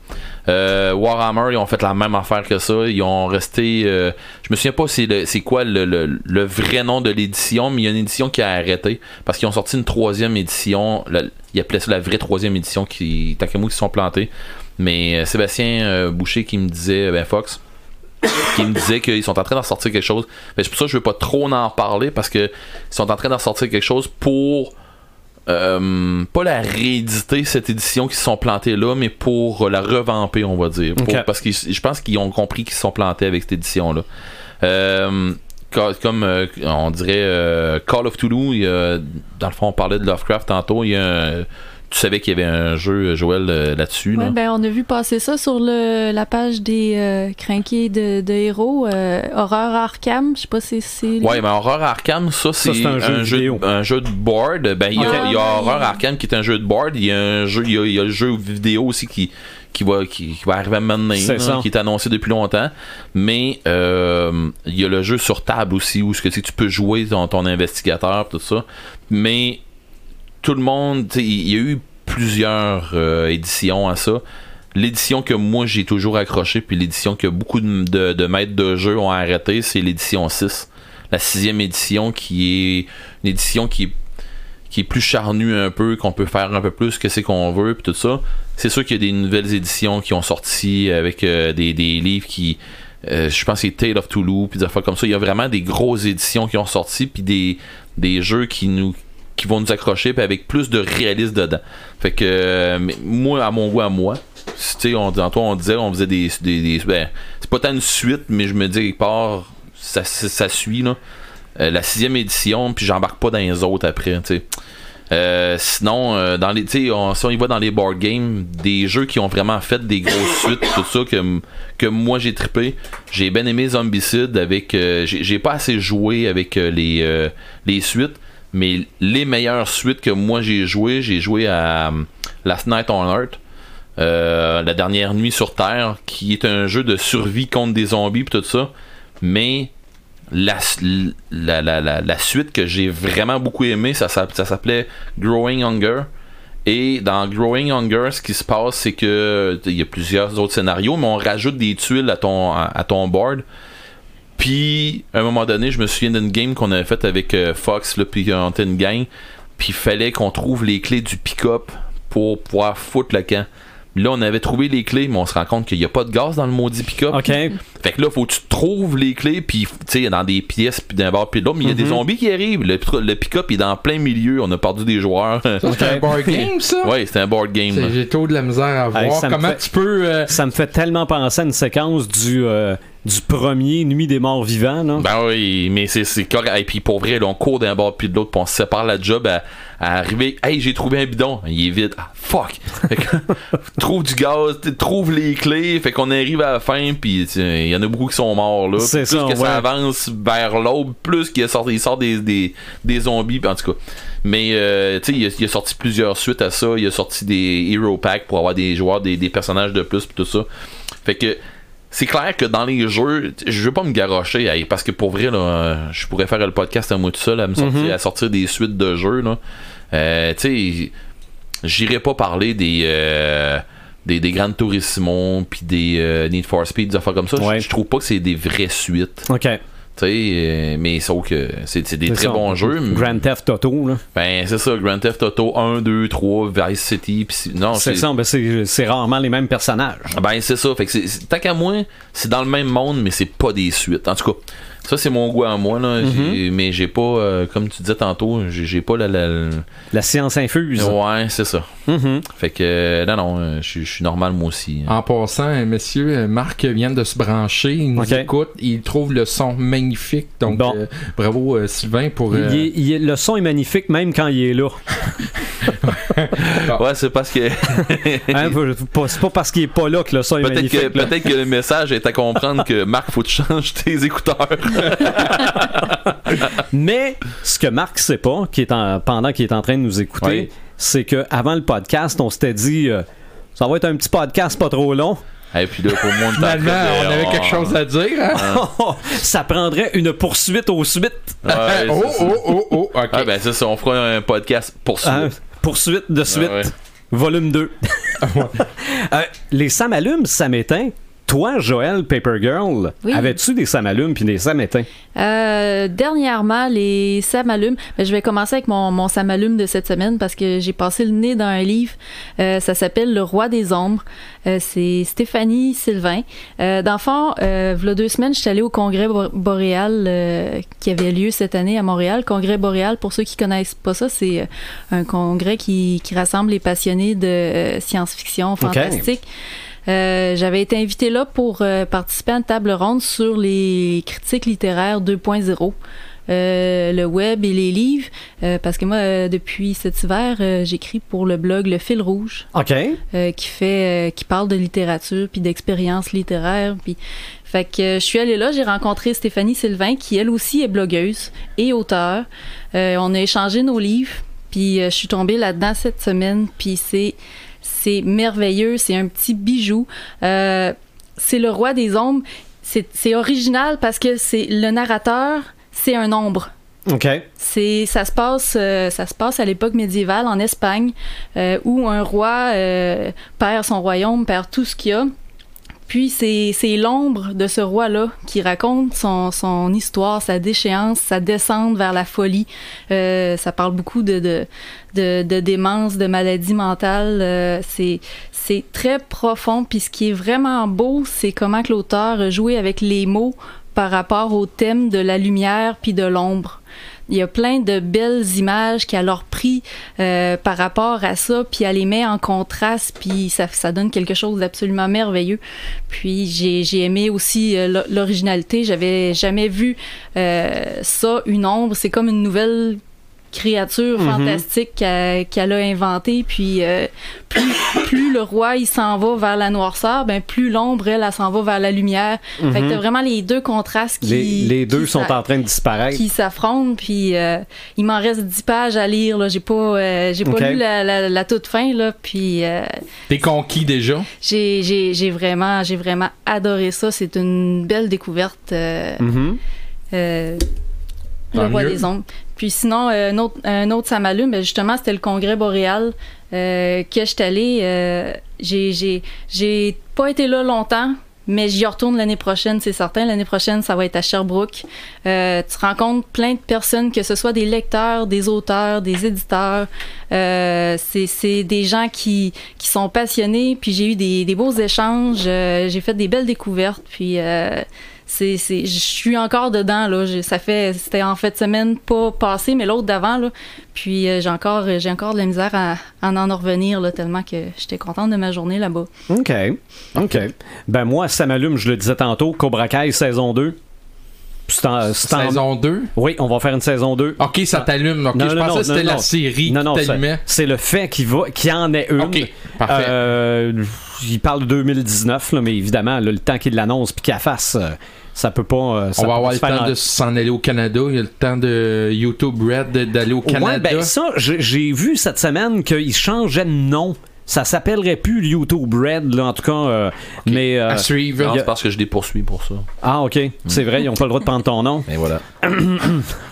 [SPEAKER 4] Euh, Warhammer, ils ont fait la même affaire que ça. Ils ont resté. euh, je me souviens pas c'est, le- c'est quoi le, le- le vrai nom de l'édition, mais il y a une édition qui a arrêté parce qu'ils ont sorti une troisième édition. La- ils appelaient ça la vraie troisième édition qui. Tant qu'à moi, qui se sont plantés. Mais euh, Sébastien euh, Boucher qui me disait, ben Fox, qui me disait qu'ils sont en train d'en sortir quelque chose. Mais c'est pour ça que je veux pas trop en parler parce que ils sont en train d'en sortir quelque chose pour euh, pas la rééditer cette édition qui se sont plantés là, mais pour euh, la revamper, on va dire. Pour-
[SPEAKER 1] Ok.
[SPEAKER 4] parce que je pense qu'ils ont compris qu'ils se sont plantés avec cette édition là. Euh, ca- comme euh, on dirait euh, Call of Toulouse, il y a- dans le fond on parlait de Lovecraft tantôt, il y a un- tu savais qu'il y avait un jeu, Joël, euh, là-dessus.
[SPEAKER 5] Ouais,
[SPEAKER 4] là.
[SPEAKER 5] ben, on a vu passer ça sur le, la page des euh, crinqués de, de héros, euh, Horreur Arkham. Je sais pas si c'est.
[SPEAKER 4] Ouais, mais Horror Arkham, ça, c'est
[SPEAKER 1] c'est un
[SPEAKER 4] un,
[SPEAKER 1] jeu
[SPEAKER 4] jeu
[SPEAKER 1] vidéo.
[SPEAKER 4] un jeu de board. Ben, il y a,
[SPEAKER 5] Ah,
[SPEAKER 4] il y a
[SPEAKER 5] ouais.
[SPEAKER 4] Horror Arkham qui est un jeu de board. Il y a un jeu, il y a, il y a le jeu vidéo aussi qui, qui va, qui, qui va arriver à maintenant,
[SPEAKER 1] C'est
[SPEAKER 4] là,
[SPEAKER 1] ça.
[SPEAKER 4] qui est annoncé depuis longtemps. Mais euh, il y a le jeu sur table aussi où ce que tu sais, tu peux jouer ton, ton investigateur, tout ça. Mais tout le monde, tu sais, il y a eu plusieurs euh, éditions à ça. L'édition que moi j'ai toujours accroché, puis l'édition que beaucoup de, de- de maîtres de jeu ont arrêté, c'est l'édition 6. La sixième édition qui est une édition qui est, qui est plus charnue un peu, qu'on peut faire un peu plus que c'est qu'on veut, puis tout ça. C'est sûr qu'il y a des nouvelles éditions qui ont sorti avec euh, des, des livres qui. euh, je pense que c'est Tale of Toulouse, puis des affaires comme ça. Il y a vraiment des grosses éditions qui ont sorti, puis des, des jeux qui nous qui vont nous accrocher puis avec plus de réalisme dedans. Fait que euh, mais moi à mon goût à moi, tu sais on Antoine, on disait on faisait des, des, des- ben, c'est pas tant une suite mais je me dis quelque part ça, ça, ça suit là. Euh, la sixième édition puis j'embarque pas dans les autres après, tu sais. Euh, sinon, euh, dans les, tu sais, on- si on y va dans les board games, des jeux qui ont vraiment fait des grosses suites, tout ça, que, m- que moi j'ai trippé. J'ai bien aimé Zombicide avec. euh, j'ai j'ai pas assez joué avec euh, les, euh, les suites, mais les meilleures suites que moi j'ai joué, j'ai joué à euh, Last Night on Earth. euh, la dernière nuit sur Terre, qui est un jeu de survie contre des zombies pis tout ça, mais la, la, la, la, la suite que j'ai vraiment beaucoup aimé, ça, s'app- ça s'appelait Growing Hunger. Et dans Growing Hunger, ce qui se passe, c'est que il y a plusieurs autres scénarios, mais on rajoute des tuiles à ton, à, à ton board. Puis, à un moment donné, je me souviens d'une game qu'on avait faite avec euh, Fox, là, puis on était une gang. Puis, il fallait qu'on trouve les clés du pick-up pour pouvoir foutre le camp. Là, on avait trouvé les clés, mais on se rend compte qu'il n'y a pas de gaz dans le maudit pick-up.
[SPEAKER 1] OK.
[SPEAKER 4] Fait que là, faut que tu trouves les clés, puis tu sais, dans des pièces, puis d'un bord, puis de l'autre, mais il y a
[SPEAKER 3] Mm-hmm.
[SPEAKER 4] des zombies qui arrivent. Le, tr- le pick-up est dans plein milieu, on a perdu des joueurs.
[SPEAKER 3] Ça, c'est un board game, ça?
[SPEAKER 4] ouais, c'est un board game. là.
[SPEAKER 3] C'est- J'ai trop de la misère à voir.
[SPEAKER 1] Hey, ça me
[SPEAKER 3] Comment
[SPEAKER 1] fait-
[SPEAKER 3] tu peux. euh,
[SPEAKER 1] Ça me fait tellement penser à une séquence du euh, du premier Nuit des morts vivants. Là.
[SPEAKER 4] Ben oui, mais c'est- c'est correct. Et puis pour vrai, là, on court d'un bord puis de l'autre, puis on se sépare la job à, à arriver. Hey, j'ai trouvé un bidon. Il est vide. Ah, fuck. Fait que, trouve du gaz, t- trouve les clés. Fait qu'on arrive à la fin, puis tu sais, il y en a beaucoup qui sont morts. Là.
[SPEAKER 1] C'est
[SPEAKER 4] plus
[SPEAKER 1] ça,
[SPEAKER 4] que
[SPEAKER 1] ouais.
[SPEAKER 4] ça avance vers l'aube, plus qu'il sort, il sort des, des, des zombies, puis en tout cas. Mais euh, tu sais, il a, il a sorti plusieurs suites à ça. Il a sorti des Hero Pack pour avoir des joueurs, des, des personnages de plus, puis tout ça. Fait que c'est clair que dans les jeux, t- je veux pas me garrocher hey, parce que pour vrai, là, euh, je pourrais faire le podcast à moi tout seul à me sortir,
[SPEAKER 1] Mm-hmm.
[SPEAKER 4] à sortir des suites de jeux. là. Euh, tu sais, j'irai pas parler des. euh, des, des Gran Turismo puis des euh, Need for Speed, des affaires comme ça. Je-
[SPEAKER 1] Ouais.
[SPEAKER 4] Je trouve pas que c'est des vraies suites.
[SPEAKER 1] OK.
[SPEAKER 4] Tu sais, euh, mais sauf que c'est c'est des
[SPEAKER 1] C'est
[SPEAKER 4] Ben, très
[SPEAKER 1] ça.
[SPEAKER 4] bons jeux. mais-
[SPEAKER 1] Grand Theft Auto, là.
[SPEAKER 4] Ben, c'est ça, Grand Theft Auto 1, 2, 3, Vice City. pis si- non,
[SPEAKER 1] C'est
[SPEAKER 4] c'est-
[SPEAKER 1] ça, ben, c'est c'est rarement les mêmes personnages.
[SPEAKER 4] Ben, c'est ça. Fait que c'est- c'est- tant qu'à moi, c'est dans le même monde, mais c'est pas des suites. En tout cas, ça, c'est mon goût à moi. Là.
[SPEAKER 1] Mhm.
[SPEAKER 4] J'ai- Mais j'ai pas, euh, comme tu disais tantôt, j'ai j'ai pas la. la- la-
[SPEAKER 1] La science infuse.
[SPEAKER 4] Ouais, c'est ça.
[SPEAKER 1] Mhm.
[SPEAKER 4] Fait que, euh, non, non, euh, je suis- je suis normal moi aussi. hein.
[SPEAKER 3] En passant, euh, messieurs, euh, Marc vient de se brancher, il nous
[SPEAKER 1] Ok.
[SPEAKER 3] écoute, il trouve le son magnifique. Donc,
[SPEAKER 1] Bon.
[SPEAKER 3] euh, bravo euh, Sylvain pour. euh,
[SPEAKER 1] Il est- il est- le son est magnifique même quand il est là.
[SPEAKER 4] Ouais, c'est parce que.
[SPEAKER 1] Ah. Hein, faut- pas- c'est pas parce qu'il est pas là que le son est
[SPEAKER 4] Peut-être que,
[SPEAKER 1] magnifique. là.
[SPEAKER 4] peut-être que le message est à comprendre que Marc, faut que tu changes tes écouteurs.
[SPEAKER 1] Mais ce que Marc sait pas, qui est en- pendant qu'il est en train de nous écouter,
[SPEAKER 4] Oui.
[SPEAKER 1] c'est que avant le podcast, on s'était dit euh, ça va être un petit podcast pas trop long.
[SPEAKER 4] Et puis là, pour moi, on est en train de-
[SPEAKER 3] Finalement, on avait
[SPEAKER 4] oh.
[SPEAKER 3] quelque chose à dire. hein?
[SPEAKER 4] Ah.
[SPEAKER 1] ça prendrait une poursuite aux suites.
[SPEAKER 4] Ouais,
[SPEAKER 3] oh,
[SPEAKER 4] c'est ça.
[SPEAKER 3] oh, oh, oh, ok.
[SPEAKER 4] Ah, ben, c'est ça, on fera un podcast pour ça.
[SPEAKER 1] Hein, poursuite de suite.
[SPEAKER 4] Ah, ouais.
[SPEAKER 1] Volume 2. Euh, les samalumes, samétins. Toi, Joël, Paper Girl,
[SPEAKER 5] Oui.
[SPEAKER 1] avais-tu des samalumes puis des samétins?
[SPEAKER 5] Euh, dernièrement, les Samalumes. Ben, je vais commencer avec mon, mon Samalume de cette semaine parce que j'ai passé le nez dans un livre. Euh, ça s'appelle Le Roi des Ombres. Euh, c'est Stéphanie Sylvain. Euh, dans le fond, euh, v'là deux semaines, je suis allée au congrès bo- boréal euh, qui avait lieu cette année à Montréal. Congrès boréal, pour ceux qui connaissent pas ça, c'est euh, un congrès qui, qui rassemble les passionnés de euh, science-fiction, fantastique. Euh, J'avais été invitée là pour euh, participer à une table ronde sur les critiques littéraires 2.0. euh, le web et les livres, euh, parce que moi, euh, depuis cet hiver, euh, j'écris pour le blog Le Fil Rouge,
[SPEAKER 1] OK.
[SPEAKER 5] euh, qui fait euh, qui parle de littérature puis d'expérience littéraire puis fait que euh, je suis allée là, j'ai rencontré Stéphanie Sylvain qui elle aussi est blogueuse et auteure. Euh, on a échangé nos livres puis euh, je suis tombée là-dedans cette semaine puis c'est c'est merveilleux, c'est un petit bijou. Euh, c'est le roi des ombres. C'est c'est original parce que c'est le narrateur, c'est un ombre.
[SPEAKER 1] OK.
[SPEAKER 5] C'est ça se passe euh, ça se passe à l'époque médiévale en Espagne euh, où un roi euh, perd son royaume, perd tout ce qu'il a. Puis c'est c'est l'ombre de ce roi-là qui raconte son, son histoire, sa déchéance, sa descente vers la folie. Euh, ça parle beaucoup de, de, de, de démence, de maladie mentale. Euh, c'est c'est très profond. Puis ce qui est vraiment beau, c'est comment que l'auteur a joué avec les mots par rapport au thème de la lumière puis de l'ombre. Il y a plein de belles images qu'elle a repris euh, par rapport à ça, puis elle les met en contraste, puis ça, ça donne quelque chose d'absolument merveilleux. Puis j'ai j'ai aimé aussi euh, l'o- l'originalité. J'avais jamais vu euh, ça, une ombre. C'est comme une nouvelle créature
[SPEAKER 1] Mm-hmm.
[SPEAKER 5] fantastique qu'a- qu'elle a inventée. Puis euh, plus, plus le roi il s'en va vers la noirceur, ben plus l'ombre elle, elle s'en va vers la lumière. Fait que t'as vraiment les deux contrastes qui
[SPEAKER 1] Les, Mm-hmm. les deux
[SPEAKER 5] qui
[SPEAKER 1] sont
[SPEAKER 5] s'a-
[SPEAKER 1] en train de disparaître.
[SPEAKER 5] qui s'affrontent. Puis euh, il m'en reste 10 pages à lire. là. J'ai pas, euh, j'ai pas
[SPEAKER 1] Ok.
[SPEAKER 5] lu la, la- la toute fin. Là. Puis euh,
[SPEAKER 3] T'es conquis déjà.
[SPEAKER 5] j'ai- j'ai j'ai vraiment, j'ai vraiment adoré ça. C'est une belle découverte. euh,
[SPEAKER 1] Mhm.
[SPEAKER 5] euh, le
[SPEAKER 3] Tant
[SPEAKER 5] roi
[SPEAKER 3] mieux.
[SPEAKER 5] des ombres. Puis sinon, euh, un autre, un autre Samalume, ben justement, c'était le congrès boréal euh, que je suis allée. euh, j'ai- j'ai j'ai pas été là longtemps, mais j'y retourne l'année prochaine, c'est certain. L'année prochaine, ça va être à Sherbrooke. Euh, tu rencontres plein de personnes, que ce soit des lecteurs, des auteurs, des éditeurs. Euh, c'est- c'est des gens qui, qui sont passionnés. Puis j'ai eu des, des beaux échanges. euh, j'ai fait des belles découvertes. Puis euh, c'est, c'est, je suis encore dedans, là. J'ai- ça fait, c'était en fait semaine pas passée, mais l'autre d'avant, là. Puis euh, j'ai encore, j'ai encore de la misère à, à en revenir, là, tellement que j'étais contente de ma journée là-bas.
[SPEAKER 1] OK. OK. Ben moi, ça m'allume, je le disais tantôt, Cobra Kai saison 2. C'est en- c'est en-
[SPEAKER 3] Saison 2.
[SPEAKER 1] Oui, on va faire une saison 2.
[SPEAKER 3] Ok, ça t'allume. Ok,
[SPEAKER 1] Non,
[SPEAKER 3] je
[SPEAKER 1] non,
[SPEAKER 3] pensais
[SPEAKER 1] non,
[SPEAKER 3] que c'était
[SPEAKER 1] non,
[SPEAKER 3] la
[SPEAKER 1] non.
[SPEAKER 3] série
[SPEAKER 1] Non, non,
[SPEAKER 3] qui
[SPEAKER 1] c'est-
[SPEAKER 3] t'allumait.
[SPEAKER 1] C'est le fait qu'il va, qu'il en ait une.
[SPEAKER 3] Ok, parfait.
[SPEAKER 1] Euh, il parle de 2019, là, mais évidemment, là, le temps qu'il l'annonce puis qu'il la fasse, euh, ça peut pas. euh, ça
[SPEAKER 3] On
[SPEAKER 1] peut
[SPEAKER 3] va avoir
[SPEAKER 1] pas
[SPEAKER 3] le
[SPEAKER 1] se faire
[SPEAKER 3] temps
[SPEAKER 1] en-
[SPEAKER 3] de s'en aller au Canada. Il y a le temps de YouTube Red de- d'aller au Canada.
[SPEAKER 1] Ouais, ben ça, j'ai j'ai vu cette semaine qu'ils changeaient de nom. Ça s'appellerait plus YouTube Red, là, en tout cas. euh, Mais. euh,
[SPEAKER 3] à suivre.
[SPEAKER 4] Non,
[SPEAKER 1] y a-
[SPEAKER 4] c'est parce que je les poursuis pour ça.
[SPEAKER 1] ah, ok. C'est vrai, ils ont pas le droit de prendre ton nom.
[SPEAKER 4] Mais voilà.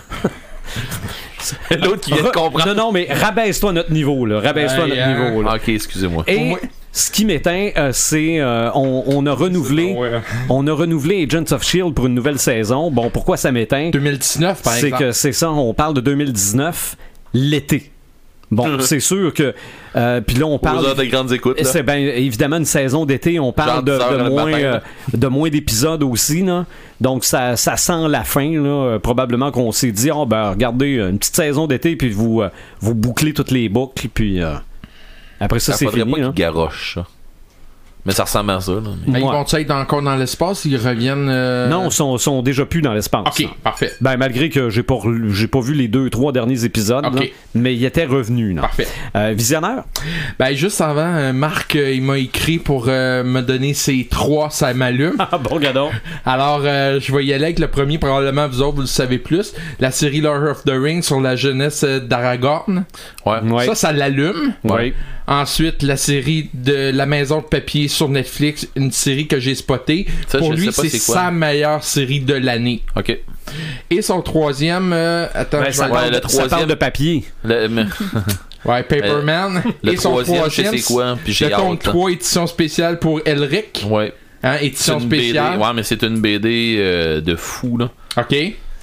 [SPEAKER 4] L'autre qui vient de
[SPEAKER 1] Re-
[SPEAKER 4] comprendre. hein.
[SPEAKER 1] Non, non, mais rabaisse-toi à notre niveau, là. Rabaisse-toi à
[SPEAKER 3] Aïe,
[SPEAKER 1] notre
[SPEAKER 3] aïe.
[SPEAKER 1] niveau, là.
[SPEAKER 4] Ok, excusez-moi.
[SPEAKER 1] Et
[SPEAKER 3] Au moins-
[SPEAKER 1] ce qui m'éteint, euh, c'est euh, on, on a renouvelé,
[SPEAKER 3] Ouais.
[SPEAKER 1] on a renouvelé Agents of Shield E pour une nouvelle saison. Bon, pourquoi ça m'éteint
[SPEAKER 3] 2019, par
[SPEAKER 1] C'est
[SPEAKER 3] exemple.
[SPEAKER 1] que c'est ça, on parle de 2019, l'été. Bon, c'est sûr que euh, puis là on
[SPEAKER 4] Aux
[SPEAKER 1] parle
[SPEAKER 4] heures de grandes écoutes. là.
[SPEAKER 1] c'est bien évidemment une saison d'été, on
[SPEAKER 4] Genre
[SPEAKER 1] parle de,
[SPEAKER 4] 10 heures
[SPEAKER 1] de
[SPEAKER 4] le
[SPEAKER 1] moins,
[SPEAKER 4] matin, là.
[SPEAKER 1] euh, de moins d'épisodes aussi, là. donc ça, ça sent la fin. Là. Euh, Probablement qu'on s'est dit, oh, ben, regardez, euh, une petite saison d'été, puis vous, euh, vous bouclez toutes les boucles, puis euh, après ça,
[SPEAKER 4] Ça
[SPEAKER 1] c'est
[SPEAKER 4] faudrait
[SPEAKER 1] fini.
[SPEAKER 4] pas
[SPEAKER 1] hein.
[SPEAKER 4] qu'ils garochent ça. Mais ça ressemble à ça. Là, mais-
[SPEAKER 3] Mais Ben, ils
[SPEAKER 1] Ouais.
[SPEAKER 3] vont-tu être encore dans l'espace Ils reviennent. euh,
[SPEAKER 1] Non, sont, sont déjà plus dans l'espace.
[SPEAKER 3] Ok, parfait.
[SPEAKER 1] Ben, malgré que j'ai pas, relu- j'ai pas vu les deux, trois derniers épisodes,
[SPEAKER 3] Ok.
[SPEAKER 1] là, mais il était revenu. là.
[SPEAKER 3] Parfait.
[SPEAKER 1] Euh, visionneur,
[SPEAKER 3] Ben, juste avant, euh, Marc, euh, il m'a écrit pour euh, me donner ses trois, ça m'allume.
[SPEAKER 1] ah, bon gadon.
[SPEAKER 3] Alors, euh, je vais y aller avec le premier, probablement vous autres, vous le savez plus. La série Lord of the Rings sur la jeunesse euh, d'Aragorn.
[SPEAKER 4] Ouais.
[SPEAKER 1] Ouais.
[SPEAKER 3] Ça, ça l'allume.
[SPEAKER 1] Ouais.
[SPEAKER 3] Ensuite, la série de La Maison de Papier sur Netflix, une série que j'ai spotée.
[SPEAKER 4] Ça,
[SPEAKER 3] Pour
[SPEAKER 4] je
[SPEAKER 3] lui,
[SPEAKER 4] sais pas
[SPEAKER 3] c'est
[SPEAKER 4] c'est quoi.
[SPEAKER 3] sa meilleure série de l'année.
[SPEAKER 4] Ok.
[SPEAKER 3] Et son troisième, euh, attends,
[SPEAKER 1] Ben,
[SPEAKER 3] je
[SPEAKER 1] ça,
[SPEAKER 3] vais
[SPEAKER 1] parle,
[SPEAKER 4] le
[SPEAKER 1] de- ça parle
[SPEAKER 4] troisième.
[SPEAKER 1] de papier.
[SPEAKER 4] Le, mais-
[SPEAKER 3] aller- ouais, Paperman.
[SPEAKER 4] Euh, le
[SPEAKER 3] et son
[SPEAKER 4] troisième, je
[SPEAKER 3] troisième,
[SPEAKER 4] sais c'est quoi. Puis j'ai
[SPEAKER 3] Le tome
[SPEAKER 4] hâte. là.
[SPEAKER 3] 3, édition spéciale pour Elric.
[SPEAKER 4] Ouais.
[SPEAKER 3] Hein,
[SPEAKER 4] C'est
[SPEAKER 3] édition
[SPEAKER 4] une BD.
[SPEAKER 3] spéciale.
[SPEAKER 4] Ouais, mais c'est une BD euh, de fou là.
[SPEAKER 3] OK.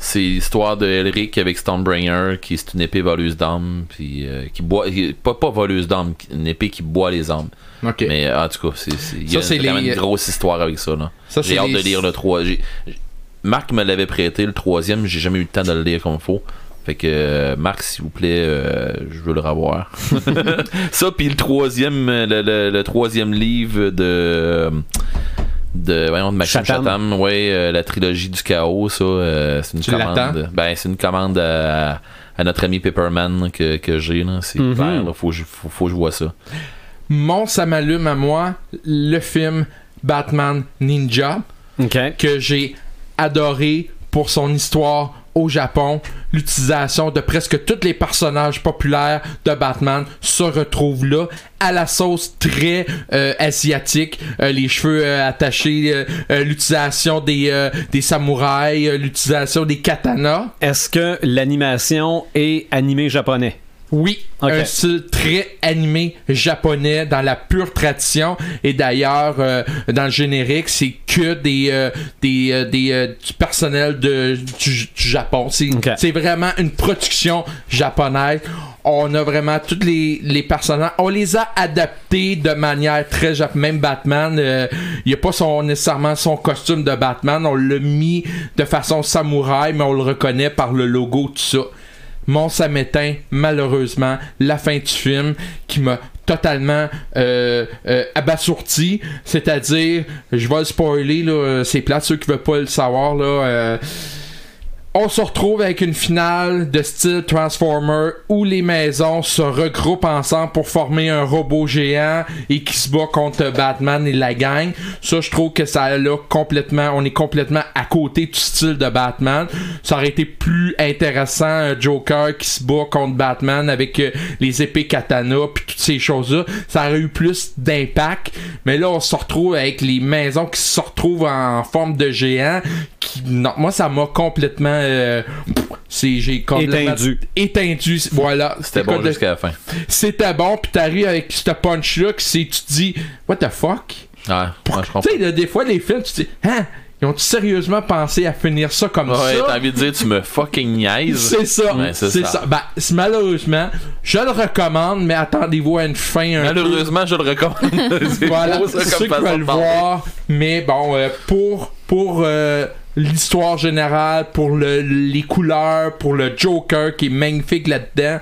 [SPEAKER 4] C'est l'histoire de Elric avec Stormbringer qui est une épée voleuse d'âme puis euh, qui boit qui- pas pas voleuse d'âme, une épée qui boit les âmes.
[SPEAKER 3] OK.
[SPEAKER 4] Mais ah, en tout cas, c'est c'est- il y a
[SPEAKER 3] Ça, c'est
[SPEAKER 4] une, quand
[SPEAKER 3] les-
[SPEAKER 4] même une grosse histoire avec ça là.
[SPEAKER 3] Ça, c'est
[SPEAKER 4] J'ai hâte
[SPEAKER 3] les-
[SPEAKER 4] de lire le 3. J'ai- j'ai- Marc me l'avait prêté, le troisième, j'ai jamais eu le temps de le lire comme faut. Fait que euh, Marc, s'il vous plaît, euh, je veux le revoir. ça, puis le troisième, euh, le, le- le troisième livre de euh, de voyons de Maxime
[SPEAKER 1] Chatham.
[SPEAKER 4] Chatham, ouais, euh, la trilogie du chaos, ça, euh, c'est une
[SPEAKER 3] Tu l'attends?
[SPEAKER 4] commande. Ben, c'est une commande à, à notre ami Pepperman que, que j'ai là. C'est
[SPEAKER 1] Mhm.
[SPEAKER 4] clair, là, faut, que je- faut, faut que je vois ça.
[SPEAKER 3] Mon, ça m'allume à moi, le film Batman Ninja.
[SPEAKER 1] OK.
[SPEAKER 3] que j'ai adoré pour son histoire au Japon. L'utilisation de presque tous les personnages populaires de Batman se retrouve là, à la sauce très euh, asiatique, Euh, les cheveux euh, attachés, euh, euh, l'utilisation des, euh, des samouraïs, euh, l'utilisation des katanas.
[SPEAKER 1] Est-ce que l'animation est animée japonais?
[SPEAKER 3] Oui,
[SPEAKER 1] Ok.
[SPEAKER 3] un style très animé japonais dans la pure tradition. Et d'ailleurs, euh, dans le générique, c'est que des, euh, des, euh, des, euh, du personnel de, du, du Japon. C'est
[SPEAKER 1] Ok.
[SPEAKER 3] c'est vraiment une production japonaise. On a vraiment tous les, les personnages. On les a adaptés de manière très japonaise. Même Batman, euh, il n'y a pas son, nécessairement son costume de Batman. On l'a mis de façon samouraï, mais on le reconnaît par le logo, tout ça. Mon Samétain, malheureusement, la fin du film qui m'a totalement euh, euh, abasourdi. C'est-à-dire, je vais le spoiler, là, euh, c'est plat, ceux qui veulent pas le savoir, là. euh, on se retrouve avec une finale de style Transformer où les maisons se regroupent ensemble pour former un robot géant et qui se bat contre Batman et la gang. Ça, je trouve que ça là complètement, on est complètement à côté du style de Batman. Ça aurait été plus intéressant euh, Joker qui se bat contre Batman avec euh, les épées katana puis toutes ces choses-là. Ça aurait eu plus d'impact. Mais là, on se retrouve avec les maisons qui se retrouvent en forme de géant. Qui, non, moi, ça m'a complètement. euh, pff, c'est, j'ai complètement.
[SPEAKER 1] Éteindu.
[SPEAKER 3] Éteindu. Voilà.
[SPEAKER 4] C'était bon
[SPEAKER 3] quoi de-
[SPEAKER 4] jusqu'à la fin.
[SPEAKER 3] C'était bon, puis t'arrives avec ce punch-là, que c'est, tu te dis, what the fuck?
[SPEAKER 4] Ouais, moi, je comprends.
[SPEAKER 3] Tu sais, là, des fois, les films, tu te dis, hein? Ils ont sérieusement pensé à finir ça comme
[SPEAKER 4] Ouais,
[SPEAKER 3] ça?
[SPEAKER 4] t'as envie de dire, tu me fucking niaises.
[SPEAKER 3] C'est ça.
[SPEAKER 4] Ouais,
[SPEAKER 3] c'est ça. Ben, c'est- malheureusement, je le recommande, mais attendez-vous à une fin un peu.
[SPEAKER 4] Malheureusement, je le recommande. C'est
[SPEAKER 3] Voilà,
[SPEAKER 4] beau, ça,
[SPEAKER 3] ceux
[SPEAKER 4] comme
[SPEAKER 3] qui
[SPEAKER 4] façon
[SPEAKER 3] veulent
[SPEAKER 4] de parler.
[SPEAKER 3] voir. Mais bon, euh, pour pour euh, l'histoire générale, pour le- les couleurs, pour le Joker qui est magnifique là-dedans.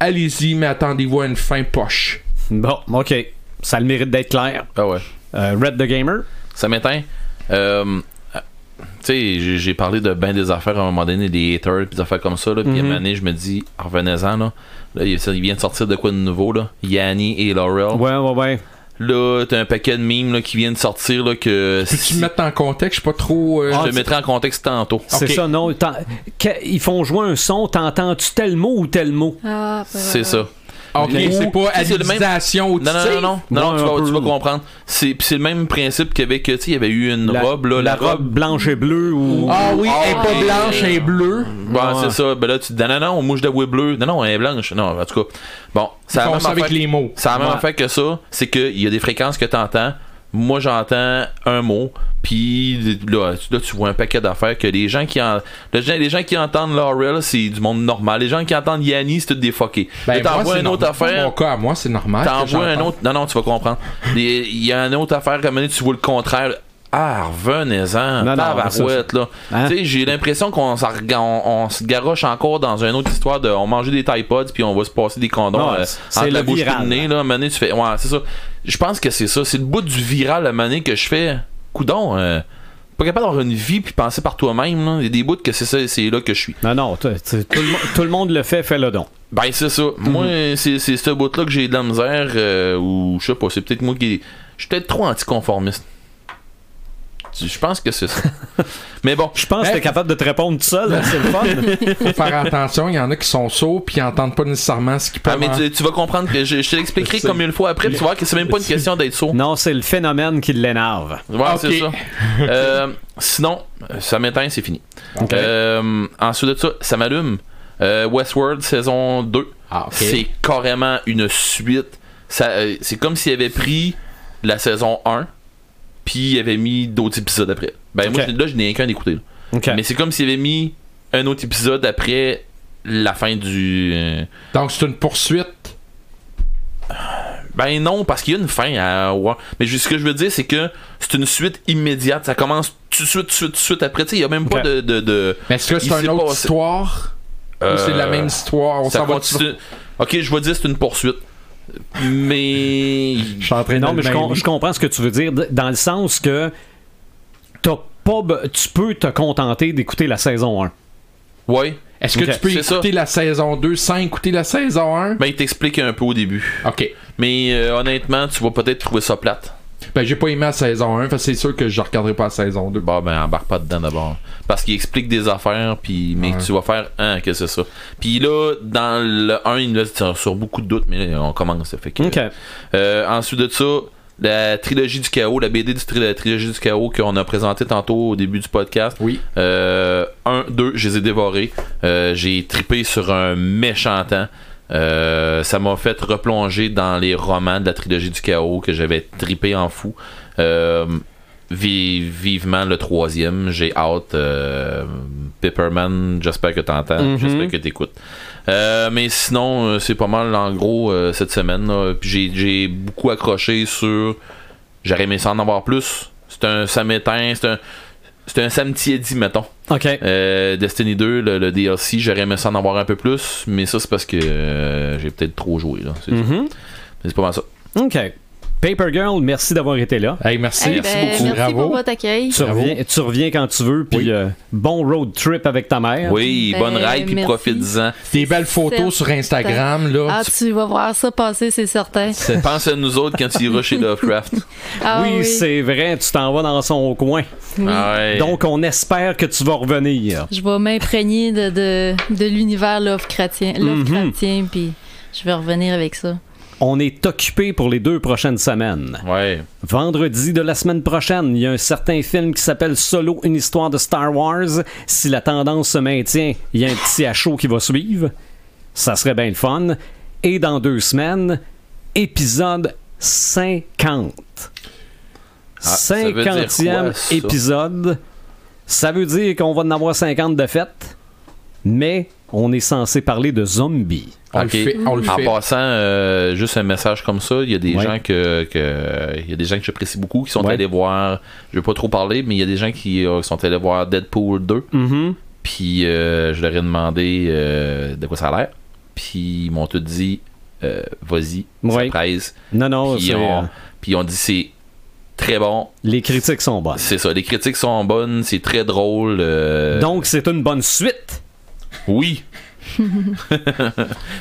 [SPEAKER 3] Allez-y, mais attendez-vous à une fin poche.
[SPEAKER 1] Bon, ok. Ça a le mérite d'être clair.
[SPEAKER 4] Ah ouais.
[SPEAKER 1] Euh, Red the Gamer.
[SPEAKER 4] Ça m'éteint. Euh, tu sais, j'ai- j'ai parlé de ben des affaires à un moment donné, des haters, pis des affaires comme ça. Là,
[SPEAKER 3] Mm-hmm.
[SPEAKER 4] puis à un moment donné, je me dis, revenez-en, là. Là, il, il vient de sortir de quoi de nouveau, là? Yanni et Laurel.
[SPEAKER 1] Ouais, ouais, ouais.
[SPEAKER 4] Là, t'as un paquet de mimes là, qui viennent de sortir, là, que.
[SPEAKER 3] Peux-tu me mettre en contexte? Je suis pas trop. euh,
[SPEAKER 4] Je le mettrai en contexte tantôt.
[SPEAKER 1] C'est
[SPEAKER 3] Ok.
[SPEAKER 1] ça, non. t'en- que- Ils font jouer un son, t'entends-tu tel mot ou tel mot?
[SPEAKER 5] Ah, bah,
[SPEAKER 4] C'est ça.
[SPEAKER 3] Ok,
[SPEAKER 4] Ah, Mais-
[SPEAKER 3] c'est pas
[SPEAKER 4] C'est le même-
[SPEAKER 3] anisation ou
[SPEAKER 4] Non, non, non, non, non,
[SPEAKER 1] Ouais,
[SPEAKER 4] tu,
[SPEAKER 1] un
[SPEAKER 4] vas,
[SPEAKER 1] peu,
[SPEAKER 4] tu vas
[SPEAKER 1] là.
[SPEAKER 4] comprendre. C'est pis c'est le même principe qu'avec, tu sais, il y avait eu une
[SPEAKER 1] La-
[SPEAKER 4] robe, là,
[SPEAKER 1] la robe blanche et bleue ou.
[SPEAKER 3] Ah oui,
[SPEAKER 4] Ah
[SPEAKER 3] elle est pas
[SPEAKER 4] oui.
[SPEAKER 3] blanche, elle est bleue.
[SPEAKER 4] Ouais, c'est ça. Ben là, tu te dis, non, non, non, moi, je la vois bleue. Non, non, elle est blanche. Non, en tout cas. Bon,
[SPEAKER 3] Ça
[SPEAKER 4] ça a même
[SPEAKER 3] avec
[SPEAKER 4] affaire-
[SPEAKER 3] les mots.
[SPEAKER 4] Ça a la même
[SPEAKER 1] Ouais.
[SPEAKER 4] affaire que ça, c'est qu'il y a des fréquences que t'entends. Moi, j'entends un mot, puis là, tu- là, tu vois un paquet d'affaires que les gens qui en, les gens, les gens qui entendent Laurel, c'est du monde normal. Les gens qui entendent Yanni, c'est tout des fuckés.
[SPEAKER 3] Ben,
[SPEAKER 4] Là,
[SPEAKER 3] moi,
[SPEAKER 4] t'envoies
[SPEAKER 3] c'est
[SPEAKER 4] une autre
[SPEAKER 3] normal. Mon
[SPEAKER 4] affaire.
[SPEAKER 3] cas, à moi, c'est normal. que
[SPEAKER 4] T'envoies un
[SPEAKER 3] j'entende.
[SPEAKER 4] autre. Non, non, tu vas comprendre. Les- Il y a une autre affaire, comme tu vois le contraire. Ah, revenez-en.
[SPEAKER 1] Non, non,
[SPEAKER 4] Tabarouette, là.
[SPEAKER 1] Hein?
[SPEAKER 4] Tu sais, j'ai l'impression qu'on s'en rega- on, on se garoche encore dans une autre histoire de on mangeait des Tide Pods puis on va se passer des condoms
[SPEAKER 1] Non,
[SPEAKER 4] euh,
[SPEAKER 1] c'est
[SPEAKER 4] entre
[SPEAKER 1] le
[SPEAKER 4] la bouche
[SPEAKER 1] viral,
[SPEAKER 4] et le nez, là. À un moment donné, tu fais. Ouais, c'est ça. Je pense que c'est ça. C'est le bout du viral, à un moment donné, que je fais. Coudon, euh, pas capable d'avoir une vie puis penser par toi-même, là. Il y a des bouts que c'est ça, c'est là que je suis.
[SPEAKER 1] Non, non, t- t- tout, le mo- tout le monde le fait, fais le don.
[SPEAKER 4] Ben c'est ça. Moi,
[SPEAKER 3] Mhm.
[SPEAKER 4] c'est, c'est ce bout-là que j'ai de la misère euh, ou je sais pas, c'est peut-être moi qui. Je suis peut-être trop anticonformiste. Tu- Je pense que c'est ça. Mais bon.
[SPEAKER 1] Je pense que t'es capable de te répondre tout seul, hein, c'est le fun.
[SPEAKER 3] Faut faire attention, il y en a qui sont sourds puis ils entendent pas nécessairement ce qu'ils
[SPEAKER 4] Ah,
[SPEAKER 3] parlent.
[SPEAKER 4] mais tu, tu vas comprendre que je, je te l'expliquerai comme une fois après, puis tu vas voir que c'est même pas une question d'être sourd.
[SPEAKER 1] Non, c'est le phénomène qui l'énerve.
[SPEAKER 4] Ouais, c'est ça.
[SPEAKER 3] Ok.
[SPEAKER 4] Euh, sinon, euh, ça m'éteint, c'est fini.
[SPEAKER 3] Ok.
[SPEAKER 4] Euh, ensuite de ça, ça m'allume. Euh, Westworld saison 2.
[SPEAKER 3] Ah, ok.
[SPEAKER 4] C'est carrément une suite. Ça, euh, c'est comme s'il avait pris la saison 1, puis il avait mis d'autres épisodes après. Ben, moi,
[SPEAKER 1] Ok.
[SPEAKER 4] je- là, je n'ai qu'un d'écouter. là.
[SPEAKER 1] OK.
[SPEAKER 4] Mais c'est comme s'il avait mis un autre épisode après la fin du. euh,
[SPEAKER 3] Donc c'est une poursuite.
[SPEAKER 4] Ben non, parce qu'il y a une fin à War. Mais ju- ce que je veux dire, c'est que c'est une suite immédiate. Ça commence tout de suite, tout de suite, tout de suite après. Tu sais, il n'y a même pas
[SPEAKER 1] Ok.
[SPEAKER 4] de. de, de-
[SPEAKER 3] Mais est-ce que
[SPEAKER 4] Il
[SPEAKER 3] c'est une
[SPEAKER 4] s'est
[SPEAKER 3] autre
[SPEAKER 4] passé-
[SPEAKER 3] histoire ou c'est la
[SPEAKER 4] Euh,
[SPEAKER 3] même histoire On
[SPEAKER 4] ça
[SPEAKER 3] s'en va
[SPEAKER 4] continue. Ok, je vais dire c'est une poursuite. Mais.
[SPEAKER 3] Je suis en train
[SPEAKER 1] Non,
[SPEAKER 3] de
[SPEAKER 1] mais je,
[SPEAKER 3] le
[SPEAKER 1] com-
[SPEAKER 3] mêler.
[SPEAKER 1] je comprends ce que tu veux dire, d- dans le sens que t'as pas be- tu peux te contenter d'écouter la saison 1.
[SPEAKER 4] Ouais.
[SPEAKER 3] Est-ce que
[SPEAKER 1] Ok,
[SPEAKER 3] tu peux
[SPEAKER 4] c'est
[SPEAKER 3] écouter la saison 2 sans écouter la saison 1
[SPEAKER 4] Ben, il t'explique un peu au début.
[SPEAKER 3] OK.
[SPEAKER 4] Mais euh, honnêtement, tu vas peut-être trouver ça plate.
[SPEAKER 3] Ben j'ai pas aimé la saison 1, fait que c'est sûr que je regarderai pas la saison 2.
[SPEAKER 4] Bon, ben, embarque pas dedans d'abord. Parce qu'il explique des affaires, puis mais tu vas faire, hein, que c'est ça. Puis là, dans le 1, il nous laisse sur, sur beaucoup de doutes, mais là, on commence. ça Fait que,
[SPEAKER 1] OK.
[SPEAKER 4] Euh, ensuite de ça, la trilogie du chaos, la BD du tri- la trilogie du chaos qu'on a présenté tantôt au début du podcast.
[SPEAKER 3] Oui.
[SPEAKER 4] Euh, un, deux, je les ai dévorés. Euh, j'ai tripé sur un méchant temps. Euh, ça m'a fait replonger dans les romans de la trilogie du chaos que j'avais tripé en fou. Euh, vi- vivement le troisième, j'ai hâte. euh, Pepperman, j'espère que t'entends,
[SPEAKER 1] Mhm.
[SPEAKER 4] j'espère que t'écoutes. Euh, mais sinon, euh, c'est pas mal en gros euh, cette semaine. là. Puis j'ai, j'ai beaucoup accroché sur. J'aurais aimé ça en avoir plus. C'est un ça m'éteint, c'est un. C'est un samedi et dit, mettons.
[SPEAKER 1] OK.
[SPEAKER 4] Euh, Destiny 2, le, le DLC, j'aurais aimé ça en avoir un peu plus, mais ça c'est parce que euh, j'ai peut-être trop joué là. C'est,
[SPEAKER 1] Mhm.
[SPEAKER 4] c'est pas mal ça.
[SPEAKER 1] OK. Paper Girl, merci d'avoir été là.
[SPEAKER 3] Hey, merci.
[SPEAKER 5] Eh ben, Merci
[SPEAKER 3] Bravo.
[SPEAKER 5] pour votre accueil.
[SPEAKER 1] Tu
[SPEAKER 3] Bravo.
[SPEAKER 1] reviens, tu reviens quand tu veux, puis
[SPEAKER 3] Oui.
[SPEAKER 1] euh, bon road trip avec ta mère.
[SPEAKER 4] Oui,
[SPEAKER 5] Ben,
[SPEAKER 4] bonne ride puis
[SPEAKER 5] merci.
[SPEAKER 4] profites-en.
[SPEAKER 3] Des belles photos
[SPEAKER 5] Certain.
[SPEAKER 3] sur Instagram là.
[SPEAKER 5] Ah, tu vas voir ça passer, c'est certain.
[SPEAKER 4] Pense à nous autres quand tu iras chez Lovecraft.
[SPEAKER 5] Ah
[SPEAKER 1] Oui,
[SPEAKER 5] oui,
[SPEAKER 1] c'est vrai, tu t'en vas dans son coin.
[SPEAKER 4] Ah ouais.
[SPEAKER 1] Donc, on espère que tu vas revenir.
[SPEAKER 5] Je vais m'imprégner de, de, de l'univers Lovecraftien, Lovecraftien puis je vais revenir avec ça.
[SPEAKER 1] On est occupé pour les deux prochaines semaines.
[SPEAKER 4] Ouais.
[SPEAKER 1] Vendredi de la semaine prochaine, il y a un certain film qui s'appelle Solo, une histoire de Star Wars. Si la tendance se maintient, il y a un petit à chaud qui va suivre. Ça serait bien le fun. Et dans deux semaines, épisode 50.
[SPEAKER 4] Ah, ça veut dire quoi,
[SPEAKER 1] 50e
[SPEAKER 4] ça?
[SPEAKER 1] épisode. Ça veut dire qu'on va en avoir 50 de fête, mais on est censé parler de zombies.
[SPEAKER 3] On le
[SPEAKER 4] Ok.
[SPEAKER 3] fait. On le
[SPEAKER 4] En
[SPEAKER 3] fait.
[SPEAKER 4] passant, euh, juste un message comme ça, il y a des
[SPEAKER 1] Ouais.
[SPEAKER 4] gens que, que- il y a des gens que j'apprécie beaucoup qui sont
[SPEAKER 1] Ouais.
[SPEAKER 4] allés voir. Je veux pas trop parler, mais il y a des gens qui euh, sont allés voir Deadpool 2.
[SPEAKER 1] Mhm.
[SPEAKER 4] Puis euh, je leur ai demandé euh, de quoi ça a l'air. Puis ils m'ont tout dit, euh, vas-y,
[SPEAKER 1] Ouais.
[SPEAKER 4] ça presse.
[SPEAKER 1] Non, non,
[SPEAKER 4] Puis
[SPEAKER 1] c'est, euh,
[SPEAKER 4] on, puis on dit c'est très bon.
[SPEAKER 1] les critiques sont bonnes.
[SPEAKER 4] C'est ça, les critiques sont bonnes, c'est très drôle. euh,
[SPEAKER 1] Donc, c'est une bonne suite.
[SPEAKER 4] Oui.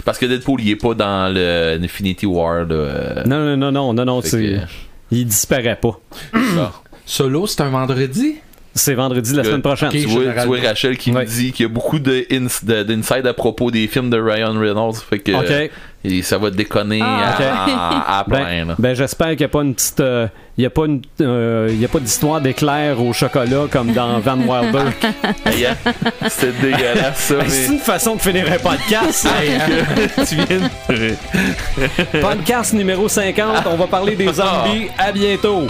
[SPEAKER 4] Parce que Deadpool, il est pas dans le Infinity War. là, euh,
[SPEAKER 1] Non, non, non, non, non, non,
[SPEAKER 4] fait euh,
[SPEAKER 1] c'est- il disparaît pas.
[SPEAKER 4] que, ça.
[SPEAKER 3] Solo, c'est un vendredi?
[SPEAKER 1] C'est vendredi de la
[SPEAKER 4] Que-
[SPEAKER 1] semaine prochaine.
[SPEAKER 3] ok.
[SPEAKER 4] Tu vois, tu vois
[SPEAKER 3] généralement.
[SPEAKER 4] Rachel qui
[SPEAKER 1] Ouais.
[SPEAKER 4] me dit qu'il y a beaucoup de ins- de- d'inside à propos des films de Ryan Reynolds. Fait que
[SPEAKER 1] Ok.
[SPEAKER 4] euh, et ça va déconner
[SPEAKER 5] Ah,
[SPEAKER 4] à,
[SPEAKER 1] ok.
[SPEAKER 4] à- à plein.
[SPEAKER 1] Ben,
[SPEAKER 4] là.
[SPEAKER 1] ben, j'espère qu'il n'y a pas une petite. euh, il n'y a pas une, euh, il y a pas d'histoire d'éclair au chocolat comme dans Van Wilder.
[SPEAKER 4] Aïe, hein. C'était dégueulasse ça,
[SPEAKER 1] Ben, c'est
[SPEAKER 4] mais. hein.
[SPEAKER 1] une façon de finir un podcast.
[SPEAKER 4] tu viens de- Ah.
[SPEAKER 1] podcast numéro 50. On va parler des zombies. À bientôt.